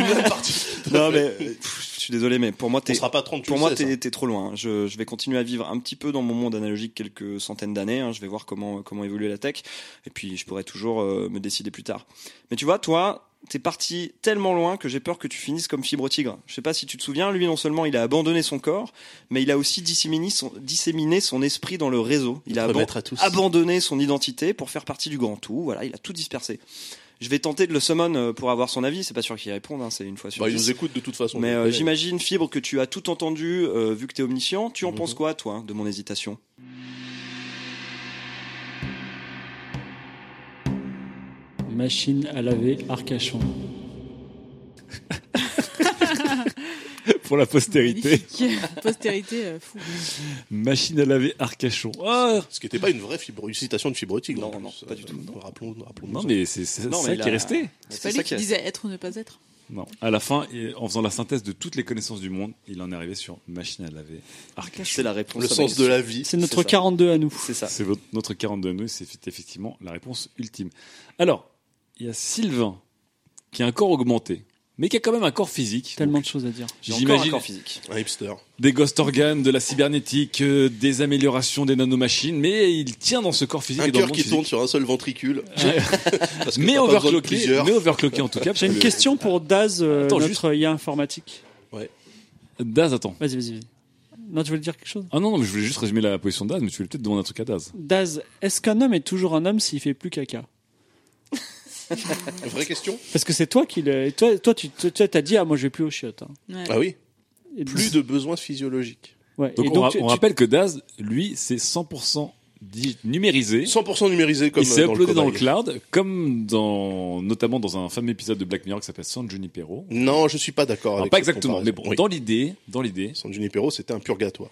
Une lame partie. non mais euh, pff, je suis désolé, mais pour moi On t'es sera pas 30, tu pour le moi sais, ça. t'es t'es trop loin. hein. Je, je vais continuer à vivre un petit peu dans mon monde analogique quelques centaines d'années. hein. Je vais voir comment comment évolue la tech, et puis je pourrais toujours euh, me décider plus tard. Mais tu vois, toi. T'es parti tellement loin que j'ai peur que tu finisses comme Fibre Tigre. Je sais pas si tu te souviens, lui non seulement il a abandonné son corps, mais il a aussi disséminé son, disséminé son esprit dans le réseau. Il a Ah aban- Remettre à tous. abandonné son identité pour faire partie du grand tout. Voilà, il a tout dispersé. Je vais tenter de le summon euh, pour avoir son avis. C'est pas sûr qu'il réponde. hein, C'est une fois sur Bah, ils dix. nous écoutent de toute façon. Mais donc, euh, ouais. j'imagine, Fibre, que tu as tout entendu, euh, vu que tu es omniscient. Tu en penses quoi, toi, de mon hésitation Machine à laver Arcachon. pour la postérité. Magnifique. Postérité, euh, fou. Machine à laver Arcachon. Ah Ce qui n'était pas une vraie fibre, hein, une citation de fibrotique. Non, non, pas du tout. Rappelons, rappelons non mais c'est c'est Non, ça mais qui il est a- resté. C'est C'est pas ça lui qui qui est- disait être ou ne pas être. Non. À la fin, et en faisant la synthèse de toutes les connaissances du monde, il en est arrivé sur machine à laver Arcachon. C'est la réponse. Le à ma sens de question. la vie. C'est notre ça. 42 à nous. C'est ça. C'est votre- notre 42 nœuds, c'est effectivement la réponse ultime. Alors, il y a Sylvain qui a un corps augmenté, mais qui a quand même un corps physique. Tellement de choses à dire. J'ai encore un J'imagine corps physique. Un hipster. des ghost organes, de la cybernétique, euh, des améliorations des nanomachines, mais il tient dans ce corps physique Un et dans le cœur monde qui tourne physique. sur un seul ventricule. Parce que Mais t'as pas besoin de overclocké, plusieurs. mais overclocké en tout cas. J'ai une question pour Daz, euh, Euh, Attends, juste- notre IA informatique. Daz, attends. Vas-y, vas-y, vas-y. Non, tu voulais dire quelque chose Ah non, non, mais je voulais juste résumer la position de Daz, mais tu voulais peut-être demander un truc à Daz. Daz, est-ce qu'un homme est toujours un homme s'il fait plus caca Vraie question Parce que c'est toi qui le. Toi, toi, tu toi, toi, t'as dit, ah, moi je vais plus aux chiottes. hein. Ouais. Ah oui Et- Plus de besoins physiologiques. Ouais, Donc, et on, donc, ra- tu- on tu- rappelle que Daz, lui, c'est 100% dit- numérisé. 100% numérisé comme il s'est euh, dans le uploadé dans le cobaye. cloud, comme dans, notamment dans un fameux épisode de Black Mirror qui s'appelle San Junipero. Non, je suis pas d'accord Alors, avec pas cette exactement, mais comparaison. bon, Oui. dans l'idée, dans l'idée, San Junipero, c'était un purgatoire.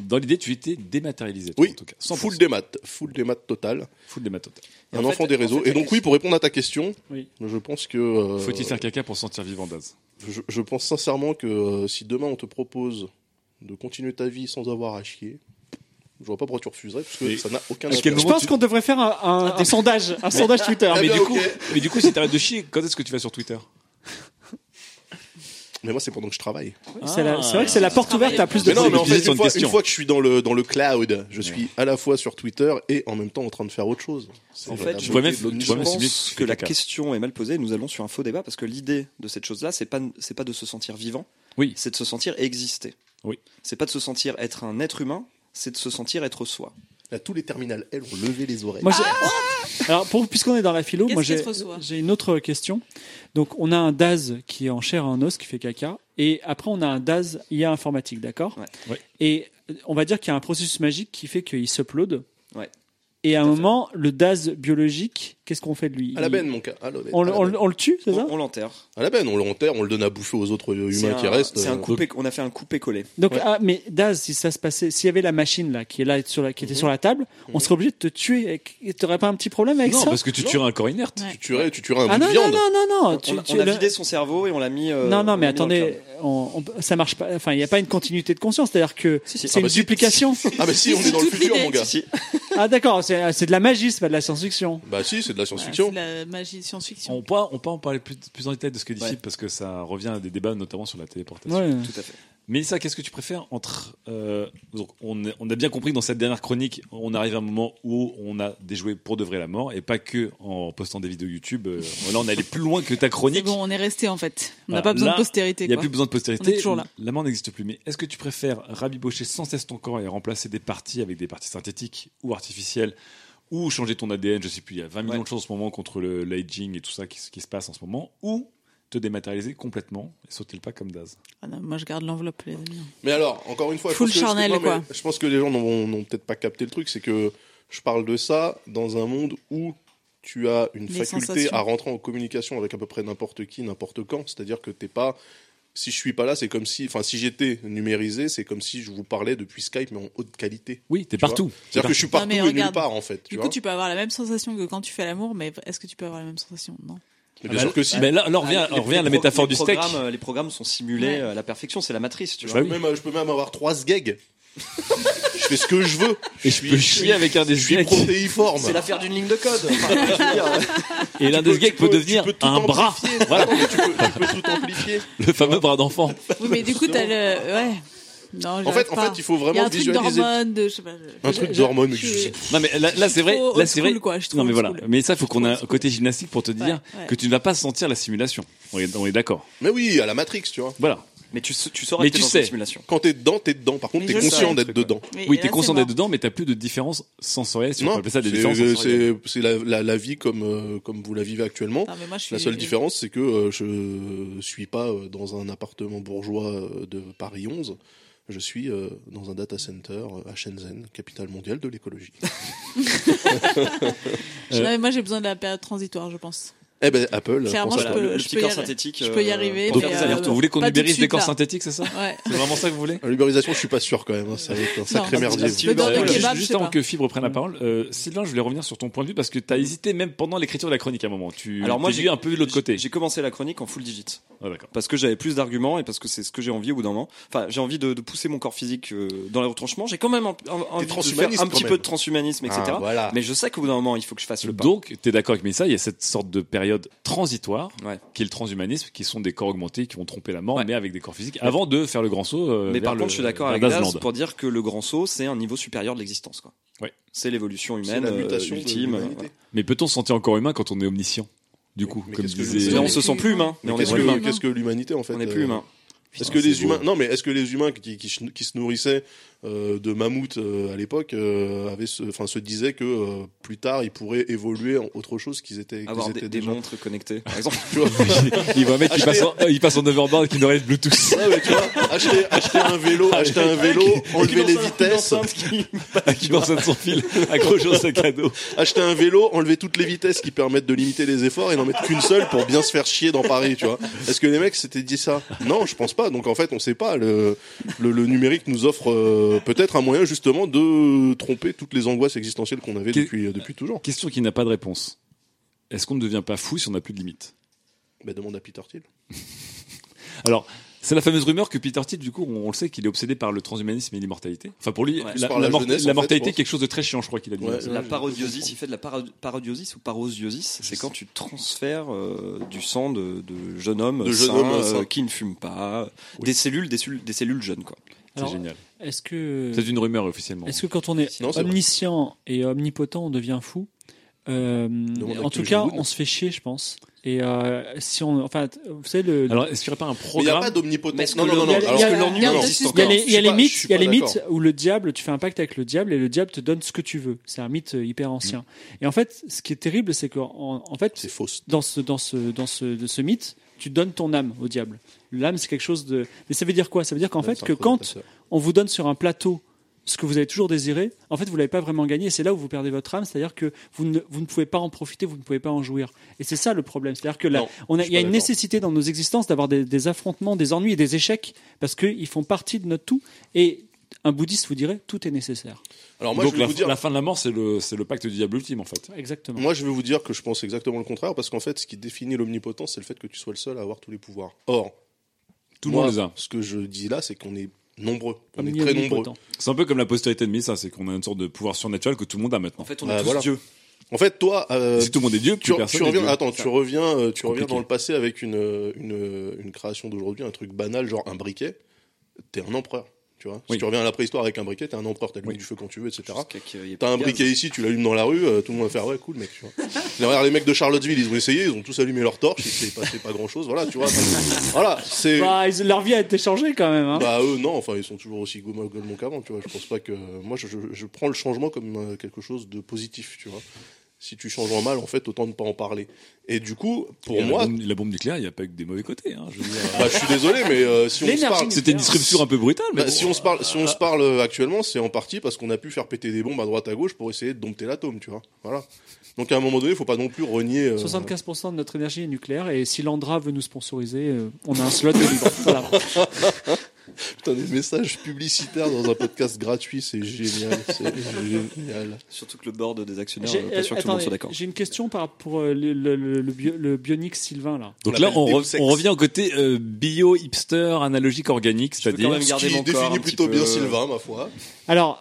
dans l'idée, tu étais dématérialisé. toi, Oui, en tout cas. 100%. full des maths, full des maths total, Full dématérialisé. un enfant des réseaux. fait, et donc oui, pour répondre à ta question, Oui. je pense que euh, Faut-il faire caca pour sentir vivant Daz je, je pense sincèrement que euh, si demain on te propose de continuer ta vie sans avoir à chier, je vois pas pourquoi tu refuserais parce que Mais ça n'a aucun à quel intérêt. je moment pense tu- qu'on devrait faire un, un- un sondage, un sondage Eh Twitter. Ah, mais, ben, du bien, ok. coup, mais du coup, si t'arrêtes de chier, quand est-ce que tu vas sur Twitter Mais moi, c'est pendant que je travaille. C'est la- c'est vrai que c'est la porte ouverte à plus de Mais non, mais en Épuisé fait, sur une une fois, question. une fois que je suis dans le dans le cloud, je suis à la fois sur Twitter et en même temps en train de faire autre chose. C'est En la fait, beauté je, tu pourrais même- de l'autre tu je pourrais chose. même pense cibler ce que la caca. question est mal posée. Nous allons sur un faux débat parce que l'idée de cette chose-là, c'est pas c'est pas de se sentir vivant. Oui. C'est de se sentir exister. Oui. C'est pas de se sentir être un être humain. C'est de se sentir être soi. Là, tous les terminales, elles ont levé les oreilles. Moi, j'ai- Alors, pour, puisqu'on est dans la philo, Qu'est-ce moi qu'elle j'ai, te reçoit j'ai une autre question. Donc, on a un Daz qui est en chair et en os, qui fait caca. Et après, on a un Daz IA informatique, d'accord Ouais. Ouais. Et euh, on va dire qu'il y a un processus magique qui fait qu'il s'upload. Ouais. Et à un Tout à fait. moment, le Daz biologique, qu'est-ce qu'on fait de lui À la Il- benne, mon cas. À la benne. on, à le- la on benne. le- on le tue, c'est On, ça on l'enterre. À la benne, on le enterre, on le donne à bouffer aux autres C'est humains qui un, restent. c'est Euh, un coupé. On a fait un coupé collé. Donc, ah, mais Daz, si ça se passait, s'il y avait la machine là, qui est là, sur la- qui Mhm. était sur la table, on serait obligé de te tuer. Et t'aurais pas un petit problème avec Non, ça parce que tu tuerais un corps inerte. Ouais. Tu tuerais, tu tuerais un Ah bout non, de non, viande. non, non, non. On, tu- l'a- tu- on a le- vidé son cerveau et on l'a mis. euh, Non, non, on mais l'a mis dans le attendez, cloud. on- on- ça marche pas. Enfin, il n'y a pas une continuité de conscience. C'est-à-dire que Si, si. c'est Ah une bah si. duplication. Ah, mais si, on est dans le Toute futur, l'idée. mon gars. Si, si. ah, d'accord, c'est c'est de la magie, c'est pas de la science-fiction. Bah, si, c'est de la Voilà, science-fiction. c'est de la magie science-fiction. On peut, on peut en parler plus, plus en détail de ce que dit Ouais. Philippe, parce que ça revient à des débats notamment sur la téléportation. Ouais. Tout à fait. Mélissa, qu'est-ce que tu préfères entre. euh, donc on, est- on a bien compris que dans cette dernière chronique, on arrive à un moment où on a déjoué pour de vrai la mort, et pas que en postant des vidéos YouTube. euh, là, on est allé plus loin que ta C'est chronique. bon, on est resté en fait. On n'a Voilà, pas besoin là, de postérité. Il n'y a quoi. plus besoin de On postérité. est toujours là. La mort n'existe plus. Mais est-ce que tu préfères rabibocher sans cesse ton corps et remplacer des parties avec des parties synthétiques ou artificielles ou changer ton ADN Je sais plus, il y a 20 millions Ouais. de choses en ce moment contre le- l'aging et tout ça qui, se- qui se passe en ce moment. Ou te dématérialiser complètement et sauter le pas comme Daz. Ah non, moi, je garde l'enveloppe, les amis. Mais alors, encore une fois, je Full pense, que, charnel, non, mais quoi. je pense que les gens n'ont n'ont peut-être pas capté le truc, c'est que je parle de ça dans un monde où tu as une Les faculté sensations. à rentrer en communication avec à peu près n'importe qui, n'importe quand. C'est-à-dire que t'es pas. Si je suis pas là, c'est comme si. Enfin, si j'étais numérisé, c'est comme si je vous parlais depuis Skype, mais en haute qualité. Oui, t'es partout. partout. C'est-à-dire que je suis partout mais et nulle regarde. part, en fait. Tu Du coup, vois tu peux avoir la même sensation que quand tu fais l'amour, mais est-ce que tu peux avoir la même sensation Non. Mais Ah, bien sûr que si. Mais Bah, là, là, on revient, Ah, les- on revient à les la pro- métaphore les du steak. programmes, euh, Les programmes sont simulés Ouais. euh, à la perfection. C'est la matrice. Tu Bah vois. oui. Même, euh, je peux même avoir trois gags. je fais ce que je veux. Et je peux chier avec un des Je suis sgeeks. protéiforme. C'est l'affaire d'une ligne de code. Enfin, je veux dire, Et l'un des peux- sgeeks tu peut peux- tu devenir peux tout un bras. amplifier. Voilà, Non, mais tu, peux, tu peux tout amplifier. le fameux bras d'enfant. Oui, mais du coup, t'as le. Ouais. Non, j'y En fait, arrive en pas. fait, il faut Il y a vraiment un truc visualiser. d'hormones, de. Je sais pas. je- Un truc je- d'hormones, je- je sais Non mais là, là, Je c'est suis vrai, trop là old c'est vrai. school, quoi, je suis trop non mais old voilà, school. mais ça faut qu'on Je ait suis un trop old côté gymnastique pour te dire ouais. que tu ne vas pas sentir la simulation. On est, on est d'accord. Mais oui, à la Matrix, tu vois. Voilà. Mais tu, s- tu sauras Mais que t'es tu dans sais. une simulation. Quand t'es dedans, t'es dedans. Par contre, Mais t'es je conscient sais, d'être le truc, dedans. Mais oui, là, t'es c'est conscient d'être mort. dedans, mais t'as plus de différence sensorielle. Si on peut Non, appeler ça des c'est- euh, différences sensorielles. c'est c'est la, la, la vie comme, euh, comme vous la vivez actuellement. Non, mais moi, je suis. La seule différence, c'est que euh, je suis pas euh, dans un appartement bourgeois euh, de Paris 11. Je suis euh, dans un data center euh, à Shenzhen, capitale mondiale de l'écologie. Non, mais moi, j'ai besoin de la période transitoire, je pense. eh ben, Apple. Clairement, pense à je Apple. peux- le je petit peux y corps arri- synthétique. je peux y euh, arriver, pour mais, faire des euh, allers-retours. Vous voulez qu'on pas tout de libérise des suite, corps là. synthétiques, c'est ça Ouais. C'est vraiment ça que vous voulez L'ubérisation, je suis pas sûr quand même. hein. Ça va être un sacré Non, merdier. c'est- Mais dans le Euh, kebab, juste- je Juste sais avant pas. que Fibre prenne la parole, euh, Sylvain, je voulais revenir sur ton point de vue parce que t'as hésité même pendant l'écriture de la chronique à un moment. Tu Alors moi, t'es j'ai vu un peu de l'autre côté. J'ai commencé la chronique en full digit Ah, d'accord. parce que j'avais plus d'arguments et parce que c'est ce que j'ai envie au bout d'un moment. Enfin, j'ai envie de, de pousser mon corps physique euh, dans les retranchements. J'ai quand même un, un- envie de faire transhumaniste, un quand petit même. peu de transhumanisme, etc. Ah, voilà. Mais je sais qu'au bout d'un moment, il faut que je fasse le pas. Donc, tu es d'accord avec Mélissa, il y a cette sorte de période transitoire Ouais. qui est le transhumanisme, qui sont des corps augmentés qui vont tromper la mort, Ouais. mais avec des corps physiques, avant de faire le grand saut. euh, Mais vers par contre, le- je suis d'accord vers avec Dasland. Daz pour dire que le grand saut, c'est un niveau supérieur de l'existence. quoi. Ouais. C'est l'évolution C'est humaine la euh, mutation de ultime. l'humanité. voilà. Mais peut-on se sentir encore humain quand on est omniscient Du coup, Mais comme qu'est-ce que disait. je- Mais on est se sent plus plus humain. humain. Mais, on est qu'est-ce moins que- humain. qu'est-ce que l'humanité en fait On n'est euh, plus humain. Est-ce Putain, que c'est les beau. humains, non mais est-ce que les humains qui, qui, qui se nourrissaient euh, de mammouth euh, à l'époque euh, avait se, enfin, se disait que euh, plus tard ils pourraient évoluer en autre chose qu'ils étaient, qu'ils Avoir étaient des, des déjà. montres connectées, par exemple. Tu vois, Il voit un mec qui passe en, euh, il passe en overboard avec une oreille Bluetooth. Ouais, mais tu vois, acheter, acheter un vélo, acheter un vélo, enlever les vitesses, qui danse à son fil, accroché au sac à dos. acheter un vélo, enlever toutes les vitesses qui permettent de limiter les efforts et n'en mettre qu'une seule pour bien se faire chier dans Paris, tu vois. Est-ce que les mecs s'étaient dit ça Non, je pense pas. Donc en fait, on sait pas. Le, le, le numérique nous offre euh, peut-être un moyen justement de tromper toutes les angoisses existentielles qu'on avait Qu'est- depuis, euh, depuis toujours. Question qui n'a pas de réponse. Est-ce qu'on ne devient pas fou si on n'a plus de limites Bah, demande à Peter Thiel. Alors, c'est la fameuse rumeur que Peter Thiel, du coup, on, on le sait qu'il est obsédé par le transhumanisme et l'immortalité. Enfin, pour lui, Ouais, la, c'est par la la mor- jeunesse, la en fait, mortalité je est quelque chose de très chiant, je crois qu'il a dit. Ouais. La je- parodiosis, il fait de la para- parodiosis ou parosiosis, c'est quand tu transfères euh, du sang de, de jeune homme, De jeune sain, homme, euh, sain. qui ne fume pas, Oui. des cellules, des cellules, des cellules jeunes quoi. C'est Alors, génial. Est-ce que, C'est une rumeur officiellement. est-ce que quand on est Non, c'est vrai. omniscient et omnipotent, on devient fou Euh, Demande à En Kim tout cas, Jong-un. on se fait chier, je pense. Et euh, si on, enfin, t- vous savez le. Alors, est-ce qu'il n'y aurait pas un Mais il n'y programme a pas Mais est-ce d'omnipotence. que le- il y a- il y a- l'ennui Ah, il y a- existe il y a il y a encore. les, il y a Je suis les pas- je mythes, suis il y a pas les d'accord. mythes où le diable, tu fais un pacte avec le diable et le diable te donne ce que tu veux. C'est un mythe euh, hyper ancien. Et en fait, ce qui est terrible, c'est que en, en fait, Mm. C'est fausse. dans ce, dans ce, dans ce, de ce mythe, tu donnes ton âme au diable. L'âme, c'est quelque chose de. Mais ça veut dire quoi Ça veut dire qu'en fait, que quand on vous donne sur un plateau ce que vous avez toujours désiré, en fait, vous l'avez pas vraiment gagné. Et c'est là où vous perdez votre âme, c'est-à-dire que vous ne, vous ne pouvez pas en profiter, vous ne pouvez pas en jouir. Et c'est ça le problème. C'est-à-dire que là, Non, on je a, suis il y pas a d'accord. une nécessité dans nos existences d'avoir des, des affrontements, des ennuis et des échecs, parce qu'ils font partie de notre tout. Et un bouddhiste vous dirait tout est nécessaire. Alors moi, Donc, je vais la, vous dire, la fin de la mort, c'est le, c'est le pacte du diable ultime, en fait. Exactement. moi, je vais vous dire que je pense exactement le contraire, parce qu'en fait, ce qui définit l'omnipotence, c'est le fait que tu sois le seul à avoir tous les pouvoirs. Or, Tout le moi, monde les a. Ce que je dis là, c'est qu'on est nombreux, on est très nombreux. Omnipotent. C'est un peu comme la postérité de Misa, c'est qu'on a une sorte de pouvoir surnaturel que tout le monde a maintenant. En fait, on Bah, est tous voilà. dieux. En fait, toi, euh, si tout le monde est Dieu, tu, plus personne tu n'est reviens, Dieu. attends, tu reviens, euh, tu reviens compliqué. dans le passé avec une, euh, une, euh, une création d'aujourd'hui, un truc banal, genre un briquet. T'es un empereur, tu vois. Oui. Si tu reviens à la préhistoire avec un briquet, t'es un empereur, t'allumes Oui. du feu quand tu veux, etc. Jusqu'à qu'il y ait T'as un plus de gaz. briquet ici, tu l'allumes dans la rue, euh, tout le monde va faire ouais cool mec. Tu vois. Derrière les mecs de Charlottesville, ils ont essayé, ils ont tous allumé leurs torches, il s'est passé pas grand chose, voilà, tu vois. voilà, c'est Bah, ils- leur vie a été changée quand même. hein. bah eux non, enfin ils sont toujours aussi gommeux gommeux qu'avant, tu vois. Je pense pas que moi je, je- je prends le changement comme euh, quelque chose de positif, tu vois. Si tu changes en mal, en fait, autant ne pas en parler. Et du coup, pour Et euh, la moi, bombe- la bombe nucléaire, il n'y a pas que des mauvais côtés. hein, je veux dire. bah, je suis désolé, mais euh, si on se L'énergie parle, C'était une disruption un peu brutale, mais Bah, bon. si on se parle, si on Ah. se parle euh, actuellement, c'est en partie parce qu'on a pu faire péter des bombes à droite à gauche pour essayer de dompter l'atome, tu vois. Voilà. Donc à un moment donné, il faut pas non plus renier. euh, 75% de notre énergie est nucléaire et si Landra veut nous sponsoriser, euh, on a un slot de libre. Voilà. Putain, des messages publicitaires dans un podcast gratuit, c'est génial. C'est génial. Surtout que le board des actionnaires, J'ai- euh, pas sûr euh, que tout le monde soit attendez, d'accord. J'ai une question par, pour euh, le, le, le, le bio- le bionique Sylvain là. Donc on là, l'appelle on, re- Deus Ex. on revient au côté euh, bio, hipster, analogique, organique, peux quand c'est-à-dire. même Ce garder qui mon corps définit un petit plutôt peu. bien Sylvain, ma foi. Alors,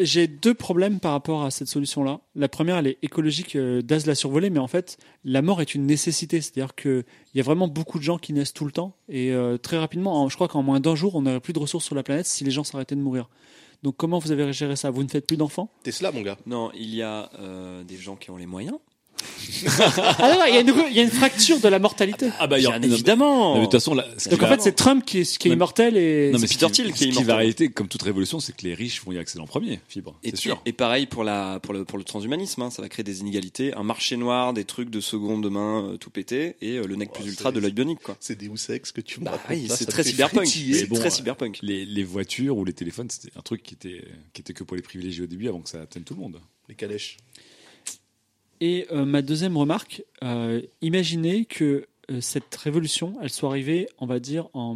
j'ai deux problèmes par rapport à cette solution-là. La première, elle est écologique, euh, Daz l'a survolée, mais en fait, la mort est une nécessité. C'est-à-dire qu'il y a vraiment beaucoup de gens qui naissent tout le temps. Et euh, très rapidement, en- je crois qu'en moins d'un jour, on n'aurait plus de ressources sur la planète si les gens s'arrêtaient de mourir. Donc comment vous avez géré ça Vous ne faites plus d'enfants Tesla, mon gars. Non, il y a euh, des gens qui ont les moyens. Ah non, il y, a une- il y a une fracture de la mortalité. Ah bah, il y a Bien évidemment. Non, mais de toute façon, là, ce qui Donc en va- fait, c'est Trump qui est, qui Non, est mais- immortel et. Non, mais c'est ce Peter Thiel qui est Ce qui va immortel. réalité, comme toute révolution, c'est que les riches vont y accéder en premier, fibre. Et, C'est sûr. et pareil pour, la, pour, le, pour le transhumanisme, hein, ça va créer des inégalités, un marché noir, des trucs de seconde main euh, tout pété, et euh, le nec plus Ouais, ultra c'est- de l'œil bionique. Quoi. C'est des sex que tu me Bah racontes oui, là, c'est ça très me fait cyberpunk. frétiller. C'est bon, très euh, cyberpunk. Les, les voitures ou les téléphones, c'était un truc qui était, qui était que pour les privilégiés au début avant que ça atteigne tout le monde. Les calèches. Et euh, ma deuxième remarque, euh, imaginez que euh, cette révolution, elle soit arrivée, on va dire, en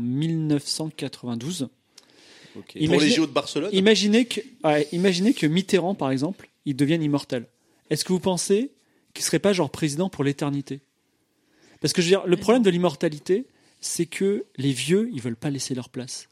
1992. Ok. il- Pour les Imaginez- JO de Barcelone, Imaginez que, ouais, imaginez que Mitterrand, par exemple, il devienne immortel. Est-ce que vous pensez qu'il serait pas genre président pour l'éternité Parce que je veux dire, le problème de l'immortalité, c'est que les vieux, ils veulent pas laisser leur place.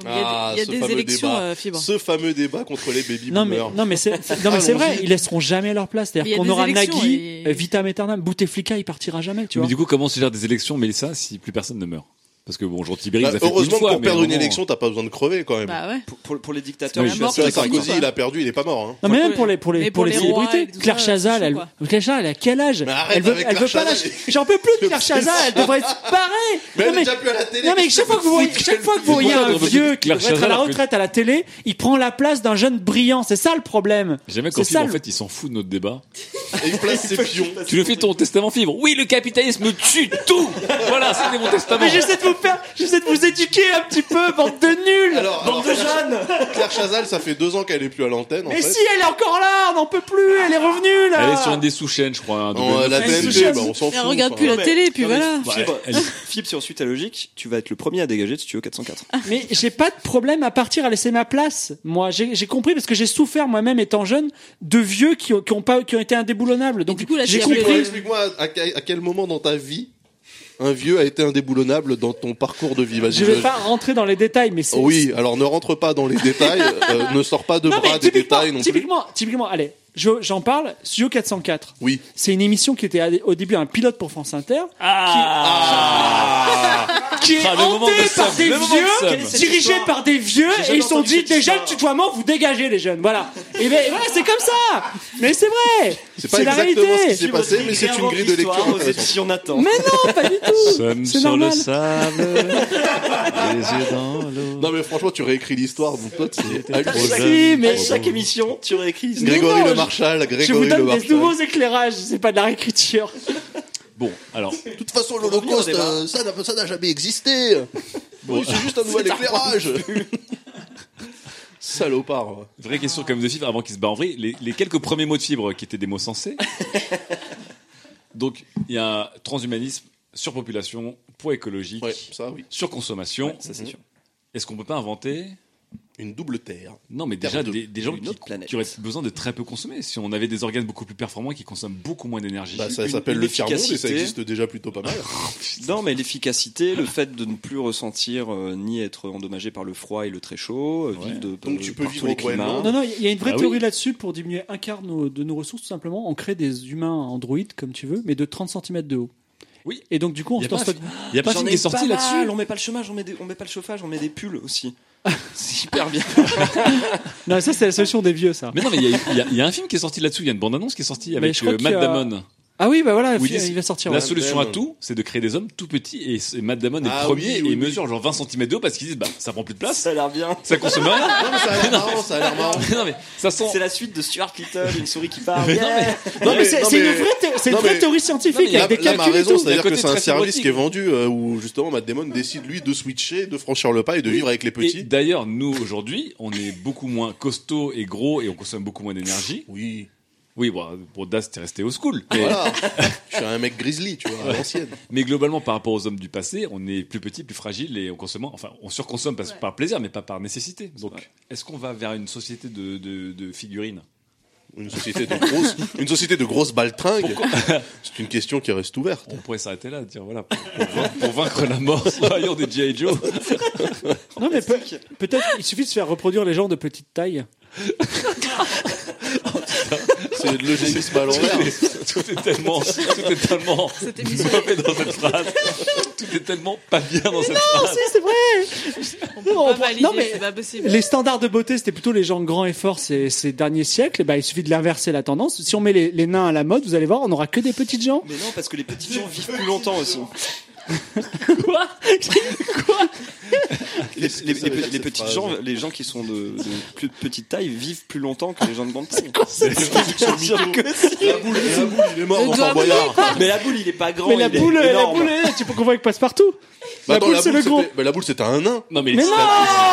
Il y a Ah, des, il y a ce des fameux élections débat. euh, fibres. ce fameux débat contre les baby Non mais, boomers. non mais c'est c'est- non, mais c'est vrai, Allons-y. ils laisseront jamais leur place. Mais il y C'est-à-dire a qu'on des aura élections Nagui, et- euh, Vitam Eternam, Bouteflika, il partira jamais. Tu mais vois. du coup, comment se gère des élections, Mélissa, si plus personne ne meurt Parce que bon, Jean Tibéri, Bah, vous a fait heureusement une fois, que pour mais à un perdre une moment- élection, t'as pas besoin de crever quand même. Bah ouais. Pour, pour- pour les dictateurs, Oui, je suis mort, Tu assez vois, c'est d'accord. comme Sarkozy, ça. il a perdu, il est pas mort. hein. Non, mais même pour les, pour les, Mais pour pour les, les rois célébrités. et tout Claire ça, Chazal, je sais elle, pas. Claire Chazal, elle a quel âge Mais arrête Elle veut, avec elle Claire veut pas Chazal. lâcher. J'en peux plus de Claire Chazal, elle devrait être barrée. Mais Non, elle est déjà plus à la télé. non, mais chaque fois que vous voyez, chaque fois que vous voyez Pourquoi un elle devrait vieux être qui devrait Claire être à la Chazal, retraite à la télé, il prend la place d'un jeune brillant. C'est ça le problème. J'aime bien C'est quand Fibre, ça, en le- fait, il s'en fout de notre débat. Et il place ses pions. Tu le fais ton testament Fibre. Oui, le capitalisme tue tout Voilà, c'était mon testament. Ah, Mais j'essaie de vous faire, j'essaie de vous éduquer un petit peu, bande de nuls, Alors, alors, bande de jeunes. Claire Chazal, ça fait deux ans qu'elle est plus à l'antenne. en Mais fait. si, elle est encore là, on n'en peut plus, elle est revenue là. Elle est sur une des sous-chaînes, je crois. hein, Non, de- la de- TNT, TNT, bah, on s'en fout. Elle Ah, regarde enfin. plus la mais- télé, puis non, mais- voilà. Fibre, Elle- Fibre, si on suit ta logique, tu vas être le premier à dégager de Studio 404. Mais j'ai pas de problème à partir à laisser ma place. Moi, j'ai j'ai compris parce que j'ai souffert moi-même étant jeune de vieux qui, ont- qui ont pas qui ont été indéboulonnables. Donc du coup, là, j'ai tu as Explique-moi- compris. Explique-moi à, à quel- à quel moment dans ta vie un vieux a été indéboulonnable dans ton parcours de vie. Vas-y, Je vais je- pas rentrer dans les détails, mais c'est Oui, alors ne rentre pas dans les détails, euh, ne sors pas de Non, mais bras des typiquement, détails non plus. typiquement, typiquement, allez, je- j'en parle. Studio 404, Oui. c'est une émission qui était à- au début un pilote pour France Inter, qui est Ah, le moment hantée de par somme, des le moment de somme. Quelle est vieux, cette dirigée histoire par des vieux, J'ai et jamais ils se sont entendu dit cette déjà le histoire. tutoiement, vous dégagez les jeunes, voilà. Et ben voilà, c'est comme ça. Mais c'est vrai, C'est pas la exactement réalité. ce qui s'est passé, mais c'est une grille de lecture intéressante. Nathan. Mais non, pas du tout. Sommes C'est sur le normal. sable, les yeux dans l'eau. Non mais franchement, tu réécris l'histoire, mon pote, c'est Si, incroyable. mais chaque émission, tu réécris. Mais Grégory non, Le je- Marchal, je vous Grégory Le donne des Marchal. nouveaux éclairages, c'est pas de la réécriture. Bon, alors, De toute façon, l'Holocauste, Revenir au débat. euh, ça n'a- ça n'a jamais existé. Oui, c'est juste un nouvel éclairage. Salopard. ouais. vraie question quand même de Fibre, avant qu'il se bat en vrai. Les, les quelques premiers mots de Fibre qui étaient des mots sensés. Donc, il y a transhumanisme, surpopulation, poids écologique, Ouais, ça oui. surconsommation. Mmh. Est-ce qu'on peut pas inventer Une double terre. Non, mais Terre déjà, de- des, des gens d'une qui, autre planète. qui auraient besoin de très peu consommer. Si on avait des organes beaucoup plus performants et qui consomment beaucoup moins d'énergie. Bah, ça Une- s'appelle une le tiers-monde et ça efficacité. existe déjà plutôt pas mal. Non, mais l'efficacité, le fait de ne plus ressentir euh, ni être endommagé par le froid et le très chaud, euh, Ouais. vivre de, Donc tu peux par tous vivre les au Groenland. climats. Non, non, il y a une vraie Ah oui. théorie là-dessus pour diminuer un quart de nos, de nos ressources, tout simplement. On crée des humains androïdes, comme tu veux, mais de 30 cm de haut. Oui. Et donc, du coup, on Il y a se pas stocke- Il n'y a pas un film qui est sorti là-dessus On met pas le chômage, on met, des- on met pas le chauffage, on met des pulls aussi. C'est hyper bien. Non, ça, c'est la solution des vieux, ça. Mais non, mais il y, a- il y a- il y a un film qui est sorti là-dessus. Il y a une bande-annonce qui est sortie Mais je avec crois euh, qu'il Matt y a- Damon. Ah oui, bah voilà, Oui, fi- dis- il va sortir. La ouais. solution à Damon. tout, c'est de créer des hommes tout petits. Et, c'est- Matt Damon est Ah premier oui, oui, et oui. mesure genre 20 cm de haut parce qu'ils disent bah, ça prend plus de place, Ça a l'air bien. ça consomme rien. Non, mais ça a l'air marrant, ça a l'air marrant. non, mais ça sent. C'est la suite de Stuart Little, une souris qui part. non, Yeah. Non, mais mais- c'est non, c'est une mais- vraie, thé- c'est une non, vraie mais- théorie scientifique non, mais avec des Là, là, ma calculs et raison, tout. Il c'est-à-dire y a un que c'est un côté très service érotique. qui est vendu euh, où justement Matt Damon décide lui de switcher, de franchir le pas et de vivre avec les Et petits. d'ailleurs, nous aujourd'hui, on est beaucoup moins costaud et gros et on consomme beaucoup moins d'énergie. Oui, Oui, bon, pour Das, t'es resté au school. Mais, voilà. Je suis un mec grizzly, tu vois, à l'ancienne. mais globalement, par rapport aux hommes du passé, on est plus petit, plus fragile et on consomme, enfin, on surconsomme parce- par plaisir, mais pas par nécessité. Donc, est-ce qu'on va vers une société de, de- de figurines Une société de grosses, une société de grosses baltringues. C'est une question qui reste ouverte. On pourrait s'arrêter là, dire voilà, pour, pour vaincre, pour vaincre la mort, soyons des G.I. Joe. Non, mais peut- peut-être il suffit de se faire reproduire les gens de petite taille. C'est de l'eugénisme à l'envers. Tout est- Tout est tellement, tout est tellement mauvais dans cette phrase. Tout est tellement pas bien dans cette Ah, phrase. si, c'est vrai On Non, peut on pas prend- valider, non, mais- c'est pas possible. Les standards de beauté, c'était plutôt les gens grands et forts ces, ces derniers siècles. Et bah, il suffit de l'inverser la tendance. Si on met les, les nains à la mode, vous allez voir, on n'aura que des petites gens. Mais non, parce que les petits gens vivent plus longtemps aussi. Quoi Les, les- les- les cette petits phrase gens, les gens qui sont de, de plus petite taille vivent plus longtemps que les gens de grande taille. La boule, la boule, il est mort Le dans doigt son boyard. Bah, Mais la boule, il est pas grand. Mais la il est boule, la énorme. boule, eh, tu peux qu'on voit avec passe-partout. Bah, la attends, boule, c'est le gros. c'était- bah, la boule, c'était un nain. Non mais, Mais non c'est-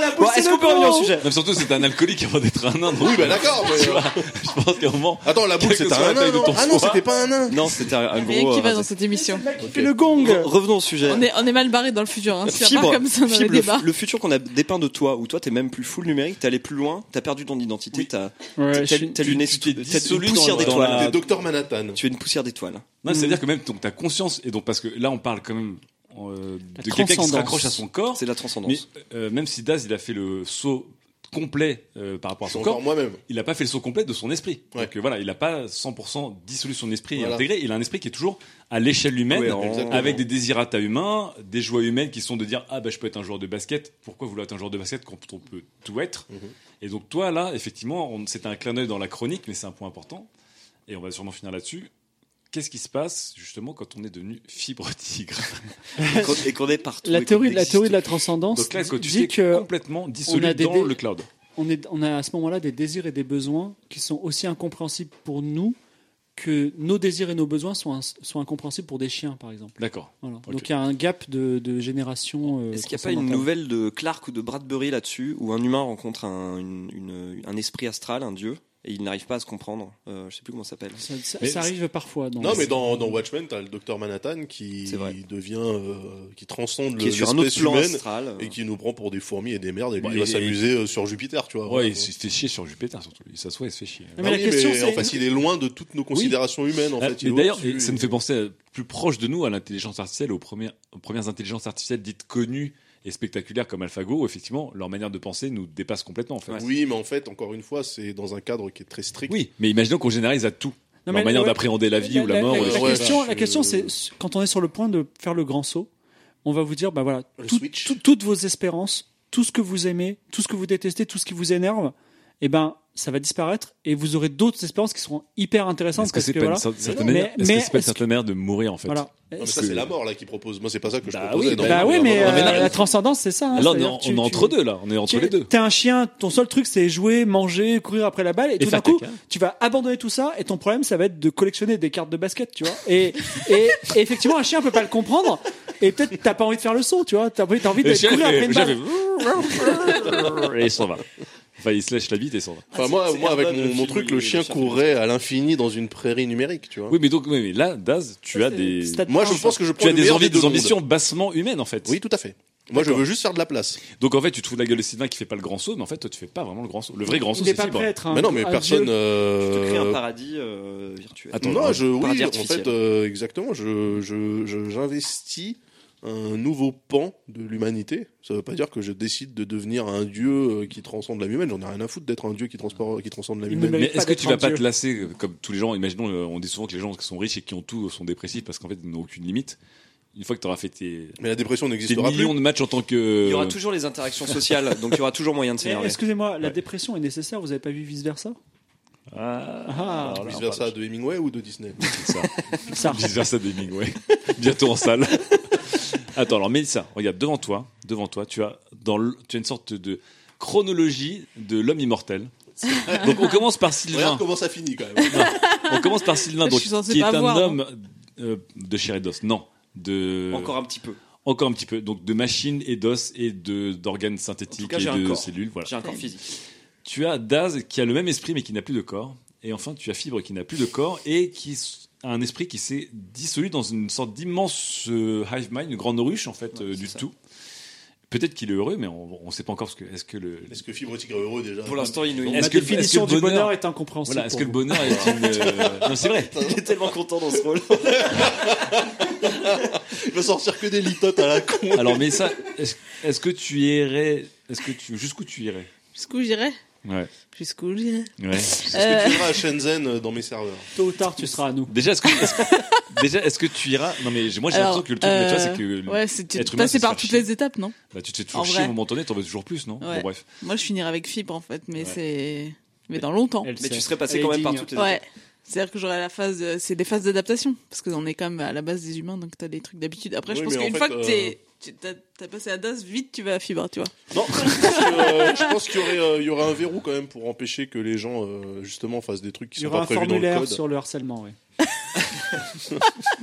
La boule, Bon, c'est Est-ce le qu'on peut revenir au gros. sujet Non, mais surtout c'est un alcoolique avant d'être un nain. donc, Oui, bah d'accord. mais, euh, je pense qu'à un moment. Attends, la boule, Quelle que c'était soit la un taille nain. de non ton Ah non, foie. c'était pas un nain. Non, c'était un, un Il y a rien gros. qui va euh, dans cette émission. Il fait le gong. Re- Revenons au sujet. On est, on est mal barré dans le futur, hein, si on Fibre, part comme ça dans Fibre, les le, débats. le futur qu'on a dépeint de toi, où toi t'es même plus full numérique, t'es allé plus loin, t'as perdu ton identité, t'as Ouais, t'es- je t'es- suis- t'es une, tu t'es t'es une dissolu dans poussière le- dans la- d'étoile. C'était Docteur Manhattan. Tu es une poussière d'étoile. Non, c'est à dire que même donc ta conscience et donc parce que là on parle quand même euh, La de quelqu'un qui se transcendance. raccroche à son corps. C'est de la Mais transcendance. euh, même si Daz il a fait le saut complet euh, par rapport Je à suis son encore corps, moi-même. il n'a pas fait le saut complet de son esprit. Ouais. Donc euh, voilà, il n'a pas 100% dissolu son esprit et Voilà. intégré. Il a un esprit qui est toujours à l'échelle humaine, Cohérent. Exactement. avec des désirata humains, des joies humaines qui sont de dire ah ben je peux être un joueur de basket. Pourquoi vouloir être un joueur de basket quand on peut tout être Et donc toi là, effectivement, on- c'est un clin d'œil dans la chronique, mais c'est un point important. Et on va sûrement finir là-dessus. Qu'est-ce qui se passe justement quand on est devenu fibre tigre Et qu'on- et qu'on est partout. La et qu'on théorie, la existe. théorie de la transcendance Donc là, quand tu dit t'es que complètement dissolu a des dans dé- le cloud. on, est, on a à ce moment-là des désirs et des besoins qui sont aussi incompréhensibles pour nous que nos désirs et nos besoins sont, ins- sont incompréhensibles pour des chiens, par exemple. D'accord. Voilà. Ok. Donc il y a un gap de, de génération. euh, Est-ce qu'il n'y a pas une transcendantale. nouvelle de Clark ou de Bradbury là-dessus, où un humain rencontre un, une- une- un esprit astral, un dieu, et il n'arrive pas à se comprendre Euh, Je sais plus comment ça s'appelle. Ça, ça- Mais ça arrive parfois. Dans Non, mais dans, dans Watchmen, t'as le docteur Manhattan qui C'est vrai. devient, euh, qui transcende Qui est sur un autre l'espèce plan humaine astral. et qui nous prend pour des fourmis et des merdes et lui Ouais, il et- va s'amuser euh, sur Jupiter, tu vois. Ouais, il Voilà. se fait chier sur Jupiter surtout. Il s'assoit et se fait chier. Mais Ah la oui, question, mais en c'est- fait, il est loin de toutes nos considérations humaines. En Ah, fait, mais Il est d'ailleurs, au-dessus. et ça me fait penser à- plus proche de nous à l'intelligence artificielle, aux premières, aux premières intelligences artificielles dites connues et spectaculaires comme AlphaGo, où effectivement, leur manière de penser nous dépasse complètement en fait. Oui, mais en fait, encore une fois, c'est dans un cadre qui est très strict. Oui, mais imaginons qu'on généralise à tout. Non, mais leur manière ouais. d'appréhender la vie ou la mort. La, ou des ouais, choses comme question, je- la question, c'est quand on est sur le point de faire le grand saut, on va vous dire, bah voilà, Le tout- switch. tout- toutes vos espérances, tout ce que vous aimez, tout ce que vous détestez, tout ce qui vous énerve, eh ben ça va disparaître et vous aurez d'autres espérances qui seront hyper ça. intéressantes Est-ce que parce c'est que, pas une voilà, cer- certaine Mais- manière- est-ce que mais c'est pas une est-ce certaine manière de mourir en fait voilà. Non, mais ça, c'est la mort là qui propose. Moi, c'est pas ça que je proposais. oui, dans- Bah dans- oui, dans- mais, dans- euh, dans- la transcendance, c'est ça. hein, Là, on est, c'est-à-dire en- tu- on est tu- entre deux, là. On est entre les deux. T'es un chien, ton seul truc c'est jouer, manger, courir après la balle, et, Et tout d'un faire coup, caca. tu vas abandonner tout ça, et ton problème ça va être de collectionner des cartes de basket, tu vois. Et, et, et effectivement, un chien peut pas le comprendre, et peut-être t'as pas envie de faire le saut, tu vois. T'as envie, t'as envie de Et chien courir après une fait- chien balle. fait- Et il s'en va. Enfin, il se lèche la bite et s'en va. Enfin, moi, c'est moi, avec Airbag, le mon, mon film, truc, il- le il chien cherche courrait à l'infini dans une prairie numérique, tu vois. Oui, mais donc, oui, mais là, Daz, tu as C'est des. stade Moi, un, je pense que je prends Tu as le des meilleur envies, deux des mondes. ambitions bassement humaines en fait. Oui, tout à fait. Moi, je D'accord. veux juste faire de la place. Donc en fait, tu te fous de la gueule de Sylvain qui fait pas le grand saut, mais en fait, toi, tu fais pas vraiment le grand saut. Le vrai grand saut, Il est c'est pas fibre. prêt à être un. mais non, mais un personne. dieu. Tu te euh, crées un paradis euh, virtuel. Attends, non, je, paradis oui, en artificiel. fait, euh, exactement. Je, je, je- j'investis un nouveau pan de l'humanité. Ça veut pas dire que je décide de devenir un dieu euh, qui transcende la vie humaine. J'en ai rien à foutre d'être un dieu qui, transpor- qui transcende la vie Il me humaine. Mais Pas est-ce que d'être tu vas un pas dieu. te lasser euh, comme tous les gens Imaginons, euh, on dit souvent que les gens qui sont riches et qui ont tout sont dépressifs parce qu'en fait, ils n'ont aucune limite. Une fois que tu auras fait tes, Mais la dépression tes n'existera plus. millions de matchs en tant que. Il y aura toujours les interactions sociales, donc il y aura toujours moyen de Mais s'énerver. Eh, Excusez-moi, la Ouais. dépression est nécessaire, vous avez pas vu vice versa Ah, alors là, Vice versa de Hemingway ou de Disney c'est ça. ça. Vice versa d'Hemingway. Bientôt en salle. Attends, alors Mélissa, regarde, devant toi, devant toi, tu as, dans le- tu as une sorte de chronologie de l'homme immortel. Donc on commence par Sylvain. Regarde comment ça finit quand même. On commence par Sylvain, Je donc, suis hein. censée qui est pas un voir, homme euh, de chair et d'os. Non, de Encore un petit peu. encore un petit peu. Donc de machines et d'os et de d'organes synthétiques cas, et j'ai un de corps. cellules. Voilà. J'ai un corps physique. Tu as Daz qui a le même esprit mais qui n'a plus de corps. Et enfin, tu as Fibre qui n'a plus de corps et qui s- a un esprit qui s'est dissolu dans une sorte d'immense euh, hive mind, une grande ruche en fait Ouais, euh, c'est du ça. tout. Peut-être qu'il est heureux, mais on ne sait pas encore ce que. Est-ce que le Est-ce que Fibre Tigre est heureux déjà Pour l'instant, il nous La Est-ce que- est-ce que le définition du bonheur- bonheur est incompréhensible. voilà, est-ce que le pour vous. bonheur est une euh, non c'est vrai il est tellement content dans ce rôle. Il va sortir que des litotes à la con. alors mais ça est-ce est-ce que tu irais est-ce que tu jusqu'où tu irais Jusqu'où j'irai ouais Jusqu'où j'irai ouais Est-ce que tu iras à Shenzhen euh, dans mes serveurs Tôt ou tard, tu seras à nous. Déjà, est-ce que, est-ce que- déjà, est-ce que tu iras Non, mais j'ai- moi j'ai l'impression Alors, que le truc, euh, mais tu vois, c'est que Ouais, c'est tu être humain, passes c'est par se faire toutes chier. les étapes, non bah, tu te fais toujours en chier vrai. au moment donné, t'en veux toujours plus, non Ouais. Bon, bref. Moi, je finirai avec fibre en fait, mais Ouais. c'est. Mais dans longtemps. Elle Mais sait. tu serais passé Elle quand est même par digne. toutes les Ouais. C'est-à-dire que j'aurai la phase. de- C'est des phases d'adaptation. Parce qu'on est quand même à la base des humains, donc t'as des trucs d'habitude. Après, je Oui, pense mais en qu'une fait, fois que euh, t'es. tu- T'as t'as passé à DAS, vite tu vas à fibre, tu vois. Non, je pense que, euh, je pense qu'il y aurait, euh, il y aurait un verrou quand même pour empêcher que les gens euh, justement fassent des trucs qui Il y sont aura pas un prévus dans le formulaire code. sur le harcèlement, oui.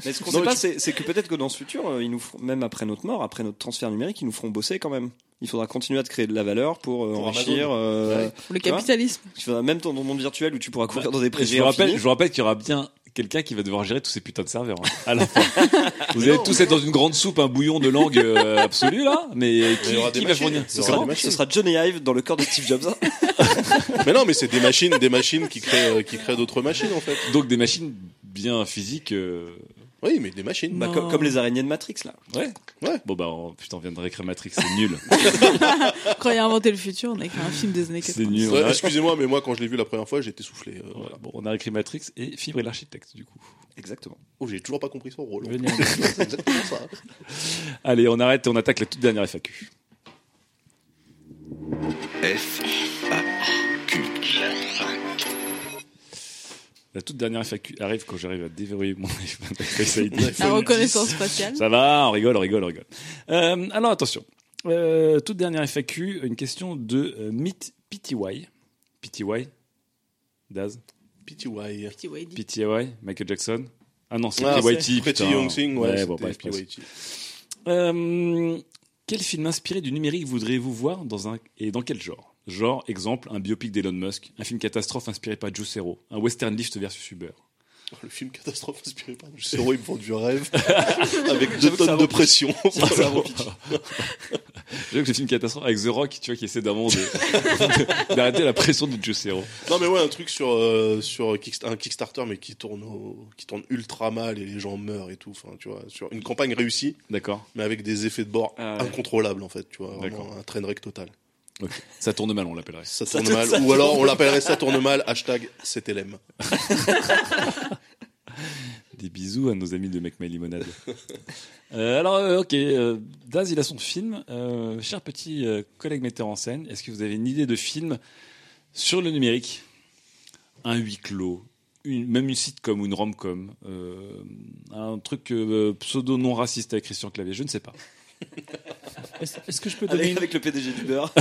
Mais ce Non, qu'on sait mais pas, tu- c'est- c'est que peut-être que dans ce futur, euh, ils nous feront- même après notre mort, après notre transfert numérique, ils nous feront bosser quand même. Il faudra continuer à te créer de la valeur pour, euh, Pour enrichir. euh, Ouais. Le Tu vois capitalisme. il faudra même dans ton monde virtuel où tu pourras courir dans des Et prairies. je vous rappelle, infinies. je vous rappelle qu'il y aura bien quelqu'un qui va devoir gérer tous ces putains de serveurs hein, à la fin. Vous allez tous être dans une grande soupe, un bouillon de langue euh, absolu là, mais Mais il qui, y aura qui des va machines. fournir Il y ce aura sera, des ce machines. sera Johnny Hive dans le corps de Steve Jobs. hein. Mais non, mais c'est des machines, des machines qui créent, euh, qui créent d'autres machines en fait. Donc des machines bien physiques. euh, Oui, mais des machines. Bah, Non. comme, comme les araignées de Matrix, là. Ouais. Ouais. Bon, bah, on- putain, on vient de réécrire Matrix, c'est nul. Quand il a inventé le futur, on a écrit un film des années c'est 80. nul. Ouais, On a- Excusez-moi, mais moi, quand je l'ai vu la première fois, j'étais soufflé. euh, Voilà, voilà. bon, on a écrit Matrix et Fibre et l'architecte, du coup. Exactement. Oh, j'ai toujours pas compris son rôle. Venez. C'est exactement ça. Allez, on arrête et on attaque la toute dernière FAQ. FAQ. La toute dernière FAQ arrive quand j'arrive à déverrouiller mon iPhone Face ID. La reconnaissance faciale. Ça va, on rigole, on rigole, on rigole. Euh, alors attention, Euh, toute dernière FAQ, une question de euh, Meet PTY. PTY Daz PTY. Petit Wadey. PTY Michael Jackson Ah non, c'est Ah, PYT. c'est Pretty putain. Young Thing, ouais. bon, c'était bref, bref. PYT. Euh, quel film inspiré du numérique voudriez-vous voir dans un et dans quel genre Genre, exemple, un biopic d'Elon Musk, un film catastrophe inspiré par Joe Serrault, un western lift versus Uber. Oh, Le film catastrophe inspiré par du séro, il me vend du rêve. Avec deux tonnes de pression. J'ai vu que le film catastrophe avec The Rock, tu vois, qui essaie d'avant de- d'arrêter la pression de Joe Serrault. Non mais ouais un truc sur euh, sur Kickst- un Kickstarter mais qui tourne au- qui tourne ultra mal et les gens meurent et tout enfin tu vois sur une campagne réussie D'accord. mais avec des effets de bord Ah ouais. incontrôlables en fait tu vois vraiment D'accord. un train wreck total Ça tourne mal, on l'appellerait. ça tourne mal ou alors on l'appellerait ça tourne mal hashtag CTLM Des bisous à nos amis de Mec My Limonade. Euh, alors, euh, ok, euh, Daz, il a son film. Euh, cher petit euh, collègue metteur en scène, est-ce que vous avez une idée de film sur le numérique Un huis clos, une, même une sitcom ou une rom-com, euh, un truc euh, pseudo non raciste avec Christian Clavier, je ne sais pas. Est-ce est-ce que je peux donner Avec, une- avec le PDG du beurre.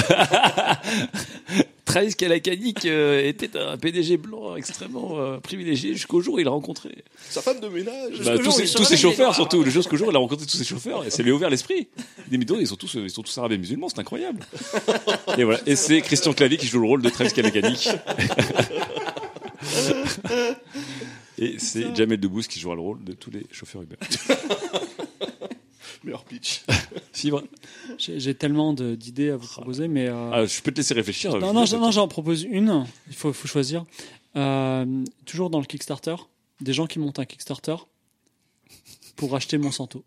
Travis Kalakanik euh, était un PDG blanc extrêmement euh, privilégié jusqu'au jour où il a rencontré. sa femme de ménage Bah, tous, jour, ces, il tous se ces réveille. chauffeurs, surtout. Le jusqu'au jour, il a rencontré tous ces chauffeurs et ça lui a ouvert l'esprit. Il dit, mais dis donc, ils sont tous, ils sont tous arabes et musulmans, c'est incroyable. Et voilà. Et c'est Christian Clavier qui joue le rôle de Travis Kalakanik. Et c'est Jamel Debbouze qui jouera le rôle de tous les chauffeurs Uber. meilleur pitch Fibre, J'ai j'ai tellement de- d'idées à vous proposer, mais. euh, ah, je peux te laisser réfléchir. non, non, j'en- non, j'en propose une. Il faut, faut choisir. Euh, toujours dans le Kickstarter, des gens qui montent un Kickstarter pour acheter Monsanto.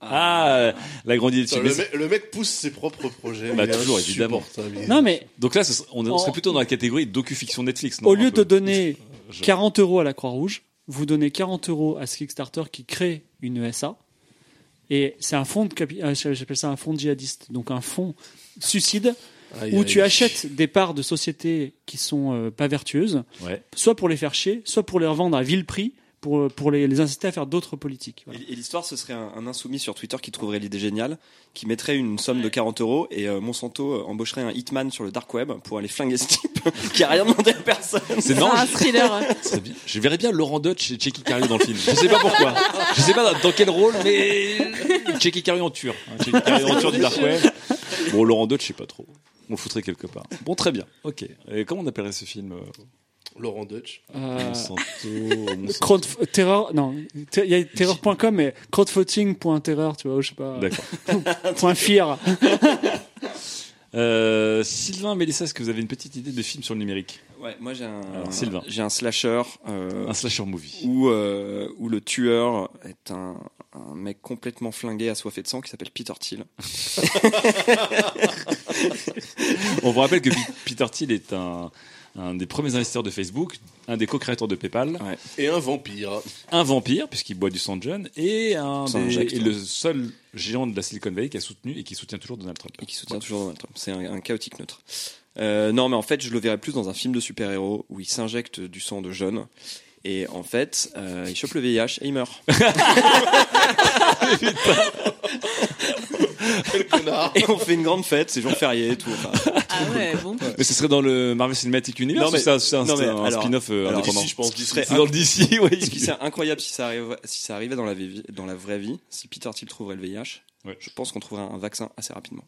Ah, la grande idée de Euh, Putain, film. le, mec, le mec pousse ses propres projets Bah, il est toujours, évidemment. insupportable. Il est- Non, mais Donc là, ce serait- on on serait En- plutôt dans la catégorie docu-fiction Netflix. non, au un lieu peu. de donner Je- 40 euros à la Croix-Rouge, vous donnez 40 euros à ce Kickstarter qui crée une ESA. Et c'est un fonds de capi- euh, j'appelle ça un fonds djihadiste, donc un fonds suicide Aïe, où aïe. tu achètes des parts de sociétés qui sont euh, pas vertueuses, Ouais. soit pour les faire chier, soit pour les revendre à vil prix pour, euh, pour les, les inciter à faire d'autres politiques. Voilà. Et, et l'histoire, ce serait un, un insoumis sur Twitter qui trouverait l'idée géniale, qui mettrait une somme de 40 euros et euh, Monsanto euh, embaucherait un hitman sur le dark web pour aller flinguer ce type qui a rien demandé à personne. C'est Enfin, non, un Ah, thriller. Très bien. Je verrais bien Laurent Dutch et Checky Cario dans le film. Je sais pas pourquoi. Je sais pas dans quel rôle, mais Checky Cario en tueur. hein. Checky Cario en tueur du Dark Web. Bon, Laurent Dutch, je sais pas trop. On le foutrait quelque part. Bon, très bien. Ok. Et comment on appellerait ce film euh, Laurent Dutch Euh, Monsanto, Monsanto. crowdf- terror, non, ter- il y a terror.com mais crowdfunding.terror, tu vois, ou je sais pas, D'accord. point fear. Euh, Sylvain, Mélissa, est-ce que vous avez une petite idée de film sur le numérique Ouais, moi j'ai un, Alors, Sylvain. j'ai un slasher euh, Un slasher movie. où, euh, où le tueur est un, un mec complètement flingué, assoiffé de sang qui s'appelle Peter Thiel. On vous rappelle que Pi- Peter Thiel est un, un des premiers investisseurs de Facebook, un des co-créateurs de PayPal. et un vampire un vampire, puisqu'il boit du sang de jeune, et, un Sang des- injecte. et le seul géant de la Silicon Valley qui a soutenu et qui soutient toujours Donald Trump. et qui soutient toujours Donald Trump. C'est un, un chaotique neutre. Euh, non, mais en fait, je le verrais plus dans un film de super-héros où il s'injecte du sang de jeune. Et en fait, euh, il chope le VIH et il meurt. Ah, quel connard Et on fait une grande fête, c'est jour férié et tout. Enfin, Ah ouais, bon. Ouais. Mais ce serait dans le Marvel Cinematic Universe Non, mais- ou ça, c'est un, non, mais c'est un alors- spin-off euh, alors, indépendant DC, je pense, Ce qui DC. serait C'est dans le DC, ce qui oui. serait incroyable si ça, arrive, si ça arrivait dans la, vie- dans la vraie vie, si Peter Thiel trouverait le VIH, Ouais. je pense qu'on trouverait un vaccin assez rapidement.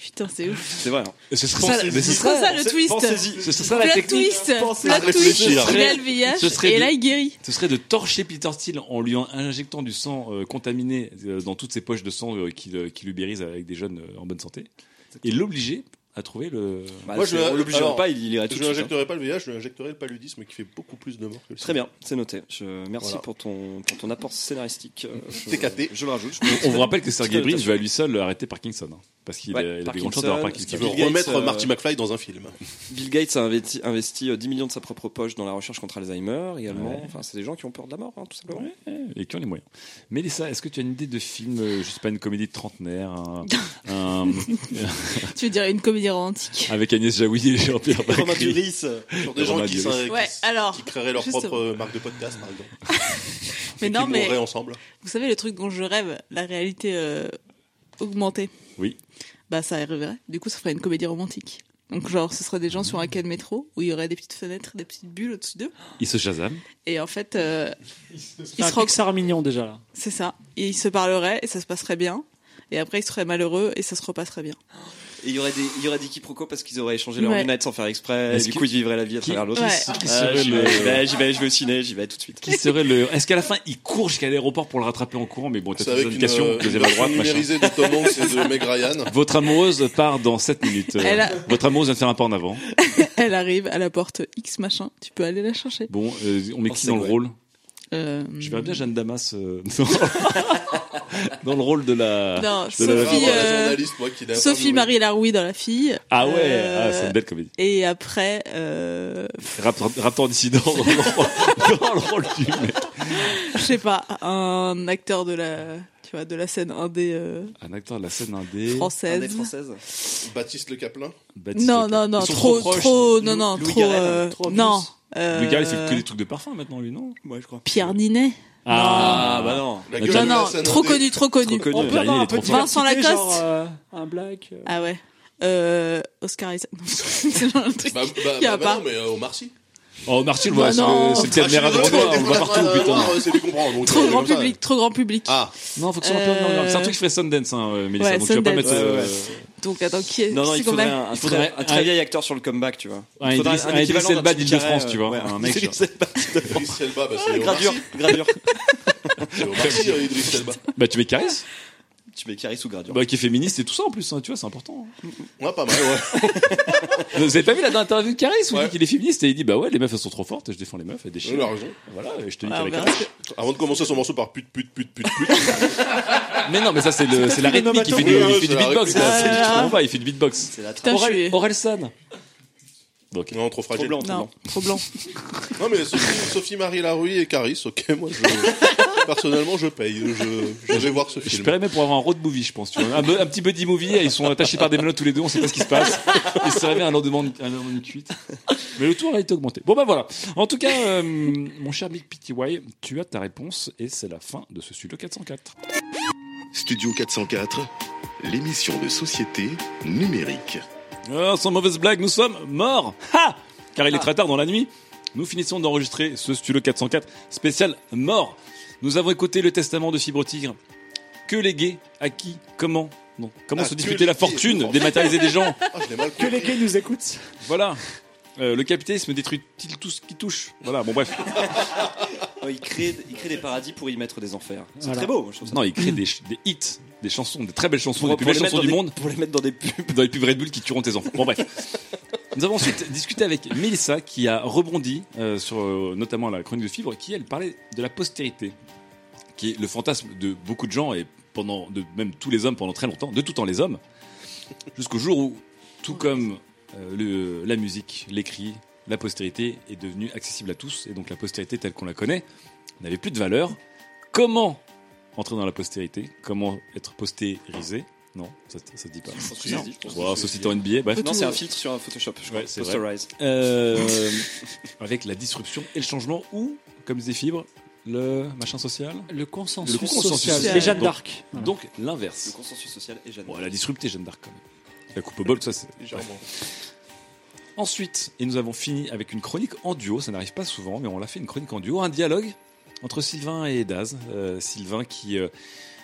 Putain, c'est ouf. C'est vrai. hein. Ce serait ça, mais ce C'est ça le Pensez- twist. Pensez-y. ce- ce serait la Plot technique. twist. à Plot twist. réfléchir. Il a le VIH Ce serait et de- là il guérit. Ce serait de torcher Peter Thiel en lui en- injectant du sang euh, contaminé euh, dans toutes ses poches de sang euh, qu'il euh, qu'il ubérise avec des jeunes euh, en bonne santé et l'obliger à trouver le. Bah, Moi, je c'est- vais- on l'obligera alors, pas, il, il ira tout Je de suite. hein. n'injecterai pas le VIH, je n'injecterai le paludisme qui fait beaucoup plus de morts que le Très bien, c'est noté. Je, merci Voilà. pour, ton, pour ton apport scénaristique. Euh, je- TKT. Je le rajoute. On vous rappelle que Sergey Petite Brin va annotation. lui seul arrêter Parkinson. hein, parce qu'il Ouais, a, il a des Parkinson, grandes chances d'avoir ce qui Qui Parkinson. veut Bill Gates, remettre euh, Marty McFly dans un film. Bill Gates a investi, investi, euh, 10 millions de sa propre poche dans la recherche contre Alzheimer également. Ouais. Enfin, c'est des gens qui ont peur de la mort, hein, tout simplement. Ouais, et qui ont les moyens. Mélissa, est-ce que tu as une idée de film, euh, je sais pas, une comédie de trentenaire, un- un- Tu veux dire une comédie romantique avec Agnès Jaoui et Jean-Pierre Romain Bacri Duris, euh, sur des gens Romain qui, Duris. s'in- qui Ouais, s- alors, qui créeraient leur justement. propre euh, marque de podcast, par exemple. Mais Et non, qui mais mourraient ensemble. vous savez, le truc dont je rêve, la réalité euh, augmentée. Oui. Bah, ça arriverait. Du coup, ça ferait une comédie romantique. Donc, genre, ce serait des gens sur un quai de métro où il y aurait des petites fenêtres, des petites bulles au-dessus d'eux. Il se chasame. Et en fait, euh, C'est un se rock- Pixar mignon déjà là. c'est ça. Et ils se parleraient et ça se passerait bien. Et après, ils seraient malheureux et ça se repasserait bien. Et il y aurait des, il y aurait des quiproquos parce qu'ils auraient échangé leurs Ouais. lunettes sans faire exprès. Et Est-ce du que- coup, ils vivraient la vie à Qui- travers l'autre. Ouais. Qui Ah, serait j'y, le- vais, j'y vais, j'y vais, je vais au ciné, j'y vais tout de suite. Qui serait le. Est-ce qu'à la fin, il court jusqu'à l'aéroport pour le rattraper en courant Mais bon, t'as C'est toutes les avec une, indications, euh, une deuxième à version droite, machin. numérisée de Tom Hanks et de Meg Ryan. Votre amoureuse part dans 7 minutes. Euh, Elle a- Votre amoureuse vient de faire un pas en avant. Elle arrive à la porte X machin. Tu peux aller la chercher. Bon, euh, on Oh, met qui c'est dans le vrai. rôle Euh, Je verrais bien Jeanne Damas euh, dans- dans le rôle de la. Non, de la- Sophie, Voilà, euh, la journaliste, moi, qui n'a pas Sophie joué. Marie Laroui dans La Fille. Ah ouais, Euh, ah, c'est une belle comédie. Et après, euh, pff, Rap, rap- raptor dissident dans le rôle, dans le rôle du mec. je sais pas, un acteur de la, tu vois, de la scène indé euh, Un acteur de la scène indé. Un des française. françaises. Baptiste Le Caplin. Baptiste Non, Le non, non, Ils sont trop, trop proches. trop, non, non, Louis trop, Garrel, euh, trop obvious. non. Cap. euh, Louis Garrel, il fait que des truc de parfum maintenant, lui, non Moi, je crois. Pierre Ninet. Ah, bah non. La Non, gueule Non, de non, la scène trop indé. connu, trop connu. Trop connu. On le peut dernier, avoir il un est peu trop de fort. Vincent diversité, Lacoste. genre, euh, un black. euh. Ah ouais. Euh, Oscar Isaac. Non, c'est genre un truc. Bah, bah, y a bah, bah pas. non, mais euh, Omar Sy. Oh, Marty, le Bah voit, c'est non. le- c'est le Ah, je suis caméra désolé, droit, on le désolé, voit partout, désolé, putain. euh, C'est lui comprendre. donc, Trop euh, grand comme ça. public, trop grand public. Ah, Non, faut que ce soit un peu Euh, ambiant. C'est un truc qui ferait Sundance, hein, euh, Mélissa, Ouais, donc tu vas pas mettre. Sundance. euh, Donc attends, qui est Non, non, c'est il qu'on faudrait a un, il faudrait faudrait un très un- vieil acteur sur le comeback, tu vois. Un Il faudrait Idriss- un Idriss équivalent d'un Elba Jim d'Île-de-France, Carrey, tu vois, ouais, un mec, Idriss genre. Elba. Idriss Elba, bah, c'est Omar Sy. Gradure, gradure. C'est Omar Sy, euh, Idriss Elba. Bah, tu mets Caris, Tu mets Caris ou gradure. bah, qui est féministe et tout ça en plus, hein, tu vois, c'est important. hein. Ouais, pas mal, ouais. Vous avez pas vu la dernière interview de Caris où il Ouais. dit qu'il est féministe et il dit Bah ouais, les meufs elles sont trop fortes, je défends les meufs, elles Il déchirent. a raison. Voilà, et je te dis Ouais, qu'elle on est verra Caris. ce que- Avant de commencer son morceau par pute, pute, pute, pute, pute. Mais non, mais ça, c'est le- c'est la rythmique, il fait du Oui, il oui, fait du c'est la beatbox. rythmique. là, c'est du Ah. combat, Il fait du beatbox. C'est la tra- Putain, je suis... Orelsan. Donc, Non, trop fragile. Trop blanc. Non, trop blanc. Non, mais Sophie, Sophie Marie Larouille et Caris, ok, moi, je, personnellement, je paye. Je, je vais voir ce Je film. paierais même pour avoir un road movie, je pense. Tu vois. Un, be- un petit buddy movie, ils sont attachés par des menottes tous les deux, on sait pas ce qui se passe. Ils se réveillent un lendemain, de- un lendemain de cuite. Mais le tour a été augmenté. Bon, bah voilà. En tout cas, euh, mon cher Big PTY, tu as ta réponse et c'est la fin de ce studio 404. Studio 404, l'émission de société numérique. Ah, sans mauvaise blague, nous sommes morts. Ha Car Ah. il est très tard dans la nuit. Nous finissons d'enregistrer ce studio 404 spécial mort. Nous avons écouté le testament de Fibre Tigre. Que léguer À qui Comment Non. Comment Ah, se que disputer la léguer. fortune dématérialiser des gens Ah, je l'ai mal Que les compris. gays nous écoutent. Voilà. Euh, le capitalisme détruit-il tout ce qui touche Voilà, bon bref. Ouais, il, crée, il crée des paradis pour y mettre des enfers. C'est Voilà. très beau, je trouve ça. Non, il crée des, ch- des hits, des chansons, des très belles chansons, des Pour- plus pour les belles chansons mettre du dans des- monde, Pour les mettre dans des pubs. dans les pubs Red Bull qui tueront tes enfants. Bon bref. Nous avons ensuite discuté avec Mélissa qui a rebondi euh, sur euh, notamment la chronique de Fibre qui elle parlait de la postérité, qui est le fantasme de beaucoup de gens et pendant de même tous les hommes pendant très longtemps, de tout temps les hommes, jusqu'au jour où tout comme euh, le- la musique, l'écrit, la postérité est devenue accessible à tous et donc la postérité telle qu'on la connaît n'avait plus de valeur. Comment entrer dans la postérité Comment être postérisé Non, ça, ça se dit pas. pense que ça se dit, je pense que Voilà, société en NBA, bref. Non, c'est un filtre sur un Photoshop, je crois. Bah, Ouais, c'est vrai. Posterize. Euh, avec la disruption et le changement, ou, comme disait Fibre, le machin social. Le consensus, Le consensus social. social. Et Jeanne Donc- d'Arc. Voilà. Donc Le l'inverse. consensus social et Jeanne. Bon, elle a disrupté Jeanne d'Arc quand même. La coupe au bol, ça c'est. Légèrement. Ensuite, et nous avons fini avec une chronique en duo, ça n'arrive pas souvent, mais on l'a fait une chronique en duo, un dialogue entre Sylvain et Daz. Euh, Sylvain qui euh,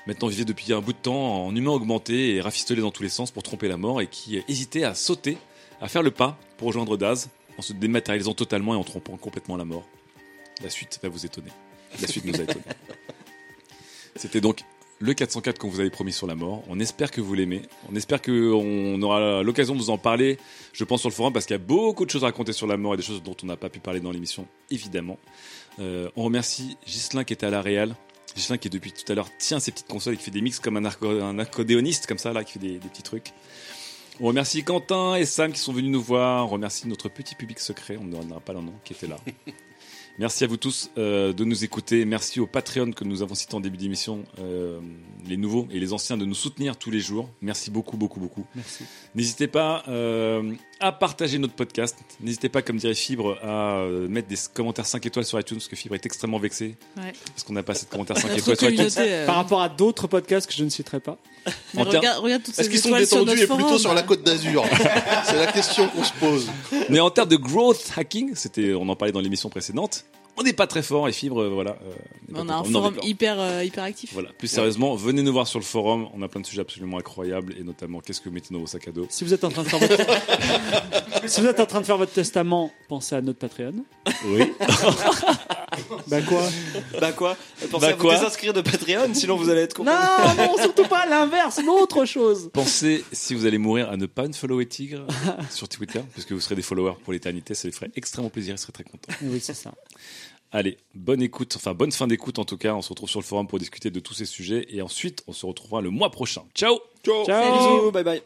maintenant vivait depuis un bout de temps en humain augmenté et rafistolé dans tous les sens pour tromper la mort et qui euh, hésitait à sauter, à faire le pas pour rejoindre Daz en se dématérialisant totalement et en trompant complètement la mort. La suite va vous étonner. La suite nous a étonnés. C'était donc le 404 qu'on vous avait promis sur la mort. On espère que vous l'aimez. On espère qu'on aura l'occasion de vous en parler, je pense, sur le forum, parce qu'il y a beaucoup de choses à raconter sur la mort et des choses dont on n'a pas pu parler dans l'émission, évidemment. Euh, on remercie Ghislain qui était à la Réal. Ghislain qui, depuis tout à l'heure, tient ses petites consoles et qui fait des mix comme un, arco- un accordéoniste, comme ça, là, qui fait des, des petits trucs. On remercie Quentin et Sam qui sont venus nous voir. On remercie notre petit public secret, on ne donnera pas leur nom, qui était là. Merci à vous tous euh, de nous écouter. Merci aux Patreon que nous avons cités en début d'émission, euh, les nouveaux et les anciens, de nous soutenir tous les jours. Merci beaucoup, beaucoup, beaucoup. Merci. N'hésitez pas euh, à partager notre podcast. N'hésitez pas, comme dirait Fibre, à euh, mettre des commentaires 5 étoiles sur iTunes, parce que Fibre est extrêmement vexé Ouais. parce qu'on n'a pas assez de commentaires 5 Notre étoiles sur iTunes. communauté. euh, Par rapport à d'autres podcasts que je ne citerai pas. mais en termes- regarde, regarde toutes ces Est-ce qu'ils sont étoiles sur détendus notre et plutôt forum. sur la côte d'Azur C'est la question qu'on se pose. Mais en termes de growth hacking, c'était, on en parlait dans l'émission précédente, on n'est pas très fort et Fibre, euh, voilà. euh, n'est pas On a très un fort. n'en est forum pas. hyper, euh, hyper actif. Voilà, plus sérieusement, venez nous voir sur le forum, on a plein de sujets absolument incroyables et notamment qu'est-ce que vous mettez dans vos sacs à dos. Si vous êtes en train de faire votre, si vous êtes en train de faire votre testament, pensez à notre Patreon. Oui. Bah quoi Bah quoi Pensez Bah à vous quoi désinscrire de Patreon, sinon vous allez être con. Non, non, surtout pas l'inverse, mais autre chose. Pensez, si vous allez mourir, à ne pas follower Tigre sur Twitter, puisque vous serez des followers pour l'éternité, ça les ferait extrêmement plaisir, ils seraient très contents. Oui, c'est ça. Allez, bonne écoute, enfin bonne fin d'écoute en tout cas, on se retrouve sur le forum pour discuter de tous ces sujets et ensuite on se retrouvera le mois prochain. Ciao Ciao. Ciao. Bisous, bye bye.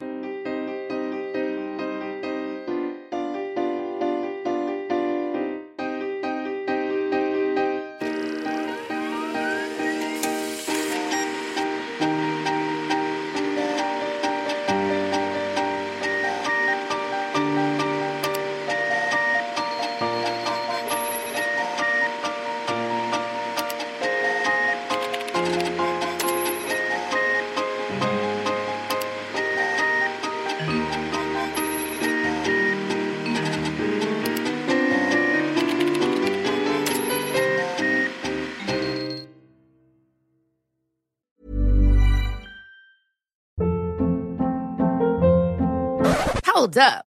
Hold up.